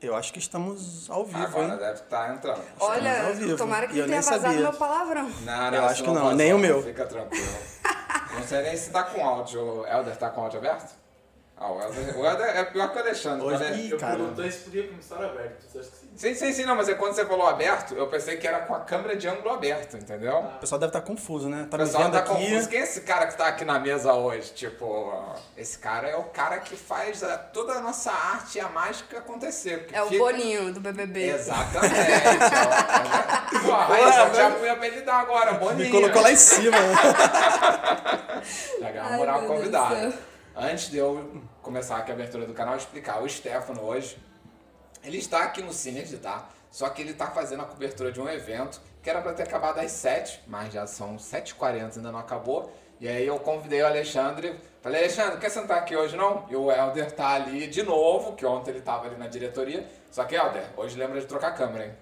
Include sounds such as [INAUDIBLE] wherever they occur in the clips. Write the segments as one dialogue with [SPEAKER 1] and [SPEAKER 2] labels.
[SPEAKER 1] Eu acho que estamos ao vivo,
[SPEAKER 2] Agora
[SPEAKER 1] hein?
[SPEAKER 2] deve estar entrando.
[SPEAKER 1] ao vivo.
[SPEAKER 3] Olha, tomara que
[SPEAKER 1] E eu
[SPEAKER 3] não
[SPEAKER 1] nem
[SPEAKER 3] tenha vazado
[SPEAKER 1] sabia.
[SPEAKER 3] meu palavrão.
[SPEAKER 2] Nada,
[SPEAKER 1] Eu
[SPEAKER 2] essa
[SPEAKER 1] acho que não,
[SPEAKER 2] vazou,
[SPEAKER 1] nem o meu.
[SPEAKER 2] Fica tranquilo. não sei nem se tá com áudio. O Helder tá com áudio aberto? Ah, o Helder, o Helder é pior que o Alexandre.
[SPEAKER 1] Hoje-
[SPEAKER 2] quando é-
[SPEAKER 1] Ih,
[SPEAKER 4] Eu
[SPEAKER 1] cara.
[SPEAKER 4] perguntei se podia começar aberto. Você acha que sim?
[SPEAKER 2] Sim, sim, sim, não, mas é quando você falou aberto, eu pensei que era com a câmera de ângulo aberto, entendeu?
[SPEAKER 1] O pessoal deve estar confuso, né? Tá
[SPEAKER 2] O
[SPEAKER 1] me
[SPEAKER 2] pessoal
[SPEAKER 1] Tá vendo
[SPEAKER 2] tá
[SPEAKER 1] aqui.
[SPEAKER 2] confuso. Quem é esse cara que tá aqui na mesa hoje? Tipo, esse cara é o cara que faz a- toda a nossa arte e a mágica acontecer. que
[SPEAKER 3] É o
[SPEAKER 2] fica-
[SPEAKER 3] Boninho do BBB.
[SPEAKER 2] Exatamente. ó. tá
[SPEAKER 3] [LAUGHS]
[SPEAKER 2] Pô, a Raíssa já fui apelidar agora, Boninho.
[SPEAKER 1] Me colocou lá em cima.
[SPEAKER 2] [LAUGHS]
[SPEAKER 1] né?
[SPEAKER 2] Pegar
[SPEAKER 3] Ai,
[SPEAKER 2] uma moral
[SPEAKER 3] meu Deus do
[SPEAKER 2] convidada.
[SPEAKER 3] céu.
[SPEAKER 2] Antes de eu começar aqui a abertura do canal, explicar. O Stefano hoje, ele está aqui no Cine Editar, só que ele está fazendo a cobertura de um evento que era para ter acabado às 7, mas já são 7h40, ainda não acabou. E aí eu convidei o Alexandre, falei, Alexandre, quer sentar aqui hoje não? E o Helder tá ali de novo, que ontem ele tava ali na diretoria. Só que, Helder, hoje lembra de trocar a câmera, hein?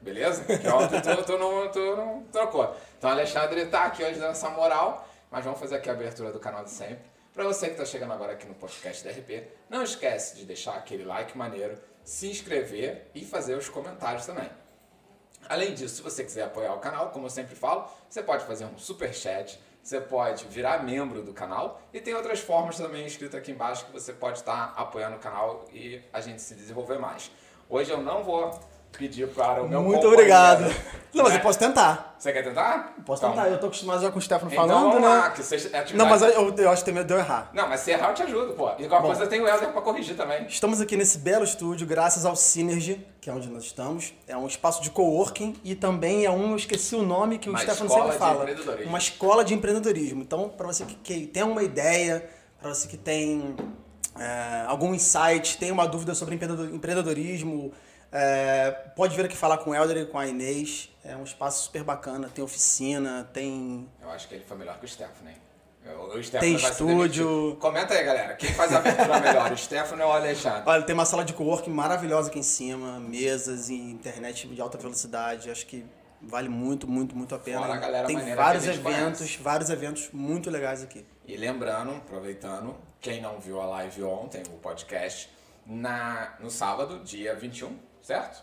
[SPEAKER 2] Beleza? Que é ontem tu, tu não, tu não trocou. Então, Alexandre tá aqui hoje dando essa moral, mas vamos fazer aqui a abertura do canal de sempre. Pra você que tá chegando agora aqui no podcast da RP, não esquece de deixar aquele like maneiro, se inscrever e fazer os comentários também. Além disso, se você quiser apoiar o canal, como eu sempre falo, você pode fazer um super chat, você pode virar membro do canal e tem outras formas também escritas aqui embaixo que você pode estar apoiando o canal e a gente se desenvolver mais. Hoje eu não vou pedir para o meu
[SPEAKER 1] Muito
[SPEAKER 2] companheiro,
[SPEAKER 1] obrigado. Não, mas
[SPEAKER 2] É né?
[SPEAKER 1] eu posso tentar.
[SPEAKER 2] Você quer tentar?
[SPEAKER 1] Posso
[SPEAKER 2] Então,
[SPEAKER 1] tentar. Eu tô acostumado já com o Stefano
[SPEAKER 2] Então
[SPEAKER 1] falando,
[SPEAKER 2] vamos lá,
[SPEAKER 1] né?
[SPEAKER 2] que você, é
[SPEAKER 1] Não, mas eu, eu acho que tem medo de eu errar.
[SPEAKER 2] Não, mas se errar eu te ajudo, pô. E qualquer
[SPEAKER 1] Bom.
[SPEAKER 2] coisa tem o Helder pra corrigir também.
[SPEAKER 1] Estamos aqui nesse belo estúdio, graças ao Synergy, que é onde nós estamos. É um espaço de coworking e também é um, eu esqueci o nome que o
[SPEAKER 2] Uma
[SPEAKER 1] Stefano
[SPEAKER 2] escola
[SPEAKER 1] sempre
[SPEAKER 2] de
[SPEAKER 1] fala.
[SPEAKER 2] empreendedorismo.
[SPEAKER 1] Uma escola de empreendedorismo. Então, para você que, que tem uma ideia, para você que tem é, algum insight, tem uma dúvida sobre empreendedor- empreendedorismo, é, pode vir aqui falar com o Helder e com a Inês. É um espaço super bacana, tem oficina, tem.
[SPEAKER 2] Eu acho que ele foi melhor que o Stefano, hein? O o Stefano
[SPEAKER 1] Tem
[SPEAKER 2] vai ser
[SPEAKER 1] estúdio.
[SPEAKER 2] demitido. Comenta aí, galera. Quem faz a abertura melhor, o Stefano ou o Alexandre?
[SPEAKER 1] Olha, tem uma sala de coworking maravilhosa aqui em cima, mesas e internet de alta velocidade. Acho que vale muito, muito, muito a pena.
[SPEAKER 2] Fora a galera
[SPEAKER 1] tem
[SPEAKER 2] maneira
[SPEAKER 1] vários
[SPEAKER 2] que a gente
[SPEAKER 1] eventos,
[SPEAKER 2] conhece.
[SPEAKER 1] vários eventos muito legais aqui.
[SPEAKER 2] E lembrando, aproveitando, quem não viu a live ontem, o podcast, na, no sábado, dia 21, certo?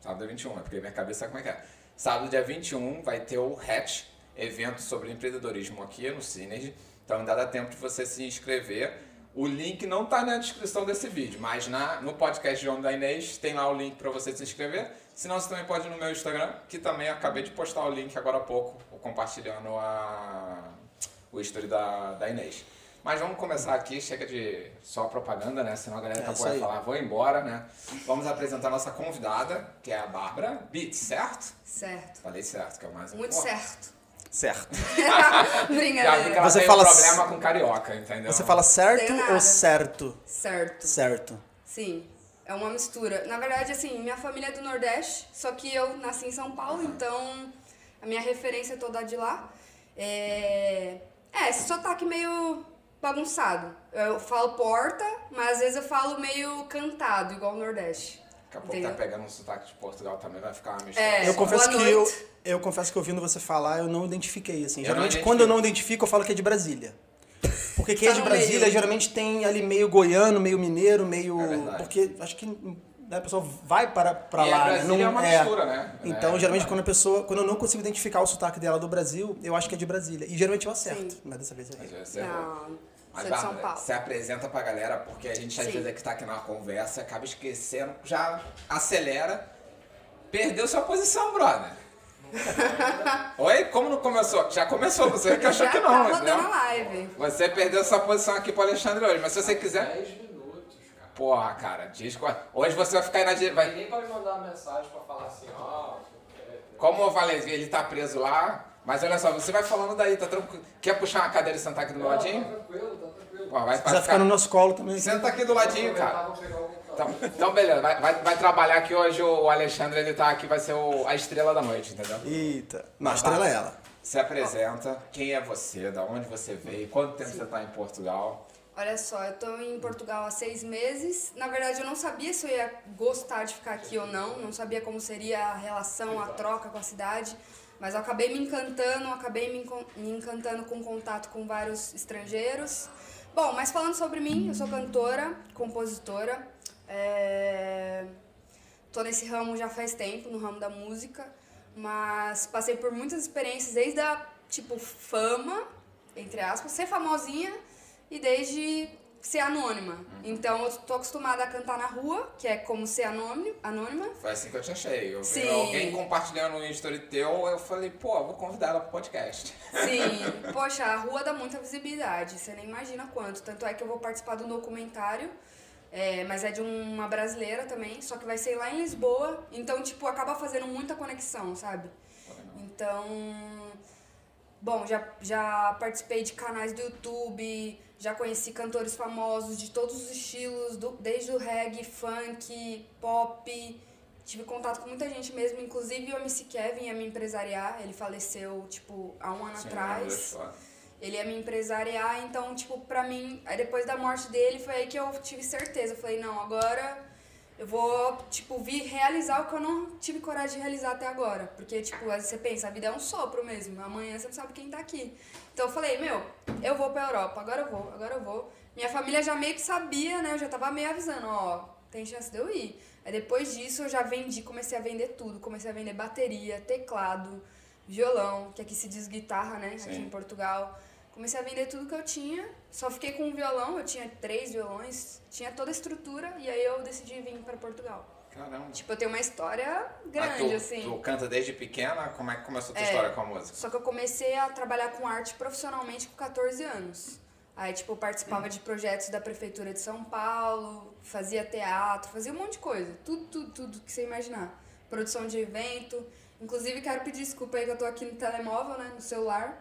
[SPEAKER 2] Sábado dia 21, é porque minha cabeça sabe como é que é. Sábado, dia 21, vai ter o Hatch, evento sobre empreendedorismo aqui no Synergy. Então ainda dá tempo de você se inscrever. O link não tá na descrição desse vídeo, mas na, no podcast de Homem da Inês tem lá o link para você se inscrever. Senão você também pode ir no meu Instagram, que também acabei de postar o link agora há pouco, compartilhando a, o history da, da Inês. Mas vamos começar aqui, chega de só propaganda, né? Senão a galera
[SPEAKER 1] É
[SPEAKER 2] tá
[SPEAKER 1] isso
[SPEAKER 2] por aí
[SPEAKER 1] aí.
[SPEAKER 2] falar, vou embora, né? Vamos apresentar a nossa convidada, que é a Bárbara Beats, certo?
[SPEAKER 3] Certo.
[SPEAKER 2] Falei certo, que é o mais
[SPEAKER 3] Muito
[SPEAKER 2] importante.
[SPEAKER 3] certo.
[SPEAKER 1] Certo.
[SPEAKER 2] Já vi que
[SPEAKER 3] [LAUGHS] Brincadeira.
[SPEAKER 2] ela
[SPEAKER 1] Você
[SPEAKER 2] tem
[SPEAKER 1] fala
[SPEAKER 2] um
[SPEAKER 1] c-
[SPEAKER 2] problema com carioca,
[SPEAKER 1] [LAUGHS]
[SPEAKER 2] entendeu?
[SPEAKER 1] Você fala certo
[SPEAKER 3] Tem nada.
[SPEAKER 1] ou certo?
[SPEAKER 3] Certo.
[SPEAKER 1] Certo.
[SPEAKER 3] Sim. É uma mistura. Na verdade, assim, minha família é do Nordeste, só que eu nasci em São Paulo, então a minha referência é toda de lá. É, é esse sotaque meio bagunçado. Eu falo porta, mas às vezes eu falo meio cantado, igual o Nordeste.
[SPEAKER 2] Daqui a pouco tá pegando um sotaque de Portugal também, vai ficar uma mistura.
[SPEAKER 3] É,
[SPEAKER 1] Eu confesso
[SPEAKER 3] boa
[SPEAKER 1] que eu,
[SPEAKER 3] noite.
[SPEAKER 1] eu confesso que ouvindo você falar, eu não identifiquei assim.
[SPEAKER 2] Eu
[SPEAKER 1] Geralmente
[SPEAKER 2] não
[SPEAKER 1] quando eu não identifico, eu falo que é de Brasília. Porque quem
[SPEAKER 3] Tá
[SPEAKER 1] é de
[SPEAKER 3] no
[SPEAKER 1] Brasília
[SPEAKER 3] meio.
[SPEAKER 1] geralmente tem ali meio goiano, meio mineiro, meio
[SPEAKER 2] É verdade.
[SPEAKER 1] porque acho que né, a pessoa vai para para
[SPEAKER 2] E
[SPEAKER 1] lá,
[SPEAKER 2] a
[SPEAKER 1] né?
[SPEAKER 2] Brasília é uma mistura, né?
[SPEAKER 1] Então,
[SPEAKER 2] É,
[SPEAKER 1] geralmente
[SPEAKER 2] é.
[SPEAKER 1] quando a pessoa, quando eu não consigo identificar o sotaque dela do Brasil, eu acho que é de Brasília. E geralmente eu acerto,
[SPEAKER 3] Sim.
[SPEAKER 1] mas dessa vez eu
[SPEAKER 2] Às
[SPEAKER 1] errei.
[SPEAKER 2] vezes você errou. é
[SPEAKER 3] Não,
[SPEAKER 2] Mas,
[SPEAKER 3] sou de São
[SPEAKER 2] Bárbara,
[SPEAKER 3] Paulo.
[SPEAKER 2] se apresenta pra galera, porque a gente às
[SPEAKER 3] Sim.
[SPEAKER 2] vezes é que tá aqui na conversa, acaba esquecendo, já acelera, perdeu sua posição, brother.
[SPEAKER 3] [LAUGHS]
[SPEAKER 2] Oi? Como não começou? Já começou, você que achou
[SPEAKER 3] Já
[SPEAKER 2] que
[SPEAKER 3] tá
[SPEAKER 2] não,
[SPEAKER 3] rodando a
[SPEAKER 2] entendeu?
[SPEAKER 3] live.
[SPEAKER 2] Você perdeu sua posição aqui pro Alexandre hoje, mas se você quiser...
[SPEAKER 4] 10 minutos, cara.
[SPEAKER 2] Porra, cara, diz qual- Hoje você vai ficar aí na... dire- Vai...
[SPEAKER 4] Ninguém vai me mandar uma mensagem pra falar assim, ó. é,
[SPEAKER 2] Como eu falei, ele tá preso lá, mas olha só, você vai falando daí, tá tranquilo. Quer puxar uma cadeira e sentar aqui do meu
[SPEAKER 4] Não, tá
[SPEAKER 2] ladinho?
[SPEAKER 4] tranquilo, tá tranquilo.
[SPEAKER 2] Ó, vai
[SPEAKER 1] Se quiser ficar no nosso colo também.
[SPEAKER 2] Senta aqui do ladinho, cara.
[SPEAKER 4] Vou pegar alguém que tá
[SPEAKER 2] Então, então, beleza, vai, vai- vai trabalhar aqui hoje o Alexandre, ele tá aqui, vai ser o- a estrela da noite, entendeu?
[SPEAKER 1] Eita. Não, a estrela é ela.
[SPEAKER 2] Se apresenta, quem é você, da onde você veio, quanto tempo você tá em Portugal.
[SPEAKER 3] Olha só, eu tô em Portugal há seis meses. Na verdade, eu não sabia se eu ia gostar de ficar aqui ou não. Não sabia como seria a relação, a troca com a cidade. Mas eu acabei me encantando, acabei me, encon- me encantando com contato com vários estrangeiros. Bom, mas falando sobre mim, eu sou cantora, compositora. é, tô nesse ramo já faz tempo, no ramo da música, mas passei por muitas experiências, desde a, tipo, fama, entre aspas, ser famosinha e desde ser anônima. Então eu tô acostumada a cantar na rua, que é como ser anônimo, anônima.
[SPEAKER 2] Foi assim que eu te achei. Eu vi
[SPEAKER 3] Sim.
[SPEAKER 2] alguém compartilhando um story teu, eu falei, pô, vou convidar ela pro podcast.
[SPEAKER 3] Sim, poxa, a rua dá muita visibilidade, você nem imagina quanto. Tanto é que eu vou participar de um documentário, é, mas é de uma brasileira também, só que vai ser lá em Lisboa. Então, tipo, acaba fazendo muita conexão, sabe? Então, bom, já, já participei de canais do YouTube, já conheci cantores famosos de todos os estilos, do- desde o reggae, funk, pop. Tive contato com muita gente mesmo, inclusive o MC Kevin ia me empresariar, ele faleceu, tipo, há um ano
[SPEAKER 2] Sim, é
[SPEAKER 3] atrás
[SPEAKER 2] eu lembro,
[SPEAKER 3] ele ia me empresariar, então, tipo, pra mim, aí depois da morte dele, foi aí que eu tive certeza. Eu falei, não, agora eu vou, tipo, vir realizar o que eu não tive coragem de realizar até agora. Porque, tipo, às vezes você pensa, a vida é um sopro mesmo, amanhã você não sabe quem tá aqui. Então eu falei, meu, eu vou pra Europa, agora eu vou, agora eu vou. Minha família já meio que sabia, né? Eu já tava meio avisando, ó, tem chance de eu ir. Aí depois disso eu já vendi, comecei a vender tudo. Comecei a vender bateria, teclado, violão, que aqui se diz guitarra, né? Aqui
[SPEAKER 2] Sim.
[SPEAKER 3] em Portugal. Comecei a vender tudo que eu tinha, só fiquei com um violão, eu tinha três violões, tinha toda a estrutura, e aí eu decidi vir pra Portugal.
[SPEAKER 2] Caramba.
[SPEAKER 3] Tipo, eu tenho uma história
[SPEAKER 2] Ah,
[SPEAKER 3] grande,
[SPEAKER 2] tu,
[SPEAKER 3] assim.
[SPEAKER 2] Tu canta desde pequena? Como é que começou a tua
[SPEAKER 3] É.
[SPEAKER 2] história com a música?
[SPEAKER 3] Só que eu comecei a trabalhar com arte profissionalmente com 14 anos. Aí, tipo, eu participava de projetos da Prefeitura de São Paulo, fazia teatro, fazia um monte de coisa. Tudo, tudo, tudo que você imaginar. Produção de evento. Inclusive, quero pedir desculpa aí que eu tô aqui no telemóvel, né? No celular.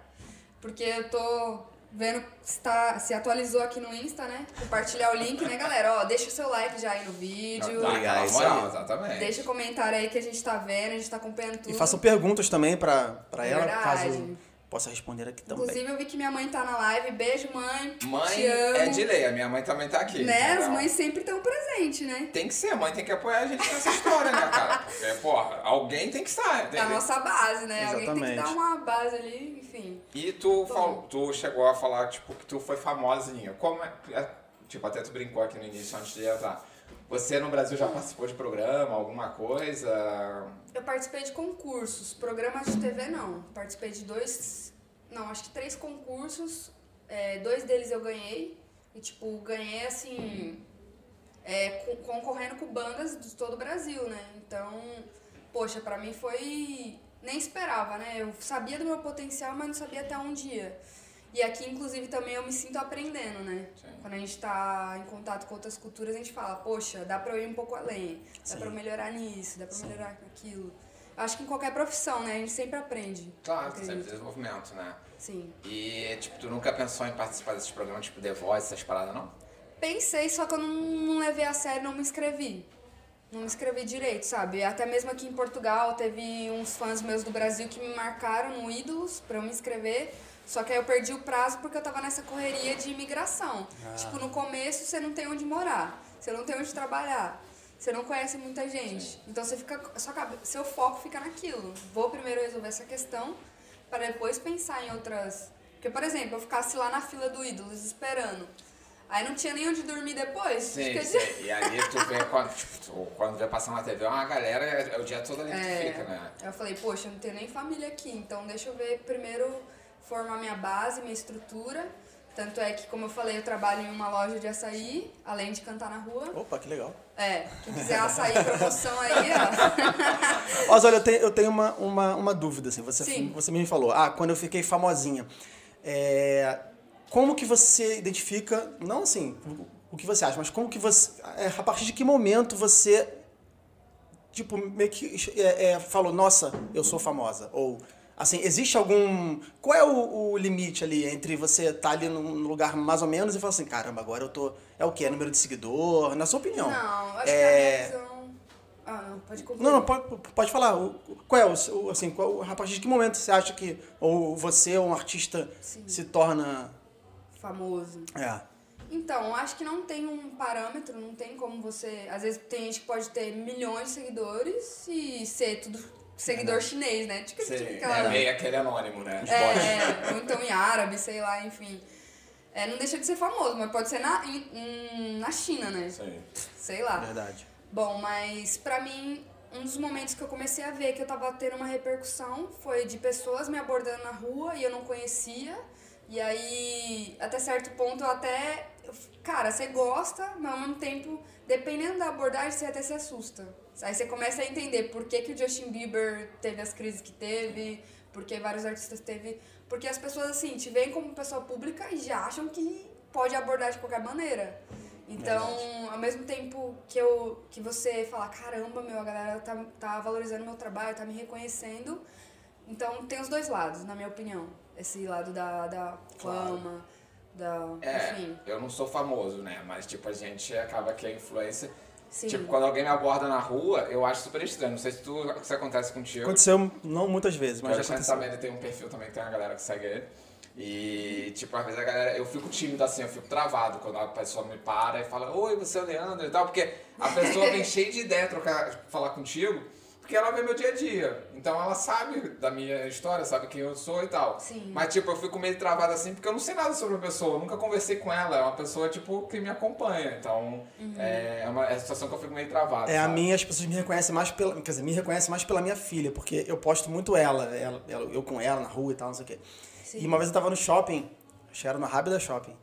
[SPEAKER 3] Porque eu tô vendo se, tá, se atualizou aqui no Insta, né? Compartilhar o link, né, galera? Ó, deixa o seu like já aí no vídeo.
[SPEAKER 2] Dá
[SPEAKER 1] Obrigado,
[SPEAKER 2] aquela
[SPEAKER 1] isso aí.
[SPEAKER 2] tá, moral, exatamente.
[SPEAKER 3] Deixa o comentário aí que a gente tá vendo, a gente tá acompanhando tudo.
[SPEAKER 1] E façam perguntas também pra, pra ela,
[SPEAKER 3] Verdade.
[SPEAKER 1] caso possa responder aqui também.
[SPEAKER 3] Inclusive, eu vi que minha mãe tá na live. Beijo, mãe.
[SPEAKER 2] Então, Mãe
[SPEAKER 3] Te amo.
[SPEAKER 2] é de lei, a minha mãe também tá aqui.
[SPEAKER 3] Né? As
[SPEAKER 2] entendeu?
[SPEAKER 3] mães sempre estão presentes, né?
[SPEAKER 2] Tem que ser, a mãe tem que apoiar a gente nessa história, né, cara? Porque, porra, alguém tem que estar.
[SPEAKER 3] É a
[SPEAKER 2] entendeu?
[SPEAKER 3] nossa base, né? Alguém tem que
[SPEAKER 1] Exatamente.
[SPEAKER 3] dar uma base ali, enfim.
[SPEAKER 2] E tu, falou, tu chegou a falar, tipo, que tu foi famosinha. Como é, é- Tipo, até tu brincou aqui no início, antes de entrar. Você no Brasil já participou de programa, alguma coisa?
[SPEAKER 3] Eu participei de concursos, programas de TV não. Participei de dois, não, acho que três concursos. É, dois deles eu ganhei. E, tipo, ganhei assim. é, co- concorrendo com bandas de todo o Brasil, né? Então, poxa, pra mim foi. Nem esperava, né? Eu sabia do meu potencial, mas não sabia até um dia. E aqui, inclusive, também eu me sinto aprendendo, né?
[SPEAKER 2] Sim.
[SPEAKER 3] Quando a gente tá em contato com outras culturas, a gente fala, poxa, dá pra eu ir um pouco além, dá
[SPEAKER 1] Sim.
[SPEAKER 3] pra eu melhorar nisso, dá pra eu melhorar naquilo. Acho que em qualquer profissão, né? A gente sempre aprende.
[SPEAKER 2] Claro,
[SPEAKER 3] Acredito.
[SPEAKER 2] sempre desenvolvimento, né?
[SPEAKER 3] Sim.
[SPEAKER 2] E, tipo, tu nunca pensou em participar desses programas, tipo, The Voice, essas paradas, não?
[SPEAKER 3] Pensei, só que eu não, não levei a sério, não me inscrevi. Não me inscrevi direito, sabe? Até mesmo aqui em Portugal, teve uns fãs meus do Brasil que me marcaram no Ídolos pra eu me inscrever. Só que aí eu perdi o prazo porque eu tava nessa correria de imigração. Tipo, no começo você não tem onde morar, você não tem onde trabalhar, você não conhece muita gente. Então você fica. Sua cabe- seu foco fica naquilo. Vou primeiro resolver essa questão para depois pensar em outras. Porque, por exemplo, eu ficasse lá na fila do Ídolos esperando. Aí não tinha nem onde dormir depois.
[SPEAKER 2] Sim,
[SPEAKER 3] Fica-
[SPEAKER 2] sim. E ali tu vê quando, tipo, tu- quando vê passar na TV, uma galera, é o dia todo ali que tu fica, né?
[SPEAKER 3] Aí eu falei, poxa, eu não tenho nem família aqui, então deixa eu ver primeiro formar minha base, minha estrutura. Tanto é que, como eu falei, eu trabalho em uma loja de açaí, além de cantar na rua.
[SPEAKER 1] Opa, que legal.
[SPEAKER 3] É, quem quiser açaí, promoção aí, ó.
[SPEAKER 1] Mas olha, eu tenho, eu tenho uma, uma, uma dúvida, assim. Você,
[SPEAKER 3] Sim.
[SPEAKER 1] você mesmo falou, ah, quando eu fiquei famosinha. É, como que você identifica, não assim, o, o que você acha, mas como que você. é, a partir de que momento você, tipo, meio que é, é, falou, nossa, eu sou famosa? Ou. Assim, existe algum. Qual é o, o limite ali entre você estar ali num lugar mais ou menos e falar assim, caramba, agora eu tô. É o quê? É número de seguidor? Na sua opinião?
[SPEAKER 3] Não, acho
[SPEAKER 1] É,
[SPEAKER 3] que a minha visão... Ah, não, pode concluir.
[SPEAKER 1] não, não, pode, pode falar. O- Qual é o, seu- assim, qual, a partir de que momento você acha que ou você ou um artista
[SPEAKER 3] Sim.
[SPEAKER 1] se torna
[SPEAKER 3] Famoso.
[SPEAKER 1] é,
[SPEAKER 3] Então, eu acho que não tem um parâmetro, não tem como você. Às vezes tem gente que pode ter milhões de seguidores e ser tudo seguidor chinês, né? Tipo,
[SPEAKER 2] Sim,
[SPEAKER 3] tipo
[SPEAKER 2] é meio aquele anônimo, né?
[SPEAKER 3] É, ou então em árabe, sei lá, enfim. É, não deixa de ser famoso, mas pode ser um, na, em- em- na China, né?
[SPEAKER 2] Sim.
[SPEAKER 3] Sei lá.
[SPEAKER 1] verdade?
[SPEAKER 3] Bom, mas pra mim, um dos momentos que eu comecei a ver que eu tava tendo uma repercussão foi de pessoas me abordando na rua e eu não conhecia. E aí, até certo ponto, eu até. eu f- Cara, você gosta, mas ao mesmo tempo, dependendo da abordagem, você até se assusta. Aí você começa a entender por que, que o Justin Bieber teve as crises que teve, por que vários artistas teve. Porque as pessoas, assim, te veem como pessoa pública e já acham que pode abordar de qualquer maneira. Então,
[SPEAKER 2] É
[SPEAKER 3] ao mesmo tempo que, eu, que você fala, caramba, meu, a galera tá, tá valorizando meu trabalho, tá me reconhecendo. Então, tem os dois lados, na minha opinião. Esse lado da, da
[SPEAKER 1] Claro.
[SPEAKER 3] fama, da.
[SPEAKER 2] É,
[SPEAKER 3] Enfim.
[SPEAKER 2] eu não sou famoso, né? Mas, tipo, a gente acaba que a influência.
[SPEAKER 3] Sim.
[SPEAKER 2] Tipo, quando alguém me aborda na rua, eu acho super estranho. Não sei se tu, se acontece contigo.
[SPEAKER 1] Aconteceu não muitas vezes,
[SPEAKER 2] Mas
[SPEAKER 1] mas
[SPEAKER 2] o
[SPEAKER 1] já
[SPEAKER 2] Alexandre
[SPEAKER 1] aconteceu.
[SPEAKER 2] também ele tem um perfil também, tem uma galera que segue ele. E, tipo, às vezes a galera, eu fico tímido assim, eu fico travado quando a pessoa me para e fala, oi, você é o Leandro e tal, porque a
[SPEAKER 1] [LAUGHS]
[SPEAKER 2] pessoa vem cheia de ideia trocar, falar contigo, porque ela vê meu dia a dia. Então ela sabe da minha história, sabe quem eu sou e tal.
[SPEAKER 3] Sim.
[SPEAKER 2] Mas, tipo, eu fico meio travado assim, porque eu não sei nada sobre a pessoa, eu nunca conversei com ela, é uma pessoa, tipo, que me acompanha. Então,
[SPEAKER 1] Uhum.
[SPEAKER 2] é, é uma é uma situação que eu fico meio travado.
[SPEAKER 1] É, a
[SPEAKER 2] sabe?
[SPEAKER 1] minha, as pessoas me reconhecem mais pela. Quer dizer, me reconhecem mais pela minha filha, porque eu posto muito ela, ela, ela- eu com ela na rua e tal, não sei o quê.
[SPEAKER 3] Sim.
[SPEAKER 1] E uma vez eu tava no shopping, acho que era no Rábida Shopping.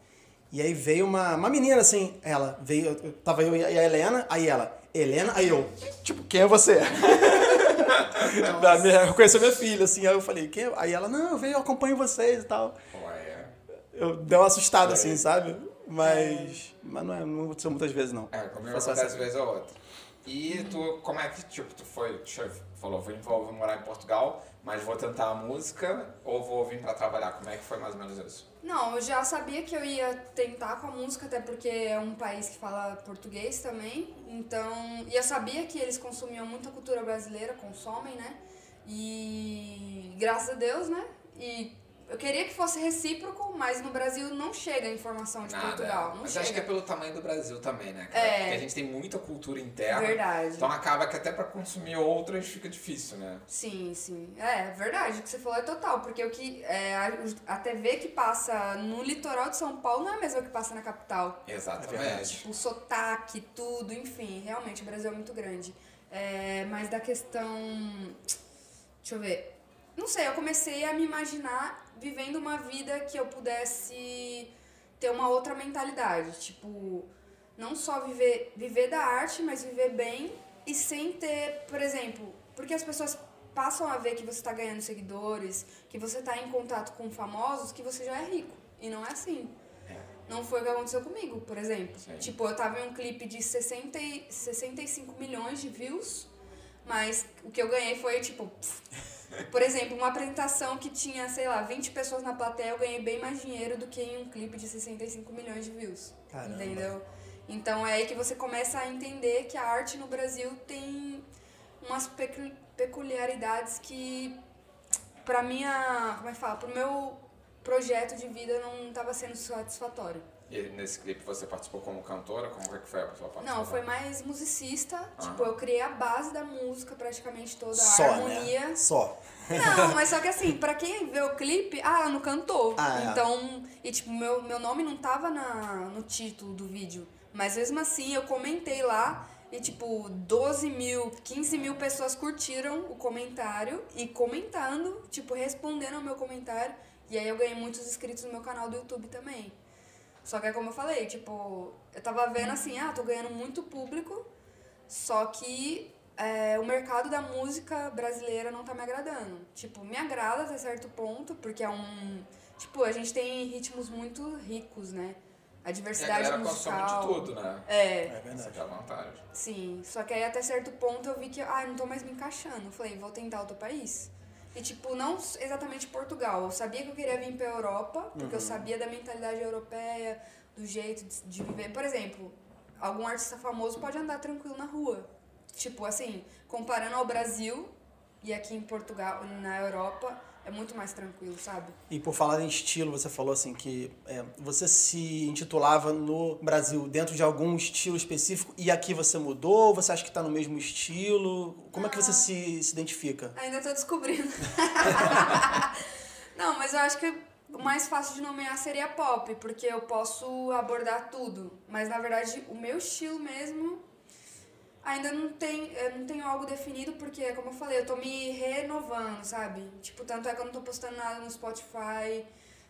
[SPEAKER 1] E aí veio uma, uma menina assim, ela veio, eu- eu- tava eu e a Helena, aí ela, Helena, aí eu, tipo, quem é você?
[SPEAKER 3] [LAUGHS]
[SPEAKER 1] Da minha- Reconheceu minha filha, assim, aí eu falei, quem é? Aí ela, não, eu venho, eu acompanho vocês e tal.
[SPEAKER 2] Ué.
[SPEAKER 1] Eu dei uma assustada,
[SPEAKER 2] É.
[SPEAKER 1] assim, sabe? Mas. Mas não, é, não aconteceu muitas vezes, não.
[SPEAKER 2] É, comigo
[SPEAKER 1] Foi só
[SPEAKER 2] acontece
[SPEAKER 1] essa.
[SPEAKER 2] vez ou outra. E tu, como é que, tipo, tu foi, tu falou, vou, vou, vou morar em Portugal, mas vou tentar a música ou vou vir pra trabalhar? Como é que foi mais ou menos isso?
[SPEAKER 3] Não, eu já sabia que eu ia tentar com a música, até porque é um país que fala português também. Então, e eu sabia que eles consumiam muita cultura brasileira, consomem, né? E graças a Deus, né? E eu queria que fosse recíproco, mas no Brasil não chega a informação de Portugal, não
[SPEAKER 2] Mas
[SPEAKER 3] chega.
[SPEAKER 2] acho que é pelo tamanho do Brasil também, né? cara?
[SPEAKER 3] É.
[SPEAKER 2] Porque a gente tem muita cultura interna.
[SPEAKER 3] Verdade.
[SPEAKER 2] Então acaba que até pra consumir outras fica difícil, né?
[SPEAKER 3] Sim, sim. É verdade, o que você falou é total, porque o que é, a, a TV que passa no litoral de São Paulo não é a mesma que passa na capital.
[SPEAKER 2] É Exatamente.
[SPEAKER 3] o Um sotaque, tudo, enfim, realmente o Brasil é muito grande. É, mas da questão. Deixa eu ver. Não sei, eu comecei a me imaginar vivendo uma vida que eu pudesse ter uma outra mentalidade. Tipo, não só viver, viver da arte, mas viver bem e sem ter, por exemplo, porque as pessoas passam a ver que você tá ganhando seguidores, que você tá em contato com famosos, que você já é rico. E não é assim. Não foi o que aconteceu comigo, por exemplo.
[SPEAKER 2] Sim.
[SPEAKER 3] Tipo, eu tava em um clipe de 60, e- 65 milhões de views, mas o que eu ganhei foi, tipo, pff. por exemplo, uma apresentação que tinha, sei lá, 20 pessoas na plateia, eu ganhei bem mais dinheiro do que em um clipe de 65 milhões de views.
[SPEAKER 1] Caramba.
[SPEAKER 3] Entendeu? Então é aí que você começa a entender que a arte no Brasil tem umas pecu- peculiaridades que pra minha, como é que fala, pro meu projeto de vida não tava sendo satisfatório.
[SPEAKER 2] E nesse clipe você participou como cantora? Como é que foi a sua participação?
[SPEAKER 3] Não, foi mais musicista,
[SPEAKER 2] Ah.
[SPEAKER 3] tipo, eu criei a base da música praticamente toda,
[SPEAKER 1] Só,
[SPEAKER 3] a harmonia.
[SPEAKER 1] né? Só.
[SPEAKER 3] Não, mas só que assim, pra quem vê o clipe, ah, não cantou.
[SPEAKER 1] Ah, é.
[SPEAKER 3] então, e tipo, meu, meu nome não tava na, no título do vídeo. Mas mesmo assim, eu comentei lá e tipo, 12 mil, 15 mil pessoas curtiram o comentário e comentando, tipo, respondendo ao meu comentário. E aí eu ganhei muitos inscritos no meu canal do YouTube também. Só que é como eu falei, tipo, eu tava vendo assim, ah, tô ganhando muito público, só que é, o mercado da música brasileira não tá me agradando. Tipo, me agrada até certo ponto, porque é um. Tipo, a gente tem ritmos muito ricos, né?
[SPEAKER 2] E
[SPEAKER 3] A
[SPEAKER 2] a
[SPEAKER 3] diversidade
[SPEAKER 2] galera consome
[SPEAKER 3] musical.
[SPEAKER 2] de tudo, né?
[SPEAKER 1] É
[SPEAKER 3] É,
[SPEAKER 2] Essa
[SPEAKER 1] verdade.
[SPEAKER 2] que é a vantagem.
[SPEAKER 3] sim. Só que aí até certo ponto eu vi que, ah, não tô mais me encaixando. Eu Falei, vou tentar outro país. E tipo, não s- exatamente Portugal. Eu sabia que eu queria vir pra Europa, porque eu sabia da mentalidade europeia, do jeito de, de viver. Por exemplo, algum artista famoso pode andar tranquilo na rua. Tipo, assim, comparando ao Brasil e aqui em Portugal, na Europa, é muito mais tranquilo, sabe?
[SPEAKER 1] E por falar em estilo, você falou assim que é, você se intitulava no Brasil dentro de algum estilo específico e aqui você mudou? Você acha que tá no mesmo estilo? Como é que você se, se identifica?
[SPEAKER 3] Ainda tô descobrindo. não, mas eu acho que o mais fácil de nomear seria pop, porque eu posso abordar tudo. Mas na verdade, o meu estilo mesmo. ainda não tem, eu não tenho algo definido, porque, como eu falei, eu tô me renovando, sabe? Tipo, tanto é que eu não tô postando nada no Spotify,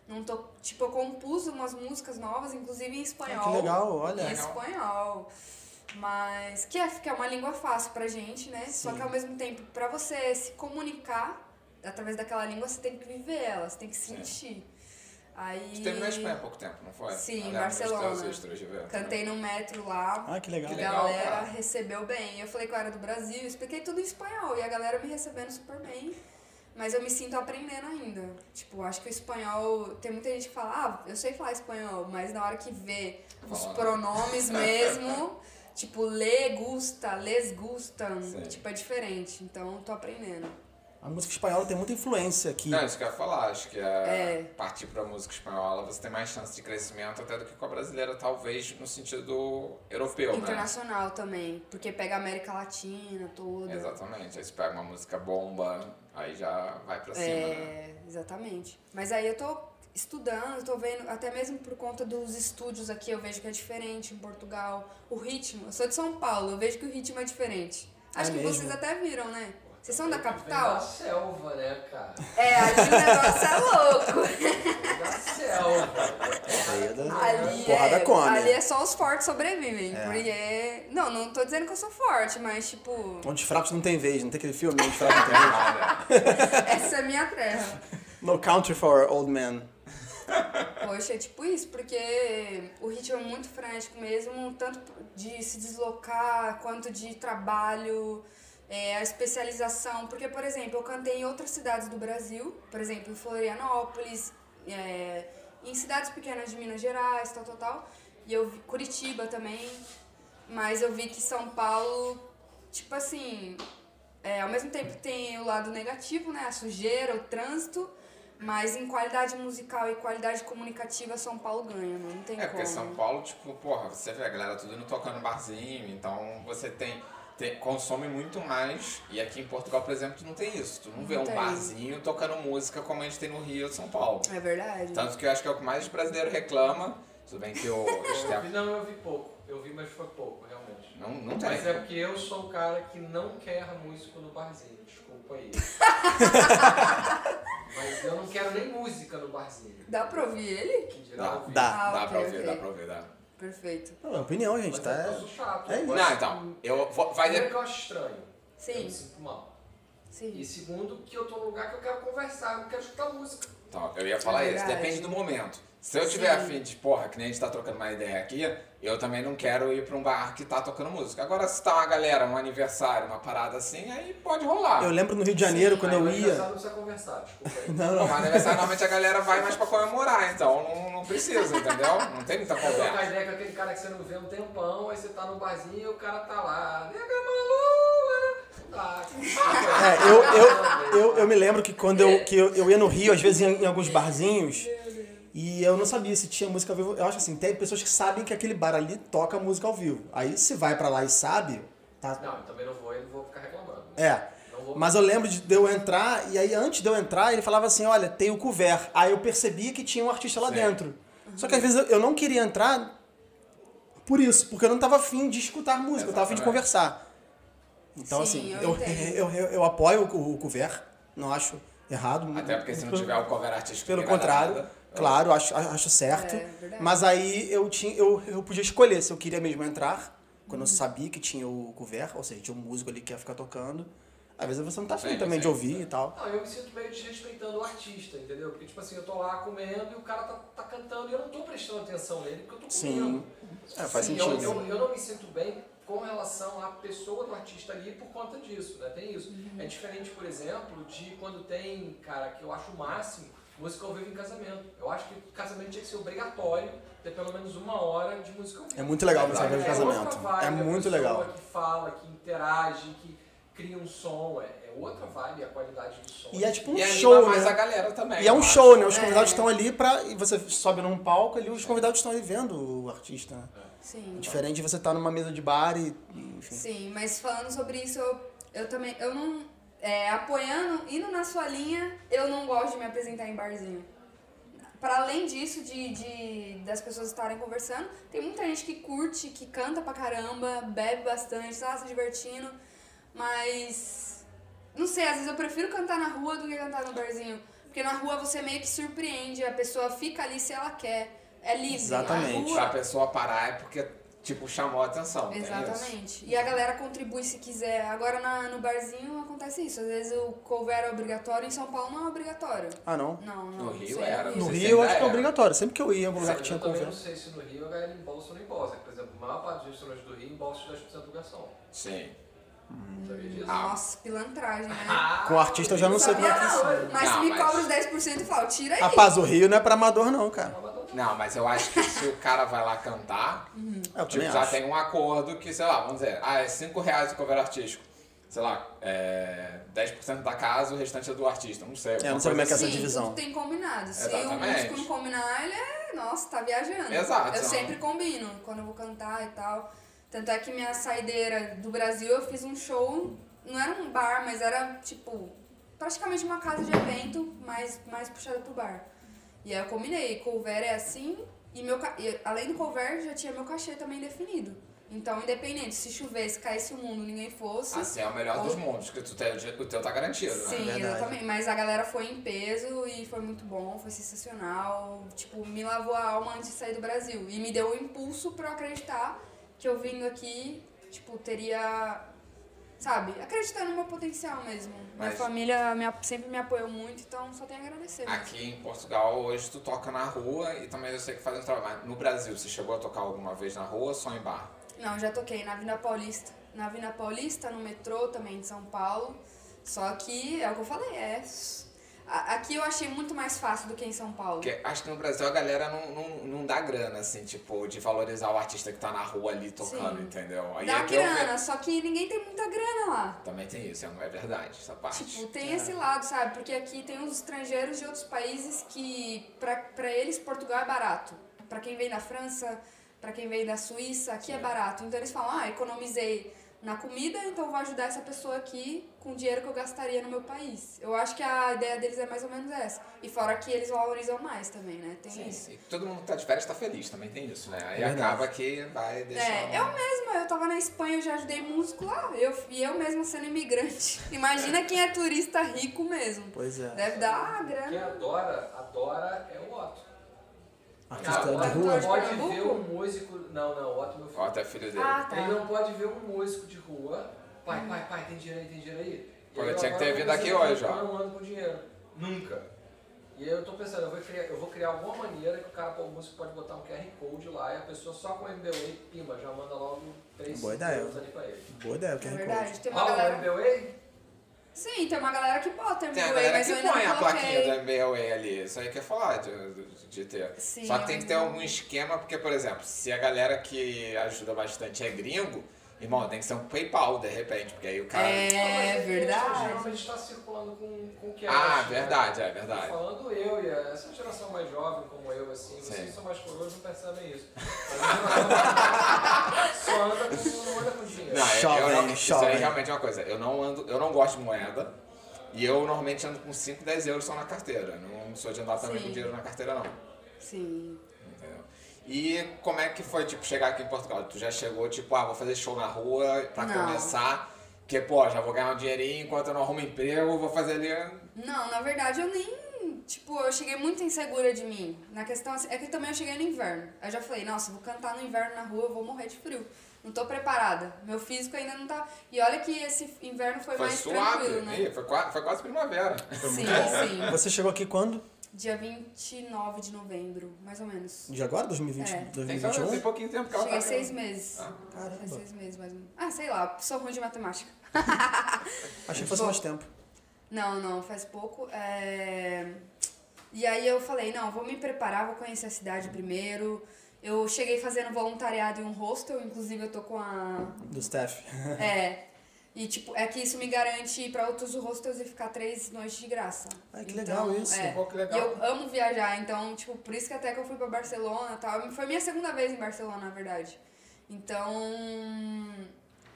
[SPEAKER 3] não tô, tipo, eu compus umas músicas novas, inclusive em espanhol.
[SPEAKER 1] Ah, que legal, olha.
[SPEAKER 3] Em espanhol. Mas que é, que é uma língua fácil pra gente, né? Só
[SPEAKER 1] Sim.
[SPEAKER 3] que ao mesmo tempo, pra você se comunicar através daquela língua, você tem que viver ela, você tem que sentir. Aí.
[SPEAKER 2] Você teve na Espanha há pouco tempo, não foi?
[SPEAKER 3] Sim,
[SPEAKER 2] Eu
[SPEAKER 3] em
[SPEAKER 2] lembro dos teus
[SPEAKER 3] Barcelona.
[SPEAKER 2] registros de evento.
[SPEAKER 3] Cantei no metro lá.
[SPEAKER 1] Ah, que legal.
[SPEAKER 3] A
[SPEAKER 2] Que legal,
[SPEAKER 3] galera
[SPEAKER 2] cara.
[SPEAKER 3] recebeu bem. Eu falei que eu era do Brasil, expliquei tudo em espanhol e a galera me recebendo super bem. Mas eu me sinto aprendendo ainda. Tipo, acho que o espanhol. Tem muita gente que fala, ah, eu sei falar espanhol, mas na hora que vê os
[SPEAKER 2] Fala. [LAUGHS]
[SPEAKER 3] pronomes mesmo, tipo, le gusta, les gustam,
[SPEAKER 2] Sim.
[SPEAKER 3] tipo, é diferente. Então, eu tô aprendendo.
[SPEAKER 1] A música espanhola tem muita influência aqui.
[SPEAKER 2] Não, isso que eu ia falar, acho que é,
[SPEAKER 3] É.
[SPEAKER 2] partir pra música espanhola, você tem mais chance de crescimento até do que com a brasileira, talvez no sentido europeu, né?
[SPEAKER 3] Internacional também, porque pega a América Latina toda.
[SPEAKER 2] Exatamente. Aí você pega uma música bomba, aí já vai pra cima, né?
[SPEAKER 3] É, exatamente. Mas aí eu tô estudando, eu tô vendo, até mesmo por conta dos estúdios aqui, eu vejo que é diferente em Portugal. O ritmo, eu sou de São Paulo, eu vejo que o ritmo é diferente.
[SPEAKER 1] É
[SPEAKER 3] Acho que
[SPEAKER 1] mesmo?
[SPEAKER 3] vocês até viram, né? Vocês são da
[SPEAKER 4] Vem da
[SPEAKER 3] capital?
[SPEAKER 4] selva, né, cara?
[SPEAKER 3] É, ali o negócio é louco.
[SPEAKER 4] Vem da selva.
[SPEAKER 1] Porrada-
[SPEAKER 3] Ali
[SPEAKER 1] Porrada
[SPEAKER 3] é,
[SPEAKER 1] come.
[SPEAKER 3] ali é só os fortes sobrevivem. Porque. Não, não tô dizendo que eu sou forte, mas
[SPEAKER 1] [LAUGHS]
[SPEAKER 3] tipo,
[SPEAKER 1] Onde os fracos não tem vez, não tem aquele filme onde os fracos não tem vez. [LAUGHS]
[SPEAKER 3] essa é a minha terra.
[SPEAKER 1] No Country for Old Men.
[SPEAKER 3] Poxa, é tipo isso, porque o ritmo é muito frenético mesmo, tanto de se deslocar, quanto de trabalho, é, a especialização. Porque, por exemplo, eu cantei em outras cidades do Brasil, por exemplo, em Florianópolis, é, em cidades pequenas de Minas Gerais, tal, tal, tal. E eu vi Curitiba também, mas eu vi que São Paulo, tipo assim, é, ao mesmo tempo tem o lado negativo, né? A sujeira, o trânsito, mas em qualidade musical e qualidade comunicativa São Paulo ganha, né? não tem
[SPEAKER 2] É,
[SPEAKER 3] como.
[SPEAKER 2] porque São Paulo, tipo, porra, você vê a galera tudo indo tocando em barzinho, então você tem, tem- consome muito mais. E aqui em Portugal, por exemplo, tu não tem isso. Tu não vê
[SPEAKER 3] Não
[SPEAKER 2] um
[SPEAKER 3] tem.
[SPEAKER 2] barzinho tocando música como a gente tem no Rio e São Paulo.
[SPEAKER 3] É verdade.
[SPEAKER 2] Tanto que eu acho que é o que mais brasileiro reclama. Tudo bem que
[SPEAKER 3] [LAUGHS]
[SPEAKER 2] o
[SPEAKER 4] Eu
[SPEAKER 2] Stefan.
[SPEAKER 4] vi- Não, eu vi pouco. Eu vi, mas foi pouco, realmente.
[SPEAKER 2] Não, não tem.
[SPEAKER 4] Mas é porque eu sou o cara que não quer músico no barzinho,
[SPEAKER 3] [LAUGHS]
[SPEAKER 4] desculpa aí. Mas eu não quero nem música no barzinho.
[SPEAKER 3] Dá pra ouvir ele?
[SPEAKER 4] Que dirá ouvir.
[SPEAKER 1] Dá.
[SPEAKER 3] Ah,
[SPEAKER 2] dá
[SPEAKER 3] ok,
[SPEAKER 2] pra ouvir,
[SPEAKER 3] ok.
[SPEAKER 2] dá pra ouvir, dá.
[SPEAKER 3] Perfeito.
[SPEAKER 1] Não, é opinião, gente,
[SPEAKER 4] Mas
[SPEAKER 1] tá?
[SPEAKER 4] eu sou chato.
[SPEAKER 1] é
[SPEAKER 4] eu
[SPEAKER 1] isso.
[SPEAKER 4] gosto-
[SPEAKER 2] Não, então, eu vou. Vai
[SPEAKER 4] Primeiro
[SPEAKER 2] de...
[SPEAKER 4] que eu acho estranho. Eu
[SPEAKER 3] Sim,
[SPEAKER 4] me sinto mal. E
[SPEAKER 3] sim.
[SPEAKER 4] segundo, que eu tô num lugar que eu quero conversar, eu não quero escutar música.
[SPEAKER 2] Então, eu ia falar
[SPEAKER 3] É
[SPEAKER 2] isso,
[SPEAKER 3] verdade.
[SPEAKER 2] depende do momento. Se eu tiver
[SPEAKER 3] Sim.
[SPEAKER 2] afim de, porra, que nem a gente tá trocando uma ideia aqui, eu também não quero ir pra um bar que tá tocando música. Agora, se tá uma galera, um aniversário, uma parada assim, aí pode rolar.
[SPEAKER 1] Eu lembro no Rio de Janeiro, quando
[SPEAKER 4] Aí
[SPEAKER 1] eu
[SPEAKER 4] o
[SPEAKER 1] ia.
[SPEAKER 4] engraçado não precisa conversar, desculpa
[SPEAKER 1] [LAUGHS]
[SPEAKER 4] aí.
[SPEAKER 1] Não,
[SPEAKER 2] Pô,
[SPEAKER 1] não.
[SPEAKER 2] mas aniversário normalmente a galera vai mais pra comemorar, então não, não precisa, entendeu? Não tem muita
[SPEAKER 4] Eu trocar
[SPEAKER 2] conversa.
[SPEAKER 4] ideia com aquele cara que você não vê um tempão, aí você tá no barzinho e o cara tá lá. Nega maluca! Tá. [LAUGHS]
[SPEAKER 1] É, eu, eu, eu, eu me lembro que quando eu, que eu, eu ia no Rio, às vezes em, em alguns barzinhos, e eu não sabia se tinha música ao vivo. Eu acho assim, tem pessoas que sabem que aquele bar ali toca música ao vivo. Aí se vai pra lá e sabe, tá.
[SPEAKER 4] Não, eu também não vou e não vou ficar reclamando.
[SPEAKER 1] É.
[SPEAKER 4] Não vou.
[SPEAKER 1] Mas eu lembro de de eu entrar, e aí antes de eu entrar, ele falava assim: olha, tem o couvert. Aí eu percebi que tinha um artista lá
[SPEAKER 2] Sim.
[SPEAKER 1] dentro.
[SPEAKER 3] Uhum.
[SPEAKER 1] Só que às vezes eu- eu não queria entrar por isso, porque eu não tava afim de escutar música, eu tava afim de
[SPEAKER 2] Exatamente.
[SPEAKER 1] conversar. Então,
[SPEAKER 3] Sim,
[SPEAKER 1] assim,
[SPEAKER 3] eu
[SPEAKER 1] eu,
[SPEAKER 3] entendo.
[SPEAKER 1] eu, eu, eu apoio o, cu- o couvert, não acho errado.
[SPEAKER 2] Até porque se não tiver o cover artístico.
[SPEAKER 1] Pelo
[SPEAKER 2] não vai dar
[SPEAKER 1] contrário,
[SPEAKER 2] nada.
[SPEAKER 1] claro, acho, acho certo.
[SPEAKER 3] É, verdade.
[SPEAKER 1] mas aí eu, tinha, eu, eu podia escolher se eu queria mesmo entrar, quando eu
[SPEAKER 3] Uhum.
[SPEAKER 1] sabia que tinha o couvert, ou seja, tinha um músico ali que ia ficar tocando. Às vezes você não tá afim
[SPEAKER 2] Sim,
[SPEAKER 1] também
[SPEAKER 2] sim,
[SPEAKER 1] de ouvir
[SPEAKER 2] sim.
[SPEAKER 1] e tal.
[SPEAKER 4] Não, eu me sinto meio desrespeitando o artista, entendeu? Porque, tipo assim, eu tô lá comendo e o cara tá, tá cantando e eu não tô prestando atenção nele porque eu tô comendo.
[SPEAKER 1] Sim. É, faz
[SPEAKER 4] Sim,
[SPEAKER 1] sentido.
[SPEAKER 4] Eu, eu, eu não me sinto bem com relação à pessoa do artista ali por conta disso, né? Tem isso. É diferente, por exemplo, de quando tem, cara, que eu acho o máximo, música ao vivo em casamento. Eu acho que casamento tinha que ser obrigatório ter pelo menos uma hora de música ao vivo.
[SPEAKER 1] É muito legal você ver
[SPEAKER 2] Exato.
[SPEAKER 1] o
[SPEAKER 2] É
[SPEAKER 1] casamento.
[SPEAKER 4] outra vibe,
[SPEAKER 1] É
[SPEAKER 4] a
[SPEAKER 1] muito
[SPEAKER 4] pessoa
[SPEAKER 1] legal.
[SPEAKER 4] que fala, que interage, que cria um som, é, é outra vibe a qualidade do som.
[SPEAKER 1] E é tipo um
[SPEAKER 2] E anima
[SPEAKER 1] show,
[SPEAKER 2] mais a
[SPEAKER 1] né?
[SPEAKER 2] galera também.
[SPEAKER 1] E é
[SPEAKER 2] eu
[SPEAKER 1] um
[SPEAKER 2] acho.
[SPEAKER 1] show, né? Os
[SPEAKER 3] É.
[SPEAKER 1] convidados estão ali pra. E você sobe num palco ali, os convidados estão ali vendo o artista. né?
[SPEAKER 3] Sim.
[SPEAKER 1] Diferente de você estar numa mesa de bar e. Enfim.
[SPEAKER 3] Sim, mas falando sobre isso, eu, eu também. Eu não. é, apoiando, indo na sua linha, eu não gosto de me apresentar em barzinho. para além disso, de, de- das pessoas estarem conversando, tem muita gente que curte, que canta pra caramba, bebe bastante, tá se divertindo. Mas. Não sei, às vezes eu prefiro cantar na rua do que cantar no barzinho. Porque na rua você meio que surpreende, a pessoa fica ali se ela quer. É livre.
[SPEAKER 1] Exatamente.
[SPEAKER 3] Na
[SPEAKER 2] Pra
[SPEAKER 3] rua,
[SPEAKER 2] pessoa parar é porque, tipo, chamou a atenção. tem isso.
[SPEAKER 3] Exatamente. E a galera contribui se quiser. Agora na- no barzinho acontece isso. Às vezes o cover era obrigatório, em São Paulo não é obrigatório.
[SPEAKER 1] Ah, não.
[SPEAKER 3] Não, não.
[SPEAKER 2] No Rio
[SPEAKER 3] isso aí é
[SPEAKER 2] era.
[SPEAKER 1] No
[SPEAKER 2] Você
[SPEAKER 1] Rio eu acho
[SPEAKER 2] ainda
[SPEAKER 1] que é
[SPEAKER 2] era.
[SPEAKER 1] obrigatório. Sempre que eu ia em algum um lugar que tinha
[SPEAKER 4] eu também não
[SPEAKER 1] conversa.
[SPEAKER 4] sei se no Rio a galera embolsa ou não embolsa. né? Por exemplo, a maior parte dos restaurantes do Rio embolsa os 10% do garçom.
[SPEAKER 2] Sim.
[SPEAKER 4] Sabia disso?
[SPEAKER 3] Nossa, pilantragem, né?
[SPEAKER 1] Com artista eu já não sei como é que é isso.
[SPEAKER 4] Ah, Não,
[SPEAKER 3] Mas se
[SPEAKER 2] Não,
[SPEAKER 3] me
[SPEAKER 2] mas-
[SPEAKER 3] cobra os 10% e fala, tira aí.
[SPEAKER 1] Rapaz, o Rio não é pra amador não, cara.
[SPEAKER 4] mas não-
[SPEAKER 2] Não, mas eu acho que se o cara vai lá cantar,
[SPEAKER 1] É, Eu
[SPEAKER 2] tipo,
[SPEAKER 1] também
[SPEAKER 2] já
[SPEAKER 1] acho.
[SPEAKER 2] tem um acordo que, sei lá, vamos dizer, ah, é 5 reais o cover artístico. Sei lá, é 10% da casa, o restante é do artista. Não sei.
[SPEAKER 1] É, não
[SPEAKER 2] alguma
[SPEAKER 1] sei como é que é
[SPEAKER 2] coisa
[SPEAKER 1] essa
[SPEAKER 3] Sim,
[SPEAKER 1] divisão.
[SPEAKER 3] tudo tem combinado. Se
[SPEAKER 2] Exatamente.
[SPEAKER 3] o músico não combinar, ele é. Nossa, tá viajando.
[SPEAKER 2] Exato,
[SPEAKER 3] Eu
[SPEAKER 2] não.
[SPEAKER 3] sempre combino quando eu vou cantar e tal. Tanto é que minha saideira do Brasil, eu fiz um show. Não era um bar, mas era tipo. Praticamente uma casa de evento, mais, mais puxada pro bar. E aí eu combinei. Cover é assim. E, meu, ca- e além do cover, já tinha meu cachê também definido. Então, independente, se chovesse, caísse o mundo, ninguém fosse.
[SPEAKER 2] Assim, é o melhor dos mundos, que tu tem, o teu tá garantido, né?
[SPEAKER 3] Sim,
[SPEAKER 1] Verdade.
[SPEAKER 3] exatamente. Mas a galera foi em peso e foi muito bom, foi sensacional. Tipo, me lavou a alma antes de sair do Brasil. E me deu um impulso pra eu acreditar que eu vindo aqui, tipo, teria. Sabe? Acreditar no meu potencial mesmo. Minha
[SPEAKER 2] Mas-
[SPEAKER 3] família me a- sempre me apoiou muito, então só tenho a agradecer. mesmo.
[SPEAKER 2] Aqui em Portugal, hoje tu toca na rua e também eu sei que faz um trabalho. No Brasil, você chegou a tocar alguma vez na rua ou só em bar?
[SPEAKER 3] Não, já toquei na Avenida Paulista. Na Avenida Paulista, no metrô também de São Paulo. Só que é o que eu falei, é. a- Aqui eu achei muito mais fácil do que em São Paulo.
[SPEAKER 2] Porque acho que no Brasil a galera não, não, não dá grana, assim, tipo, de valorizar o artista que tá na rua ali tocando,
[SPEAKER 3] Sim.
[SPEAKER 2] entendeu? Aí
[SPEAKER 3] Dá
[SPEAKER 2] aqui eu
[SPEAKER 3] grana, só que ninguém tem muita grana lá.
[SPEAKER 2] ve- Também tem isso, não é verdade, essa parte.
[SPEAKER 3] Tipo, tem esse lado, sabe? Porque aqui tem os estrangeiros de outros países que, pra, pra eles, Portugal é barato. Pra quem vem da França, pra quem vem da Suíça, aqui é barato. Então eles falam, ah, economizei na comida, então vou ajudar essa pessoa aqui com o dinheiro que eu gastaria no meu país. Eu acho que a ideia deles é mais ou menos essa. E fora que eles valorizam mais também, né? Tem
[SPEAKER 2] Sim,
[SPEAKER 3] isso.
[SPEAKER 2] sim. Todo mundo que tá de férias tá feliz, também tem isso, né? Aí
[SPEAKER 1] Verdade.
[SPEAKER 2] acaba que vai deixar. um-
[SPEAKER 3] É, eu mesma, eu tava na Espanha, eu já ajudei músico lá. Eu, e eu mesma sendo imigrante. [LAUGHS] Imagina quem é turista rico mesmo.
[SPEAKER 1] Pois é.
[SPEAKER 3] Deve dar ah,
[SPEAKER 4] Quem
[SPEAKER 3] grana.
[SPEAKER 4] adora, adora é o Otto.
[SPEAKER 1] Artista é de
[SPEAKER 4] Cara, o Otto
[SPEAKER 1] rua.
[SPEAKER 4] não pode
[SPEAKER 3] Pernambuco?
[SPEAKER 4] ver um músico. Não, não, o Otto é meu filho.
[SPEAKER 2] Ó, até filho dele.
[SPEAKER 3] Ah, tá.
[SPEAKER 4] Ele não pode ver um músico de rua. Pai, pai, pai, tem dinheiro aí, tem dinheiro aí. E
[SPEAKER 2] Olha,
[SPEAKER 4] aí
[SPEAKER 2] tinha que ter
[SPEAKER 4] agora eu tô
[SPEAKER 2] vindo aqui
[SPEAKER 4] pensando,
[SPEAKER 2] hoje, ó.
[SPEAKER 4] Eu não ando com dinheiro. Nunca. E aí eu tô pensando, eu vou criar, eu vou criar alguma maneira que o cara, pô, o músico pode botar um QR Code lá e a pessoa só com o MBWay, pimba, já manda logo três
[SPEAKER 1] Boa
[SPEAKER 4] cinco
[SPEAKER 1] ideia.
[SPEAKER 4] euros ali pra ele.
[SPEAKER 1] Boa ideia,
[SPEAKER 3] É
[SPEAKER 1] quem recorda.
[SPEAKER 3] verdade. Tem uma
[SPEAKER 4] Rola um o
[SPEAKER 3] galera. É
[SPEAKER 4] MBWay?
[SPEAKER 3] Sim, tem uma galera que bota
[SPEAKER 2] Tem a
[SPEAKER 3] MBA,
[SPEAKER 2] galera
[SPEAKER 3] mas eu
[SPEAKER 2] que
[SPEAKER 3] ainda
[SPEAKER 2] põe a
[SPEAKER 3] não
[SPEAKER 2] plaquinha né?
[SPEAKER 3] coloquei.
[SPEAKER 2] do MBWay ali. Isso aí que eu ia falar de, de- de ter.
[SPEAKER 3] Sim,
[SPEAKER 2] Só que tem que ter
[SPEAKER 3] mas-
[SPEAKER 2] algum esquema, porque, por exemplo, se a galera que ajuda bastante é gringo, irmão, tem que ser um PayPal de repente, porque aí o cara.
[SPEAKER 3] É
[SPEAKER 4] Mas
[SPEAKER 3] verdade.
[SPEAKER 4] Geralmente tá circulando com, com QR.
[SPEAKER 2] Ah,
[SPEAKER 4] né?
[SPEAKER 2] verdade, é verdade.
[SPEAKER 4] Falando eu e essa geração mais jovem como eu, assim, vocês
[SPEAKER 2] Sim.
[SPEAKER 4] que são mais coroas não percebem isso. Mas a geração mais jovem só anda com, não anda com dinheiro.
[SPEAKER 2] Não, é, eu-
[SPEAKER 1] Jovem,
[SPEAKER 2] eu, não, isso aí
[SPEAKER 1] jovem.
[SPEAKER 2] realmente é uma coisa. Eu não ando, eu não gosto de moeda. E eu normalmente ando com 5, 10 euros só na carteira. Não sou de andar também
[SPEAKER 3] Sim.
[SPEAKER 2] com dinheiro na carteira, não.
[SPEAKER 3] Sim.
[SPEAKER 2] Entendeu? E como é que foi, tipo, chegar aqui em Portugal? Tu já chegou, tipo, ah, vou fazer show na rua pra
[SPEAKER 3] Não.
[SPEAKER 2] começar. Porque, pô, já vou ganhar um dinheirinho enquanto eu não arrumo emprego, vou fazer ali.
[SPEAKER 3] Não, na verdade eu nem. Tipo, eu cheguei muito insegura de mim. Na questão assim, é que também eu cheguei no inverno. Eu já falei, nossa, vou cantar no inverno na rua, eu vou morrer de frio. Não tô preparada. Meu físico ainda não tá. E olha que esse inverno foi,
[SPEAKER 2] Foi
[SPEAKER 3] mais
[SPEAKER 2] suave.
[SPEAKER 3] tranquilo, né?
[SPEAKER 2] Ih, foi, qua- foi quase
[SPEAKER 1] É
[SPEAKER 2] primavera.
[SPEAKER 3] Sim, sim.
[SPEAKER 1] Você chegou aqui quando?
[SPEAKER 3] Dia 29 de novembro, mais ou menos.
[SPEAKER 1] De agora? 2020,
[SPEAKER 3] É.
[SPEAKER 2] Tem só tem
[SPEAKER 1] 2021?
[SPEAKER 2] pouquinho tempo que ela
[SPEAKER 3] Cheguei
[SPEAKER 2] tá
[SPEAKER 3] seis meses. Faz
[SPEAKER 1] Caramba.
[SPEAKER 3] seis meses, mais ou menos. Ah, sei lá, sou ruim de matemática.
[SPEAKER 1] Achei que fosse
[SPEAKER 3] Bom.
[SPEAKER 1] mais tempo.
[SPEAKER 3] Não, não, faz pouco. É, E aí eu falei, não, vou me preparar, vou conhecer a cidade primeiro. Eu cheguei fazendo voluntariado em um hostel, inclusive eu tô com a
[SPEAKER 1] Do staff.
[SPEAKER 3] É. E, tipo, é que isso me garante ir pra outros hostels e ficar três noites de graça.
[SPEAKER 1] Ai, que legal isso.
[SPEAKER 3] É.
[SPEAKER 2] Pô, que legal.
[SPEAKER 3] E eu amo viajar, então, tipo, por isso que até que eu fui pra Barcelona e tal. Foi minha segunda vez em Barcelona, na verdade. Então,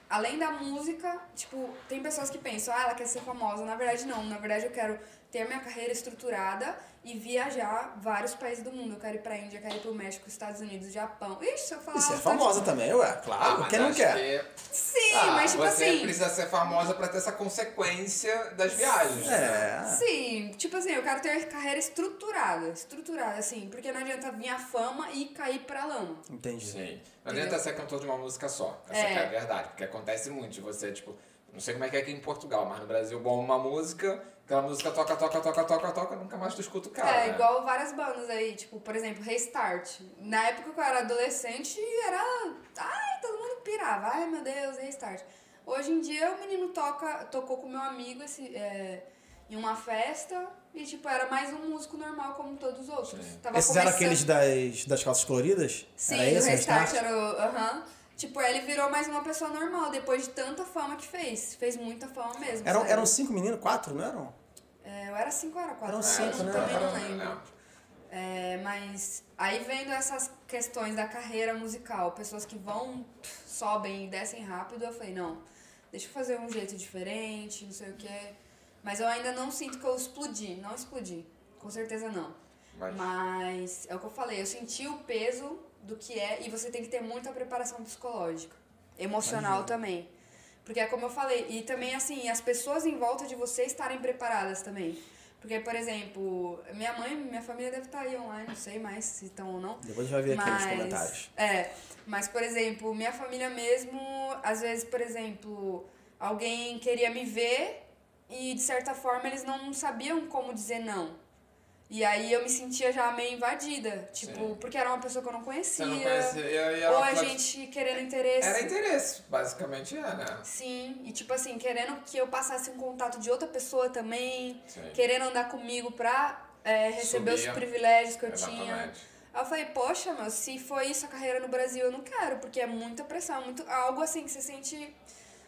[SPEAKER 3] além da música, tipo, tem pessoas que pensam, ah, ela quer ser famosa. Na verdade, não. Na verdade, eu quero ter a minha carreira estruturada e viajar vários países do mundo. Eu quero ir pra Índia, quero ir pro México, Estados Unidos, Japão. Ixi, se eu falar.
[SPEAKER 1] Isso é
[SPEAKER 3] os Estados-
[SPEAKER 1] famosa também, ué. Claro,
[SPEAKER 2] Ah, mas
[SPEAKER 1] quem não
[SPEAKER 2] acho
[SPEAKER 1] quer?
[SPEAKER 2] que-
[SPEAKER 3] Sim,
[SPEAKER 2] Ah,
[SPEAKER 3] mas tipo
[SPEAKER 2] você
[SPEAKER 3] assim.
[SPEAKER 2] precisa ser famosa pra ter essa consequência das viagens. né?
[SPEAKER 1] É.
[SPEAKER 3] Sim, tipo assim, eu quero ter carreira estruturada. Estruturada, assim, porque não adianta vir a fama e cair pra lama.
[SPEAKER 1] Entendi.
[SPEAKER 2] Sim. Não adianta ser cantor de uma música só. Essa
[SPEAKER 3] É.
[SPEAKER 2] que é a verdade. Porque acontece muito de você, tipo, não sei como é que é aqui em Portugal, mas no Brasil bomba uma música, aquela música toca, toca, toca, toca, toca, nunca mais tu escuta o cara.
[SPEAKER 3] é,
[SPEAKER 2] né?
[SPEAKER 3] igual várias bandas aí, tipo, por exemplo, Restart. Na época que eu era adolescente, era. Ai, todo mundo pirava. Ai, meu Deus, Restart. Hoje em dia, o menino toca, tocou com meu amigo esse, é, em uma festa e, tipo, era mais um músico normal como todos os outros.
[SPEAKER 2] Sim.
[SPEAKER 3] Tava
[SPEAKER 1] Esses eram
[SPEAKER 3] começando-
[SPEAKER 1] aqueles das, das calças coloridas?
[SPEAKER 3] Sim,
[SPEAKER 1] era esse,
[SPEAKER 3] o restart
[SPEAKER 1] Restart?
[SPEAKER 3] era o. Aham. Tipo, ele virou mais uma pessoa normal depois de tanta fama que fez. Fez muita fama mesmo.
[SPEAKER 1] Eram,
[SPEAKER 3] sério.
[SPEAKER 1] eram cinco meninos, quatro, não eram?
[SPEAKER 3] É, eu era 5 ou era 4?
[SPEAKER 1] Eram cinco, né?
[SPEAKER 3] assim, Também não
[SPEAKER 2] É,
[SPEAKER 3] lembro. É, mas aí vendo essas questões da carreira musical, pessoas que vão, pff, sobem e descem rápido, eu falei, não, deixa eu fazer um jeito diferente, não sei o quê. Mas eu ainda não sinto que eu explodi, não explodi. Com certeza não.
[SPEAKER 2] Mas-
[SPEAKER 3] Mas é o que eu falei, eu senti o peso do que é e você tem que ter muita preparação psicológica, emocional também. Porque é como eu falei, e também assim, as pessoas em volta de você estarem preparadas também. Porque, por exemplo, minha mãe, minha família deve estar aí online, não sei mais se estão ou não.
[SPEAKER 1] Depois a gente vai ver aqui nos comentários.
[SPEAKER 3] É, mas, por exemplo, minha família mesmo, às vezes, por exemplo, alguém queria me ver e, de certa forma, eles não sabiam como dizer não. E aí eu me sentia já meio invadida, tipo,
[SPEAKER 2] Sim.
[SPEAKER 3] porque era uma pessoa que eu não conhecia.
[SPEAKER 2] Você não conhecia. e era
[SPEAKER 3] ou
[SPEAKER 2] uma
[SPEAKER 3] a
[SPEAKER 2] plat-
[SPEAKER 3] gente querendo interesse.
[SPEAKER 2] Era então. interesse, basicamente é, né?
[SPEAKER 3] Sim, e tipo assim, querendo que eu passasse um contato de outra pessoa também,
[SPEAKER 2] Sim.
[SPEAKER 3] querendo andar comigo pra é, receber
[SPEAKER 2] Subir.
[SPEAKER 3] os privilégios que eu tinha.
[SPEAKER 2] Exatamente.
[SPEAKER 3] Aí eu falei, poxa, meu, se foi isso a carreira no Brasil, eu não quero, porque é muita pressão, é muito, algo assim que você sente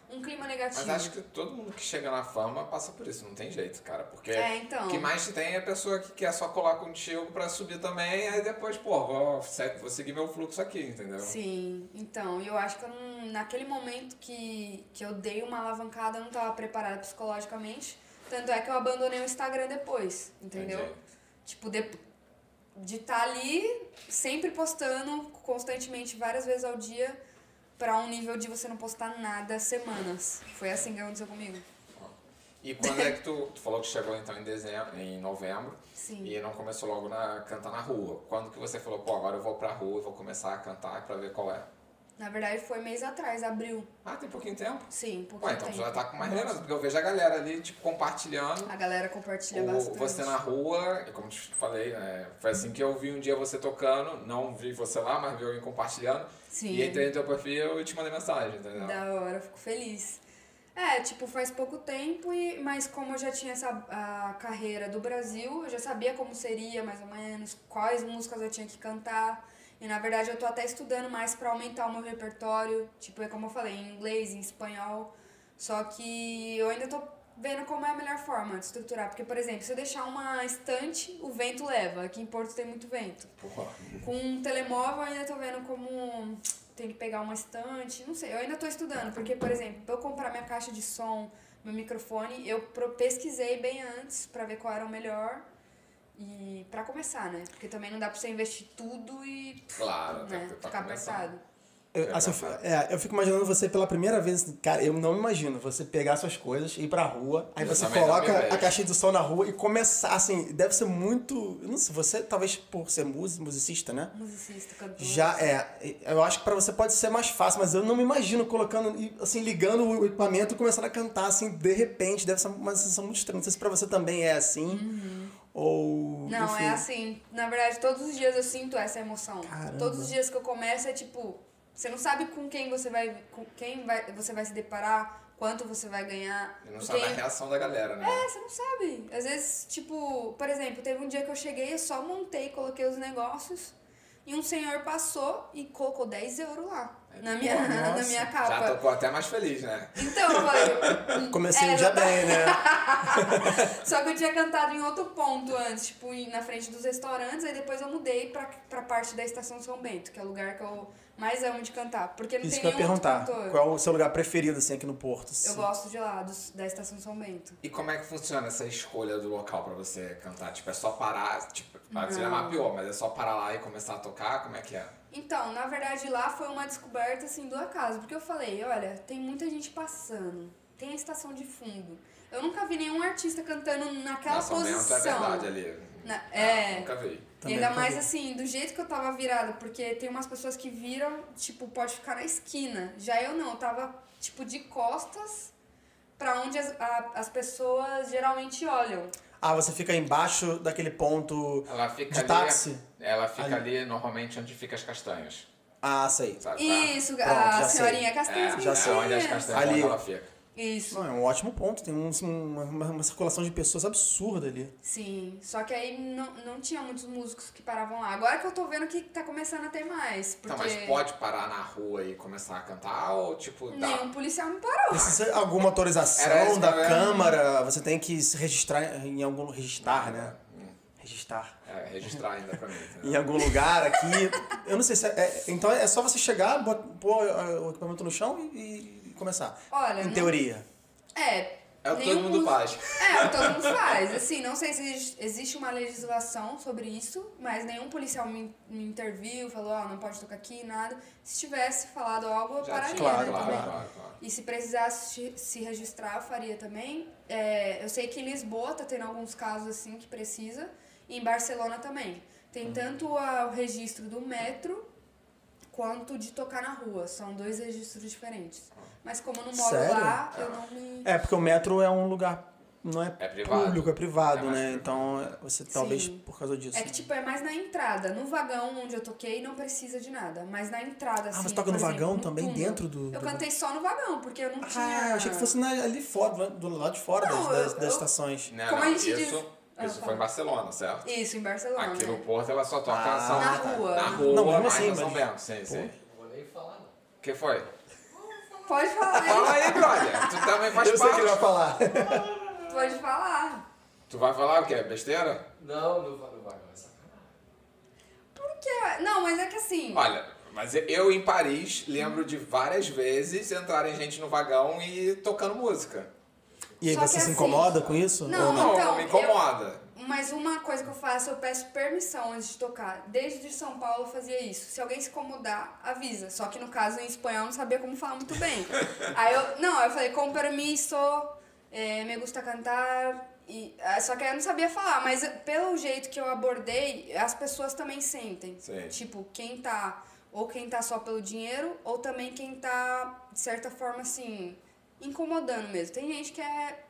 [SPEAKER 3] um clima negativo.
[SPEAKER 2] Mas acho que todo mundo que chega na fama passa por isso, não tem jeito, cara. Porque
[SPEAKER 3] É, então.
[SPEAKER 2] o que mais tem é a pessoa que quer só colar contigo pra subir também, aí depois, pô, vou, se- vou seguir meu fluxo aqui, entendeu?
[SPEAKER 3] Sim, então, eu acho que eu não, naquele momento que, que eu dei uma alavancada, eu não tava preparada psicologicamente. Tanto é que eu abandonei o Instagram depois, entendeu?
[SPEAKER 2] Entendi.
[SPEAKER 3] Tipo, de, de estar ali sempre postando constantemente, várias vezes ao dia, pra um nível de você não postar nada semanas. Foi assim que aconteceu comigo.
[SPEAKER 2] E quando é que tu, tu falou que chegou então em dezembro, em novembro,
[SPEAKER 3] Sim.
[SPEAKER 2] e não começou logo na cantar na rua? Quando que você falou, pô, agora eu vou pra rua e vou começar a cantar pra ver qual é?
[SPEAKER 3] Na verdade, foi mês atrás, abril.
[SPEAKER 2] Ah, tem pouquinho tempo?
[SPEAKER 3] Sim, um
[SPEAKER 2] Pô,
[SPEAKER 3] pouquinho
[SPEAKER 2] então tu
[SPEAKER 3] tempo.
[SPEAKER 2] já tá com mais lembrança, porque eu vejo a galera ali, tipo, compartilhando.
[SPEAKER 3] A galera compartilha
[SPEAKER 2] O-
[SPEAKER 3] bastante.
[SPEAKER 2] você na rua, e como te falei, né, foi assim que eu vi um dia você tocando, não vi você lá, mas vi alguém compartilhando.
[SPEAKER 3] Sim.
[SPEAKER 2] E entrei no teu perfil e te mandei mensagem, entendeu?
[SPEAKER 3] Da hora, eu fico feliz. É, tipo, faz pouco tempo, e, mas como eu já tinha essa a carreira do Brasil, eu já sabia como seria, mais ou menos, quais músicas eu tinha que cantar. E na verdade eu tô até estudando mais pra aumentar o meu repertório. Tipo, é como eu falei, em inglês, em espanhol. Só que eu ainda tô vendo como é a melhor forma de estruturar. Porque, por exemplo, se eu deixar uma estante, o vento leva. Aqui em Porto tem muito vento.
[SPEAKER 2] Porra.
[SPEAKER 3] Com um telemóvel, eu ainda tô vendo como tem que pegar uma estante, não sei. Eu ainda tô estudando, porque, por exemplo, pra eu comprar minha caixa de som, meu microfone, eu pro- pesquisei bem antes pra ver qual era o melhor. E pra começar, né? Porque também não dá pra você investir tudo e
[SPEAKER 2] Claro, tem
[SPEAKER 3] né,
[SPEAKER 2] que ter pra
[SPEAKER 3] ficar
[SPEAKER 2] começar.
[SPEAKER 3] apertado.
[SPEAKER 2] É
[SPEAKER 1] Eu, assim, eu, fico, é, eu fico imaginando você pela primeira vez. Cara, eu não imagino você pegar suas coisas, ir pra rua, aí
[SPEAKER 2] Eu
[SPEAKER 1] você
[SPEAKER 2] também não me
[SPEAKER 1] coloca
[SPEAKER 2] vejo.
[SPEAKER 1] a caixa de som na rua e começar, assim, deve ser muito. eu Não sei, você, talvez por ser músico, musicista, né?
[SPEAKER 3] Musicista, cantor.
[SPEAKER 1] Já é. Eu acho que pra você pode ser mais fácil, mas eu não me imagino colocando, e, assim, ligando o equipamento e começando a cantar, assim, de repente. Deve ser uma sensação muito estranha. Não sei se pra você também é assim.
[SPEAKER 2] Uhum.
[SPEAKER 1] Ou.
[SPEAKER 3] Não,
[SPEAKER 1] enfim.
[SPEAKER 3] é assim. Na verdade, todos os dias eu sinto essa emoção.
[SPEAKER 1] Caramba.
[SPEAKER 3] Todos os dias que eu começo é tipo, você não sabe com quem você vai, com quem vai, você vai se deparar, quanto você vai ganhar,
[SPEAKER 2] E não
[SPEAKER 3] com
[SPEAKER 2] sabe a
[SPEAKER 3] quem-
[SPEAKER 2] reação da galera, né?
[SPEAKER 3] É, você não sabe. Às vezes, tipo, por exemplo, teve um dia que eu cheguei, eu só montei, coloquei os negócios e um senhor passou e colocou 10 euros lá. na minha, [LAUGHS] na
[SPEAKER 1] Nossa.
[SPEAKER 3] minha
[SPEAKER 2] Já
[SPEAKER 3] capa.
[SPEAKER 2] tocou até mais feliz, né?
[SPEAKER 3] Então, eu falei. hum,
[SPEAKER 1] [LAUGHS] Comecei
[SPEAKER 3] é,
[SPEAKER 1] já
[SPEAKER 3] não tá-
[SPEAKER 1] bem,
[SPEAKER 3] [LAUGHS]
[SPEAKER 1] né?
[SPEAKER 3] Só que eu tinha cantado em outro ponto antes, tipo, em- na frente dos restaurantes, aí depois eu mudei pra, pra parte da Estação São Bento, que é o lugar que eu mais amo de cantar. Porque não
[SPEAKER 1] Isso
[SPEAKER 3] tem
[SPEAKER 1] que eu ia
[SPEAKER 3] nenhum outro
[SPEAKER 1] perguntar.
[SPEAKER 3] cantor.
[SPEAKER 1] Qual é o seu lugar preferido, assim, aqui no Porto? assim?
[SPEAKER 3] um Eu gosto de lá, dos- da Estação São Bento.
[SPEAKER 2] E como é que funciona essa escolha do local pra você cantar? Tipo, é só parar, tipo, você já
[SPEAKER 3] Não.
[SPEAKER 2] mapeou, mas é só parar lá e começar a tocar? Como é que é?
[SPEAKER 3] Então, na verdade, lá foi uma descoberta assim do acaso, porque eu falei, olha, tem muita gente passando, tem a estação de fundo. Eu nunca vi nenhum artista cantando naquela
[SPEAKER 2] Nossa, o Bento
[SPEAKER 3] posição.
[SPEAKER 2] é verdade ali. Ah,
[SPEAKER 3] Na- é.
[SPEAKER 2] Nunca vi.
[SPEAKER 3] E
[SPEAKER 1] Também
[SPEAKER 3] ainda
[SPEAKER 1] nunca
[SPEAKER 3] mais
[SPEAKER 1] vi.
[SPEAKER 3] assim, do jeito que eu tava virada, porque tem umas pessoas que viram, tipo, pode ficar na esquina. Já eu não, eu tava, tipo, de costas pra onde as, a- as pessoas geralmente olham.
[SPEAKER 1] Ah, você fica embaixo daquele ponto
[SPEAKER 2] Ela fica
[SPEAKER 1] de
[SPEAKER 2] ali.
[SPEAKER 1] táxi?
[SPEAKER 2] Ela fica ali. normalmente onde fica as castanhas.
[SPEAKER 1] Ah, sei.
[SPEAKER 2] Sabe?
[SPEAKER 3] Isso,
[SPEAKER 1] Pronto,
[SPEAKER 3] a
[SPEAKER 1] já sei.
[SPEAKER 3] senhorinha Castanha
[SPEAKER 2] tá. É,
[SPEAKER 1] já sei.
[SPEAKER 2] onde as castanhas
[SPEAKER 1] Ali.
[SPEAKER 2] ela fica.
[SPEAKER 3] Isso.
[SPEAKER 1] Não, é um ótimo ponto. Tem um- uma, uma- uma circulação de pessoas absurda ali.
[SPEAKER 3] Sim, só que aí não, não tinha muitos músicos que paravam lá. Agora que eu tô vendo que tá começando a ter mais, porque
[SPEAKER 2] Então, mas pode parar na rua e começar a cantar? Ou, tipo, dá?
[SPEAKER 3] nenhum policial me parou.
[SPEAKER 1] Precisa de alguma
[SPEAKER 2] Era
[SPEAKER 1] autorização
[SPEAKER 2] isso
[SPEAKER 1] da
[SPEAKER 2] que eu ia-
[SPEAKER 1] Câmara? Você tem que se registrar em algum registrar, né? Registrar.
[SPEAKER 2] É, registrar ainda pra mim. entendeu?
[SPEAKER 1] Em algum lugar aqui. Eu não sei se é, é- Então é só você chegar, bot- pôr ah, o equipamento no chão e, e começar.
[SPEAKER 3] Olha,
[SPEAKER 1] Em
[SPEAKER 3] não-
[SPEAKER 1] teoria.
[SPEAKER 3] É,
[SPEAKER 2] É o que todo
[SPEAKER 3] nenhum
[SPEAKER 2] mundo
[SPEAKER 3] músico-
[SPEAKER 2] faz.
[SPEAKER 3] É, o que todo mundo faz. Assim, não sei se ex- existe uma legislação sobre isso, mas nenhum policial me, me interviu, falou, ó, não pode tocar aqui, nada. Se tivesse falado algo, eu
[SPEAKER 2] Já
[SPEAKER 3] pararia,
[SPEAKER 2] tinha,
[SPEAKER 1] Claro,
[SPEAKER 3] né,
[SPEAKER 2] claro,
[SPEAKER 3] também.
[SPEAKER 1] claro.
[SPEAKER 2] claro, claro.
[SPEAKER 3] E se precisasse se- se registrar, eu faria também. É, eu sei que em Lisboa tá tendo alguns casos assim que precisa, e em Barcelona também.
[SPEAKER 1] Uhum.
[SPEAKER 3] Tem tanto a- o registro do metro quanto de tocar na rua. São dois registros diferentes. Mas como eu não moro
[SPEAKER 1] Sério?
[SPEAKER 3] lá, eu não me.
[SPEAKER 1] É, porque o metro é um lugar. Não é,
[SPEAKER 2] É privado.
[SPEAKER 1] público, é
[SPEAKER 2] É
[SPEAKER 1] privado,
[SPEAKER 2] mais
[SPEAKER 1] né?
[SPEAKER 2] privado.
[SPEAKER 1] Então você talvez
[SPEAKER 3] Sim.
[SPEAKER 1] por causa disso.
[SPEAKER 3] É que,
[SPEAKER 1] né?
[SPEAKER 3] tipo, é mais na entrada. No vagão onde eu toquei, não precisa de nada. Mas na entrada, assim.
[SPEAKER 1] ah, você toca no
[SPEAKER 3] por exemplo,
[SPEAKER 1] vagão
[SPEAKER 3] no
[SPEAKER 1] também
[SPEAKER 3] túnel.
[SPEAKER 1] dentro do. do-
[SPEAKER 3] Eu cantei só no vagão, porque eu não tinha.
[SPEAKER 1] Ah, eu achei que fosse na- ali fora, do lado de fora
[SPEAKER 3] Não,
[SPEAKER 1] das, das-
[SPEAKER 3] eu-
[SPEAKER 1] das
[SPEAKER 3] eu-
[SPEAKER 1] estações.
[SPEAKER 2] Não,
[SPEAKER 3] Como
[SPEAKER 2] não,
[SPEAKER 3] a gente
[SPEAKER 2] isso,
[SPEAKER 3] diz- Ah,
[SPEAKER 2] isso foi
[SPEAKER 3] fala.
[SPEAKER 2] em Barcelona, certo?
[SPEAKER 3] Isso, em Barcelona.
[SPEAKER 2] Aqui
[SPEAKER 3] né?
[SPEAKER 2] no Porto ela só toca
[SPEAKER 1] Ah,
[SPEAKER 2] ação-
[SPEAKER 3] Na rua.
[SPEAKER 2] Na
[SPEAKER 3] Não,
[SPEAKER 2] rua,
[SPEAKER 1] mesmo
[SPEAKER 2] mas
[SPEAKER 1] assim,
[SPEAKER 2] em São
[SPEAKER 1] mas-
[SPEAKER 2] Bento, sim, sim.
[SPEAKER 4] Não vou nem falar, não.
[SPEAKER 2] O que foi?
[SPEAKER 3] Pode falar,
[SPEAKER 2] Fala
[SPEAKER 3] hein?
[SPEAKER 2] aí, brother. Tu também faz
[SPEAKER 1] eu sei
[SPEAKER 2] parte.
[SPEAKER 1] que ele vai falar.
[SPEAKER 3] Pode falar.
[SPEAKER 2] Tu vai falar o quê? Besteira?
[SPEAKER 4] Não, no, va- no vagão, é sacanagem.
[SPEAKER 3] Porque- Não, mas é que assim.
[SPEAKER 2] Olha, mas eu em Paris lembro de várias vezes entrarem gente no vagão e tocando música.
[SPEAKER 1] E aí
[SPEAKER 3] Só
[SPEAKER 1] você
[SPEAKER 3] que
[SPEAKER 1] se
[SPEAKER 3] assim-
[SPEAKER 1] incomoda com isso?
[SPEAKER 3] Não,
[SPEAKER 1] Ou
[SPEAKER 2] Não,
[SPEAKER 3] então,
[SPEAKER 2] me incomoda.
[SPEAKER 3] Mas uma coisa que eu faço, eu peço permissão antes de tocar. Desde São Paulo eu fazia isso. Se alguém se incomodar, avisa. Só que no caso em espanhol eu não sabia como falar muito bem. aí eu, não, aí eu falei, com permiso, eh, me gusta cantar. E, ah, só que aí eu não sabia falar, mas eh, pelo jeito que eu abordei, as pessoas também sentem.
[SPEAKER 2] Sim.
[SPEAKER 3] Tipo, quem tá. Ou quem tá só pelo dinheiro, ou também quem tá, de certa forma, assim, incomodando mesmo. Tem gente que é.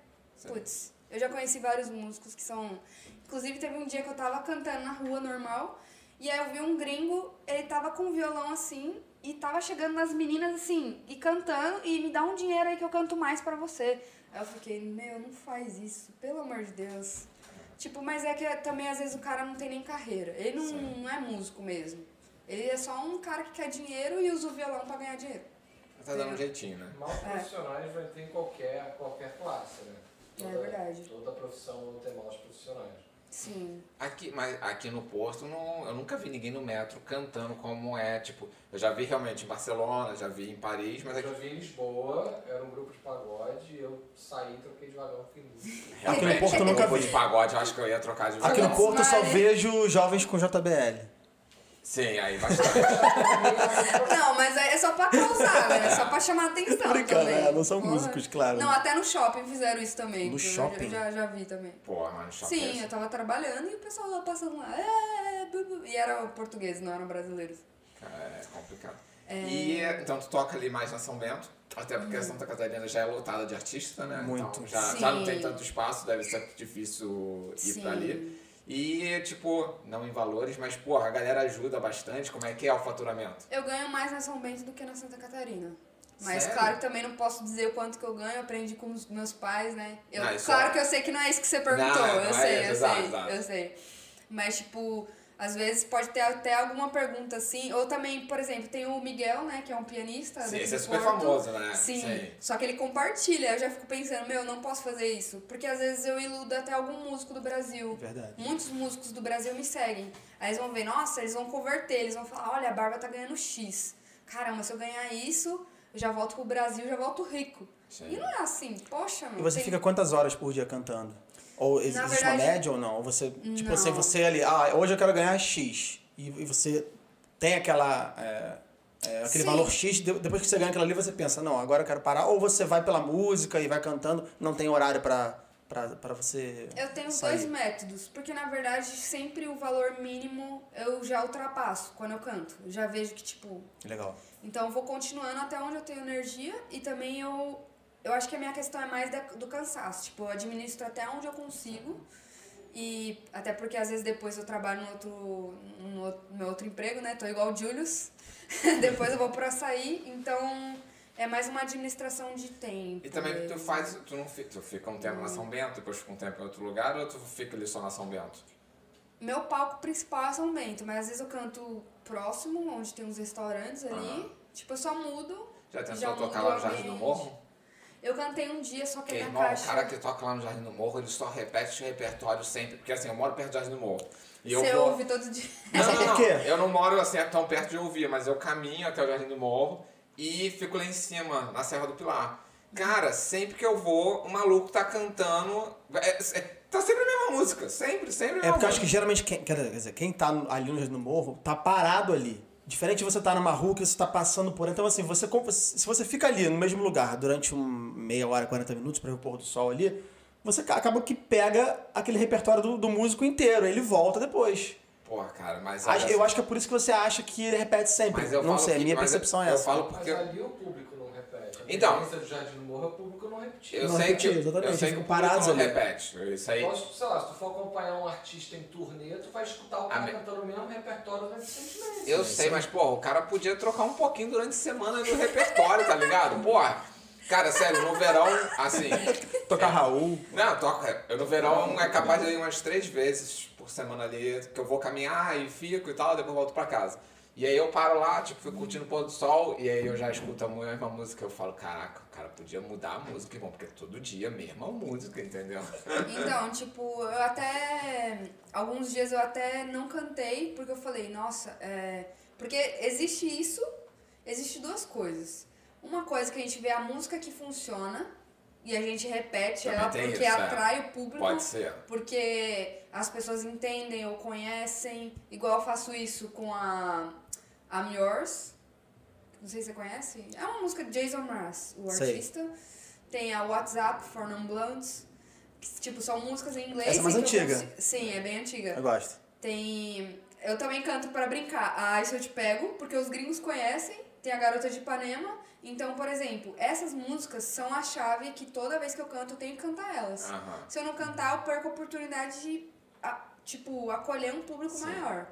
[SPEAKER 3] Putz, eu já conheci vários músicos que são. Inclusive, teve um dia que eu tava cantando na rua normal, e aí eu vi um gringo, ele tava com um violão assim, e tava chegando nas meninas assim, e cantando, e me dá um dinheiro aí que eu canto mais pra você. Aí eu fiquei, meu, não faz isso, pelo amor de Deus. Tipo, mas é que também às vezes o cara não tem nem carreira. Ele não, não é músico mesmo. Ele é só um cara que quer dinheiro e usa o violão pra ganhar dinheiro.
[SPEAKER 2] Tá dando um jeitinho, né?
[SPEAKER 4] Mal profissionais vai ter em qualquer, qualquer classe, né?
[SPEAKER 3] É verdade.
[SPEAKER 4] Toda profissão tem maus profissionais.
[SPEAKER 3] Sim.
[SPEAKER 2] Aqui, mas aqui no Porto, não, eu nunca vi ninguém no metro cantando como é, tipo, eu já vi realmente em Barcelona, já vi em Paris, mas
[SPEAKER 4] Eu já
[SPEAKER 2] aqui
[SPEAKER 4] vi em Lisboa, era um grupo de pagode, eu saí, troquei de vagão, fiquei músico.
[SPEAKER 1] Aqui no
[SPEAKER 2] realmente,
[SPEAKER 1] Porto eu
[SPEAKER 2] grupo
[SPEAKER 1] nunca vi.
[SPEAKER 2] de pagode, eu acho que eu ia trocar de
[SPEAKER 1] Aqui
[SPEAKER 2] vagão.
[SPEAKER 1] no Porto eu só
[SPEAKER 3] Smiley.
[SPEAKER 1] vejo jovens com JBL.
[SPEAKER 2] Sim, aí bastante.
[SPEAKER 3] Não, mas é é só pra causar, né? É só pra chamar
[SPEAKER 1] [LAUGHS]
[SPEAKER 3] atenção.
[SPEAKER 1] Brincando,
[SPEAKER 3] também.
[SPEAKER 1] é, não são
[SPEAKER 3] Porra.
[SPEAKER 1] músicos, claro. né?
[SPEAKER 3] Não, até no shopping fizeram isso também.
[SPEAKER 1] No
[SPEAKER 3] que eu
[SPEAKER 1] shopping?
[SPEAKER 3] Já, já vi também.
[SPEAKER 2] Porra, mano, assim, choque
[SPEAKER 3] Sim, eu tava trabalhando e o pessoal lá passando lá. "É, bu, bu", E eram portugueses, não eram brasileiros.
[SPEAKER 2] É complicado. E então tu toca ali mais na São Bento, até porque Santa Catarina já é lotada de artistas, né? Então
[SPEAKER 1] Muito.
[SPEAKER 2] já, já não
[SPEAKER 3] Sim.
[SPEAKER 2] tem tanto espaço, deve ser difícil ir pra
[SPEAKER 3] Sim.
[SPEAKER 2] ali. E, tipo, não em valores, mas, porra, a galera ajuda bastante. Como é que é o faturamento?
[SPEAKER 3] Eu ganho mais na São Bento do que na Santa Catarina. Mas
[SPEAKER 2] Sério?
[SPEAKER 3] claro que também não posso dizer o quanto que eu ganho, eu aprendi com os meus pais, né? Eu-
[SPEAKER 2] Não, isso
[SPEAKER 3] claro
[SPEAKER 2] é-
[SPEAKER 3] que eu sei que não é isso que você perguntou,
[SPEAKER 2] Não, não
[SPEAKER 3] eu
[SPEAKER 2] é
[SPEAKER 3] sei,
[SPEAKER 2] isso,
[SPEAKER 3] eu
[SPEAKER 2] exato,
[SPEAKER 3] sei,
[SPEAKER 2] exato.
[SPEAKER 3] eu sei. Mas tipo, Às vezes pode ter até alguma pergunta assim. Ou também, por exemplo, tem o Miguel, né? Que é um pianista.
[SPEAKER 2] Sim,
[SPEAKER 3] daqui
[SPEAKER 2] esse é
[SPEAKER 3] do
[SPEAKER 2] super
[SPEAKER 3] Porto.
[SPEAKER 2] famoso, né?
[SPEAKER 3] Sim,
[SPEAKER 2] Sim.
[SPEAKER 3] só que ele compartilha. Eu já fico pensando, meu, não posso fazer isso. Porque às vezes eu iludo até algum músico do Brasil.
[SPEAKER 1] Verdade.
[SPEAKER 3] Muitos músicos do Brasil me seguem. Aí eles vão ver, nossa, eles vão converter. Eles vão falar, olha, a Barba tá ganhando X. Caramba, se eu ganhar isso, eu já volto pro Brasil, já volto rico.
[SPEAKER 2] Sim.
[SPEAKER 3] E não é assim, poxa,
[SPEAKER 1] E
[SPEAKER 3] meu.
[SPEAKER 1] você
[SPEAKER 3] tem-
[SPEAKER 1] fica quantas horas por dia cantando? Ou ex-
[SPEAKER 3] Na
[SPEAKER 1] existe uma
[SPEAKER 3] verdade-
[SPEAKER 1] média ou não? Ou você, tipo
[SPEAKER 3] Não.
[SPEAKER 1] assim, você ali, ah, hoje eu quero ganhar X. E, e você tem aquela. é, é, aquele
[SPEAKER 3] Sim.
[SPEAKER 1] valor X, de- depois que você ganha aquilo ali, você pensa, não, agora eu quero parar. Ou você vai pela música e vai cantando, não tem horário pra, pra, pra você.
[SPEAKER 3] Eu tenho
[SPEAKER 1] sair.
[SPEAKER 3] dois métodos, porque na verdade sempre o valor mínimo eu já ultrapasso quando eu canto. Eu já vejo que, tipo,
[SPEAKER 1] Legal.
[SPEAKER 3] Então eu vou continuando até onde eu tenho energia e também eu eu acho que a minha questão é mais da- do cansaço, tipo, eu administro até onde eu consigo. E até porque às vezes depois eu trabalho no outro no outro- meu outro emprego, né? Tô igual o Julius. [LAUGHS] depois eu vou pro açaí, então é mais uma administração de tempo.
[SPEAKER 2] E também tu
[SPEAKER 3] mesmo.
[SPEAKER 2] faz, tu não fica, tu fica um tempo na São Bento, depois fica um tempo em outro lugar, ou tu fica ali só na São Bento?
[SPEAKER 3] Meu palco principal é São Bento, mas às vezes eu canto próximo, onde tem uns restaurantes ali.
[SPEAKER 2] Aham.
[SPEAKER 3] Tipo, eu só mudo.
[SPEAKER 2] Já tentou
[SPEAKER 3] Já um
[SPEAKER 2] tocar
[SPEAKER 3] mudou
[SPEAKER 2] lá no
[SPEAKER 3] a
[SPEAKER 2] Jardim do
[SPEAKER 3] mente.
[SPEAKER 2] Morro?
[SPEAKER 3] Eu cantei um dia, só que
[SPEAKER 2] Porque, É,
[SPEAKER 3] a minha
[SPEAKER 2] irmão,
[SPEAKER 3] caixa.
[SPEAKER 2] o cara que toca lá no Jardim do Morro, ele só repete o repertório sempre. Porque assim, eu moro perto do Jardim do Morro. E eu
[SPEAKER 3] Você
[SPEAKER 2] vou...
[SPEAKER 3] ouve todo dia.
[SPEAKER 2] Não,
[SPEAKER 1] Sabe [LAUGHS]
[SPEAKER 2] não,
[SPEAKER 1] por
[SPEAKER 2] não.
[SPEAKER 1] É quê?
[SPEAKER 2] Eu não moro assim tão perto de ouvir, mas eu caminho até o Jardim do Morro e fico lá em cima, na Serra do Pilar. Cara, sempre que eu vou, o maluco tá cantando. é- é- tá sempre a mesma música. Sempre, sempre a mesma
[SPEAKER 1] É porque eu acho que
[SPEAKER 2] música.
[SPEAKER 1] geralmente quem, quer dizer, quem tá no- ali no, no morro, tá parado ali. Diferente de você estar numa rua que você tá passando por. Então, assim, você com- se você fica ali no mesmo lugar durante um, meia hora, 40 minutos para ver o pôr do sol ali, você ca- acaba que pega aquele repertório do, do músico inteiro, ele volta depois.
[SPEAKER 2] Porra, cara, mas.
[SPEAKER 1] Acho-
[SPEAKER 2] olha
[SPEAKER 1] eu
[SPEAKER 2] só.
[SPEAKER 1] acho que é por isso que você acha que ele repete sempre.
[SPEAKER 2] Mas eu
[SPEAKER 1] não
[SPEAKER 2] falo
[SPEAKER 1] sei,
[SPEAKER 2] que-
[SPEAKER 1] minha
[SPEAKER 2] mas
[SPEAKER 1] percepção
[SPEAKER 2] eu-
[SPEAKER 1] é
[SPEAKER 2] eu
[SPEAKER 1] essa.
[SPEAKER 2] falo
[SPEAKER 4] Mas
[SPEAKER 2] porque-
[SPEAKER 4] ali o público não repete. A
[SPEAKER 2] Então.
[SPEAKER 4] diferença do Jardim do Morro é o público não repetir.
[SPEAKER 2] Eu
[SPEAKER 1] Não,
[SPEAKER 2] sei que.
[SPEAKER 1] repetido, exatamente,
[SPEAKER 2] Eu sei que
[SPEAKER 1] ficam
[SPEAKER 2] o
[SPEAKER 1] parados
[SPEAKER 2] parados não
[SPEAKER 1] ali.
[SPEAKER 2] repete. Isso aí.
[SPEAKER 4] Posso, sei lá, se tu for acompanhar um artista em turnê, tu vai escutar o cara
[SPEAKER 2] Amém.
[SPEAKER 4] cantando o mesmo repertório durante seis meses.
[SPEAKER 2] Eu sei, mas, porra, o cara podia trocar um pouquinho durante a semana do repertório, tá ligado? Porra. Cara, sério, no verão, assim.
[SPEAKER 1] Tocar Raul.
[SPEAKER 2] Não, toca. Eu no verão é capaz de ir umas três vezes por semana ali, que eu vou caminhar e fico e tal, depois volto pra casa. E aí eu paro lá, tipo, fico curtindo o pôr do sol, e aí eu já escuto a mesma música, eu falo, caraca, o cara podia mudar a música, irmão, porque é todo dia a mesma música, entendeu?
[SPEAKER 3] Então, tipo, eu até. Alguns dias eu até não cantei, porque eu falei, nossa, é. Porque existe isso, existe duas coisas. Uma coisa que a gente vê a música que funciona e a gente repete
[SPEAKER 2] Também
[SPEAKER 3] ela
[SPEAKER 2] tem
[SPEAKER 3] porque
[SPEAKER 2] isso, é.
[SPEAKER 3] atrai o público.
[SPEAKER 2] Pode ser.
[SPEAKER 3] Porque as pessoas entendem ou conhecem. Igual eu faço isso com a I'm Yours. Não sei se você conhece. É uma música de Jason Mraz, o
[SPEAKER 1] Sei.
[SPEAKER 3] artista. Tem a WhatsApp for Non Blondes. Que, tipo, são músicas em inglês.
[SPEAKER 1] Essa é mais
[SPEAKER 3] e que eu
[SPEAKER 1] antiga.
[SPEAKER 3] consi- Sim, é bem
[SPEAKER 1] Eu
[SPEAKER 3] antiga.
[SPEAKER 1] gosto.
[SPEAKER 3] Tem. Eu também canto pra brincar. A Isso Eu Te Pego, porque os gringos conhecem. Tem a Garota de Ipanema. Então, por exemplo, essas músicas são a chave que toda vez que eu canto eu tenho que cantar elas.
[SPEAKER 2] Aham.
[SPEAKER 3] Se eu não cantar, eu perco a oportunidade de, a- tipo, acolher um público
[SPEAKER 2] Sim.
[SPEAKER 3] maior.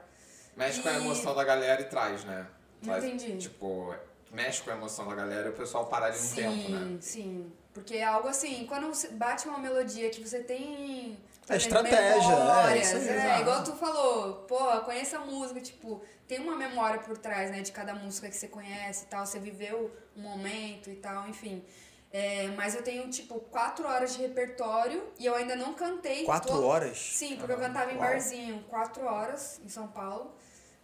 [SPEAKER 2] Mexe com a
[SPEAKER 3] E-
[SPEAKER 2] emoção da galera e traz, né?
[SPEAKER 3] Não
[SPEAKER 2] Traz,
[SPEAKER 3] entendi.
[SPEAKER 2] Tipo, mexe com a emoção da galera e o pessoal parar ali um
[SPEAKER 3] sim,
[SPEAKER 2] tempo, né?
[SPEAKER 3] sim. Porque é algo assim, quando você bate uma melodia que você tem. por
[SPEAKER 1] É
[SPEAKER 3] exemplo,
[SPEAKER 1] estratégia, é,
[SPEAKER 3] memórias,
[SPEAKER 1] isso aí,
[SPEAKER 3] é,
[SPEAKER 2] exato.
[SPEAKER 3] igual tu falou, pô, conhece a música, tipo, tem uma memória por trás, né, de cada música que você conhece e tal, você viveu um momento e tal, enfim. É, mas eu tenho, tipo, quatro horas de repertório e eu ainda não cantei.
[SPEAKER 1] Quatro
[SPEAKER 3] to-
[SPEAKER 1] horas?
[SPEAKER 3] Sim, porque eu cantava em
[SPEAKER 2] Uau.
[SPEAKER 3] barzinho quatro horas em São Paulo.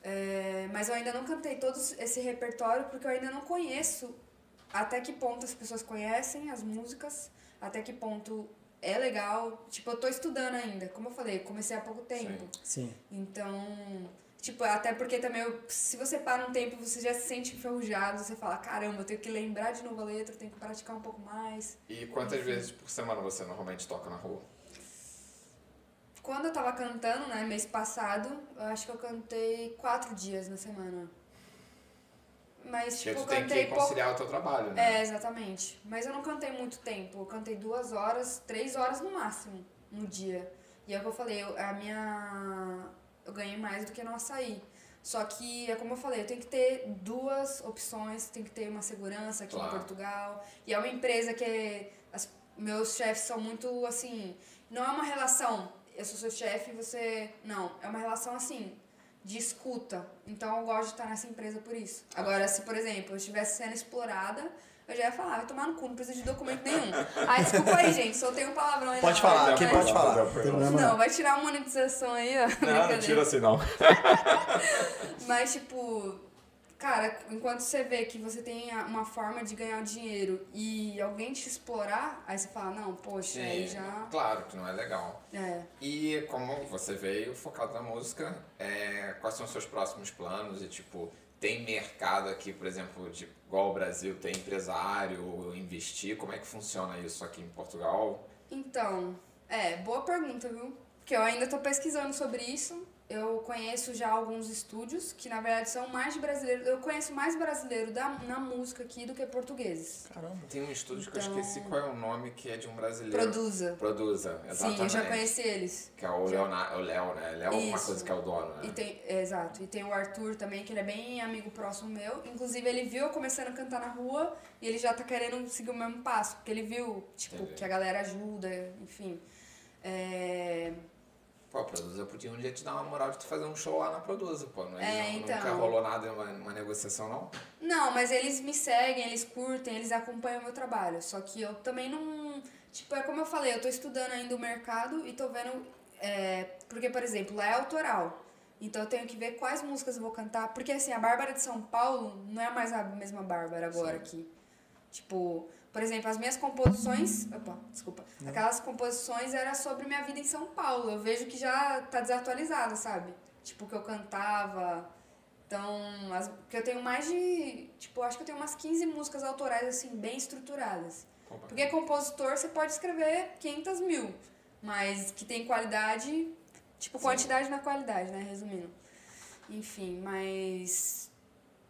[SPEAKER 3] É, mas eu ainda não cantei todo esse repertório porque eu ainda não conheço até que ponto as pessoas conhecem as músicas, até que ponto é legal. Tipo, eu tô estudando ainda. Como eu falei, eu comecei há pouco tempo.
[SPEAKER 1] Sim.
[SPEAKER 3] Então, tipo, até porque também eu- se você para um tempo, você já se sente enferrujado, você fala, caramba, eu tenho que lembrar de novo a letra, eu tenho que praticar um pouco mais.
[SPEAKER 2] E quantas vezes por semana você normalmente toca na rua?
[SPEAKER 3] Quando eu tava cantando, né, mês passado, eu acho que eu cantei quatro dias na semana. Mas,
[SPEAKER 2] Porque
[SPEAKER 3] tipo,
[SPEAKER 2] Então tu
[SPEAKER 3] eu
[SPEAKER 2] tem que
[SPEAKER 3] cantei pouco.
[SPEAKER 2] conciliar o teu trabalho, né?
[SPEAKER 3] É, exatamente. Mas eu não cantei muito tempo. Eu cantei duas horas, três horas no máximo no dia. E é o que eu falei, eu- a minha. Eu ganhei mais do que no açaí. Só que, é como eu falei, eu tenho que ter duas opções, tem que ter uma segurança aqui
[SPEAKER 2] Claro.
[SPEAKER 3] em Portugal. E é uma empresa que as- meus chefes são muito assim. Não é uma relação, eu sou seu chefe e você. Não, é uma relação assim. de escuta. Então eu gosto de estar nessa empresa por isso. Agora, se, por exemplo, eu estivesse sendo explorada, eu já ia falar, vai tomar no cu, não precisa de documento nenhum. Ai, desculpa aí, gente, soltei um palavrão aí. na
[SPEAKER 1] Pode
[SPEAKER 3] hora,
[SPEAKER 1] falar, quem
[SPEAKER 3] mas-
[SPEAKER 1] pode falar? né,
[SPEAKER 5] Não, tem problema
[SPEAKER 3] Não,
[SPEAKER 5] não.
[SPEAKER 3] vai tirar a monetização aí, ó.
[SPEAKER 5] [LAUGHS] Não,
[SPEAKER 3] Brincadeira.
[SPEAKER 5] não tira assim não.
[SPEAKER 3] Mas, tipo, cara, enquanto você vê que você tem a- uma forma de ganhar dinheiro e alguém te explorar, aí você fala, não, poxa,
[SPEAKER 5] É.
[SPEAKER 3] aí já.
[SPEAKER 2] Claro que não é legal.
[SPEAKER 3] É.
[SPEAKER 2] E como você veio focado na música, é, quais são os seus próximos planos? E tipo, tem mercado aqui, por exemplo, de, igual o Brasil, tem empresário, investir? Como é que funciona isso aqui em Portugal?
[SPEAKER 3] Então, é, boa pergunta, viu? Porque eu ainda tô pesquisando sobre isso. Eu conheço já alguns estúdios que, na verdade, são mais brasileiros. Eu conheço mais brasileiro da, na música aqui do que portugueses.
[SPEAKER 1] Caramba.
[SPEAKER 2] Tem um estúdio que eu
[SPEAKER 3] Então-
[SPEAKER 2] esqueci qual é o nome, que é de um brasileiro.
[SPEAKER 3] Produza.
[SPEAKER 2] Produza, exatamente.
[SPEAKER 3] Sim, eu já conheci eles.
[SPEAKER 2] Que é o Leonardo, o Léo, né? Léo é alguma
[SPEAKER 3] Isso.
[SPEAKER 2] coisa que é o dono, né?
[SPEAKER 3] E tem, é, exato. E tem o Arthur também, que ele é bem amigo próximo meu. Inclusive, ele viu eu começando a cantar na rua e ele já tá querendo seguir o mesmo passo. Porque ele viu, tipo,
[SPEAKER 2] Entendi.
[SPEAKER 3] que a galera ajuda, enfim. É...
[SPEAKER 2] Pô, a Produza podia um dia te dar uma moral de tu fazer um show lá na Produza, pô. Não
[SPEAKER 3] É,
[SPEAKER 2] não-
[SPEAKER 3] então.
[SPEAKER 2] Nunca rolou nada, uma, uma negociação, não?
[SPEAKER 3] Não, mas eles me seguem, eles curtem, eles acompanham o meu trabalho. Só que eu também não. Tipo, é como eu falei, eu tô estudando ainda o mercado e tô vendo. é, porque, por exemplo, lá é autoral. Então eu tenho que ver quais músicas eu vou cantar. Porque assim, a Bárbara de São Paulo não é mais a mesma Bárbara agora aqui. Tipo, por exemplo, as minhas composições. Opa, desculpa. Aquelas composições era sobre minha vida em São Paulo. Eu vejo que já tá desatualizada, sabe? Tipo, que eu cantava. Então, as, que eu tenho mais de. Tipo, acho que eu tenho umas 15 músicas autorais, assim, bem estruturadas.
[SPEAKER 2] Pô, bacana.
[SPEAKER 3] Porque compositor você pode escrever 500 mil, mas que tem qualidade. Tipo, quantidade na qualidade, né? Resumindo. Enfim, mas.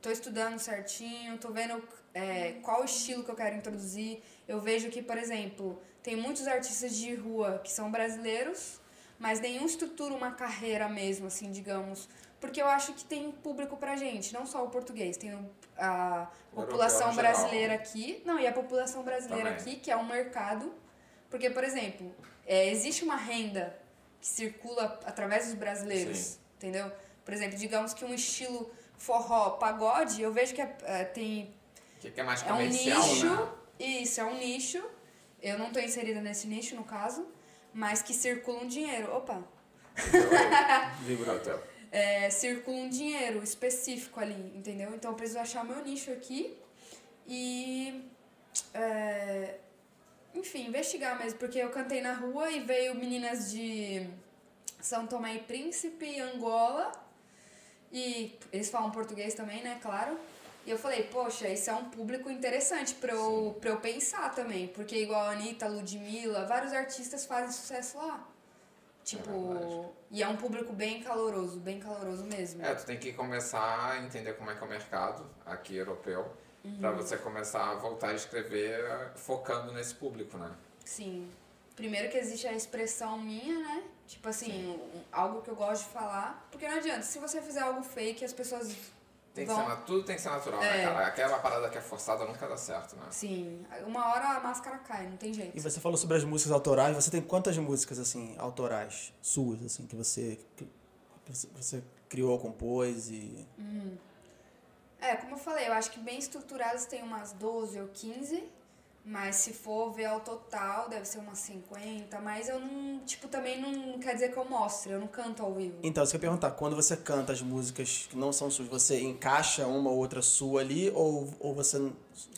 [SPEAKER 3] Tô estudando certinho, tô vendo é, qual estilo que eu quero introduzir. Eu vejo que, por exemplo, tem muitos artistas de rua que são brasileiros, mas nenhum estrutura uma carreira mesmo, assim, digamos. Porque eu acho que tem público pra gente, não só o português, tem o- a
[SPEAKER 2] O europeu
[SPEAKER 3] população
[SPEAKER 2] no geral.
[SPEAKER 3] brasileira aqui. Não, e a população brasileira
[SPEAKER 2] Também.
[SPEAKER 3] aqui, que é um mercado. Porque, por exemplo, é, existe uma renda que circula através dos brasileiros,
[SPEAKER 2] Sim.
[SPEAKER 3] entendeu? Por exemplo, digamos que um estilo forró, pagode, eu vejo que é- é, tem
[SPEAKER 2] Que, que é mais
[SPEAKER 3] é um
[SPEAKER 2] comercial,
[SPEAKER 3] nicho.
[SPEAKER 2] [LAUGHS] né?
[SPEAKER 3] Isso, é um nicho. Eu não tô inserida nesse nicho, no caso, mas que circula um dinheiro. Opa!
[SPEAKER 2] Vibrator.
[SPEAKER 3] É, circula um dinheiro específico ali, entendeu? Então eu preciso achar meu nicho aqui e. é, enfim, investigar mesmo, porque eu cantei na rua e veio meninas de São Tomé e Príncipe, Angola, e eles falam português também, né? Claro. E eu falei, poxa, esse é um público interessante pra eu, pra eu pensar também, porque igual a Anitta, Ludmilla, vários artistas fazem sucesso lá.
[SPEAKER 2] verdade.
[SPEAKER 3] Tipo, e é um público bem caloroso, bem caloroso mesmo.
[SPEAKER 2] É, tu tem que começar a entender como é que é o mercado aqui europeu,
[SPEAKER 3] Uhum.
[SPEAKER 2] pra você começar a voltar a escrever eh, focando nesse público, né?
[SPEAKER 3] Sim. Primeiro que existe a expressão minha, né? Tipo assim, um- algo que eu gosto de falar. Porque não adianta, se você fizer algo fake, as pessoas
[SPEAKER 2] Tem que
[SPEAKER 3] vão.
[SPEAKER 2] ser na- tudo tem que ser natural, né,
[SPEAKER 3] É.
[SPEAKER 2] cara? Aquela parada que é forçada nunca dá certo, né?
[SPEAKER 3] Sim. Uma hora a máscara cai, não tem
[SPEAKER 1] E
[SPEAKER 3] jeito.
[SPEAKER 1] você falou sobre as músicas autorais. Você tem quantas músicas, assim, autorais suas, assim, que você, que você- você criou, compôs e...
[SPEAKER 3] É, como eu falei, eu acho que bem estruturadas tem umas 12 ou 15. Mas se for ver ao total, deve ser umas 50. Mas eu não. Tipo, também não quer dizer que eu mostre, eu não canto ao vivo.
[SPEAKER 1] Então, isso que eu ia perguntar. Quando você canta as músicas que não são suas, você encaixa uma ou outra sua ali ou, ou você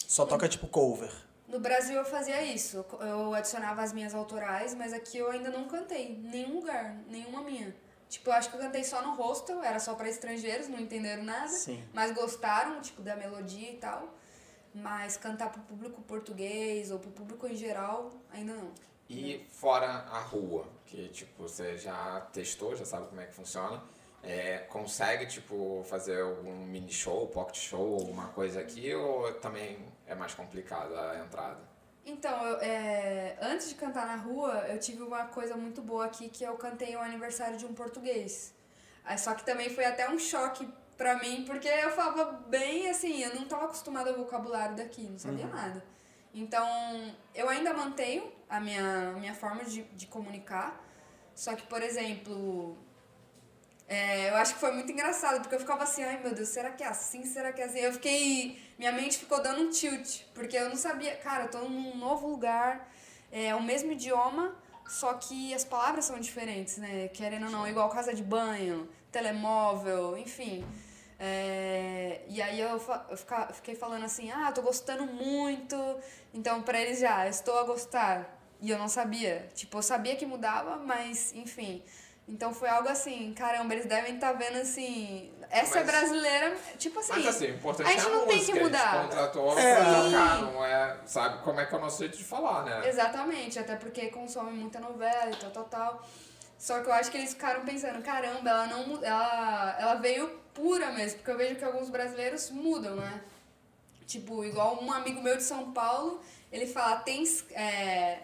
[SPEAKER 1] só toca, tipo, cover?
[SPEAKER 3] No Brasil eu fazia isso, eu adicionava as minhas autorais, mas aqui eu ainda não cantei, nenhum lugar, nenhuma minha. Tipo, eu acho que eu cantei só no hostel, era só pra estrangeiros, não entenderam nada,
[SPEAKER 1] Sim.
[SPEAKER 3] mas gostaram, tipo, da melodia e tal. Mas cantar pro público português ou pro público em geral, ainda não. Uhum.
[SPEAKER 2] E fora a rua, que tipo, você já testou, já sabe como é que funciona. É, consegue, tipo, fazer algum mini show, pocket show, alguma coisa aqui, ou também é mais complicada a entrada?
[SPEAKER 3] Então, eu, é, antes de cantar na rua, eu tive uma coisa muito boa aqui, que eu cantei o aniversário de um português. Ah, Só que também foi até um choque pra mim, porque eu falava bem assim, eu não tava acostumada ao vocabulário daqui, não sabia nada. Então, eu ainda mantenho a minha, minha forma de, de comunicar, só que, por exemplo, É, eu acho que foi muito engraçado, porque eu ficava assim, ai meu Deus, será que é assim? Será que é assim? Eu fiquei. Minha mente ficou dando um tilt, porque eu não sabia. Cara, eu tô num novo lugar, é o mesmo idioma, só que as palavras são diferentes, né? Querendo ou não, igual casa de banho, telemóvel, enfim. É, e aí eu, fa- eu fica- fiquei falando assim, ah, tô gostando muito. Então pra eles já, estou a gostar. E eu não sabia. Tipo, eu sabia que mudava, mas enfim. Então foi algo assim, caramba, eles devem estar vendo assim. Essa é
[SPEAKER 2] Mas-
[SPEAKER 3] brasileira, tipo assim.
[SPEAKER 2] Mas assim, o importante
[SPEAKER 3] a
[SPEAKER 2] é
[SPEAKER 3] gente
[SPEAKER 2] a
[SPEAKER 3] não tem
[SPEAKER 2] música,
[SPEAKER 3] que
[SPEAKER 2] A
[SPEAKER 3] mudar.
[SPEAKER 2] gente contratou a
[SPEAKER 1] É.
[SPEAKER 2] pra
[SPEAKER 3] Sim.
[SPEAKER 2] tocar, não é... Sabe como é que é o nosso jeito de falar, né?
[SPEAKER 3] Exatamente, até porque consome muita novela e tal, tal, tal. Só que eu acho que eles ficaram pensando, caramba, ela não mu- ela, ela veio pura mesmo, porque eu vejo que alguns brasileiros mudam, né? Tipo, igual um amigo meu de São Paulo, ele fala, tens. É,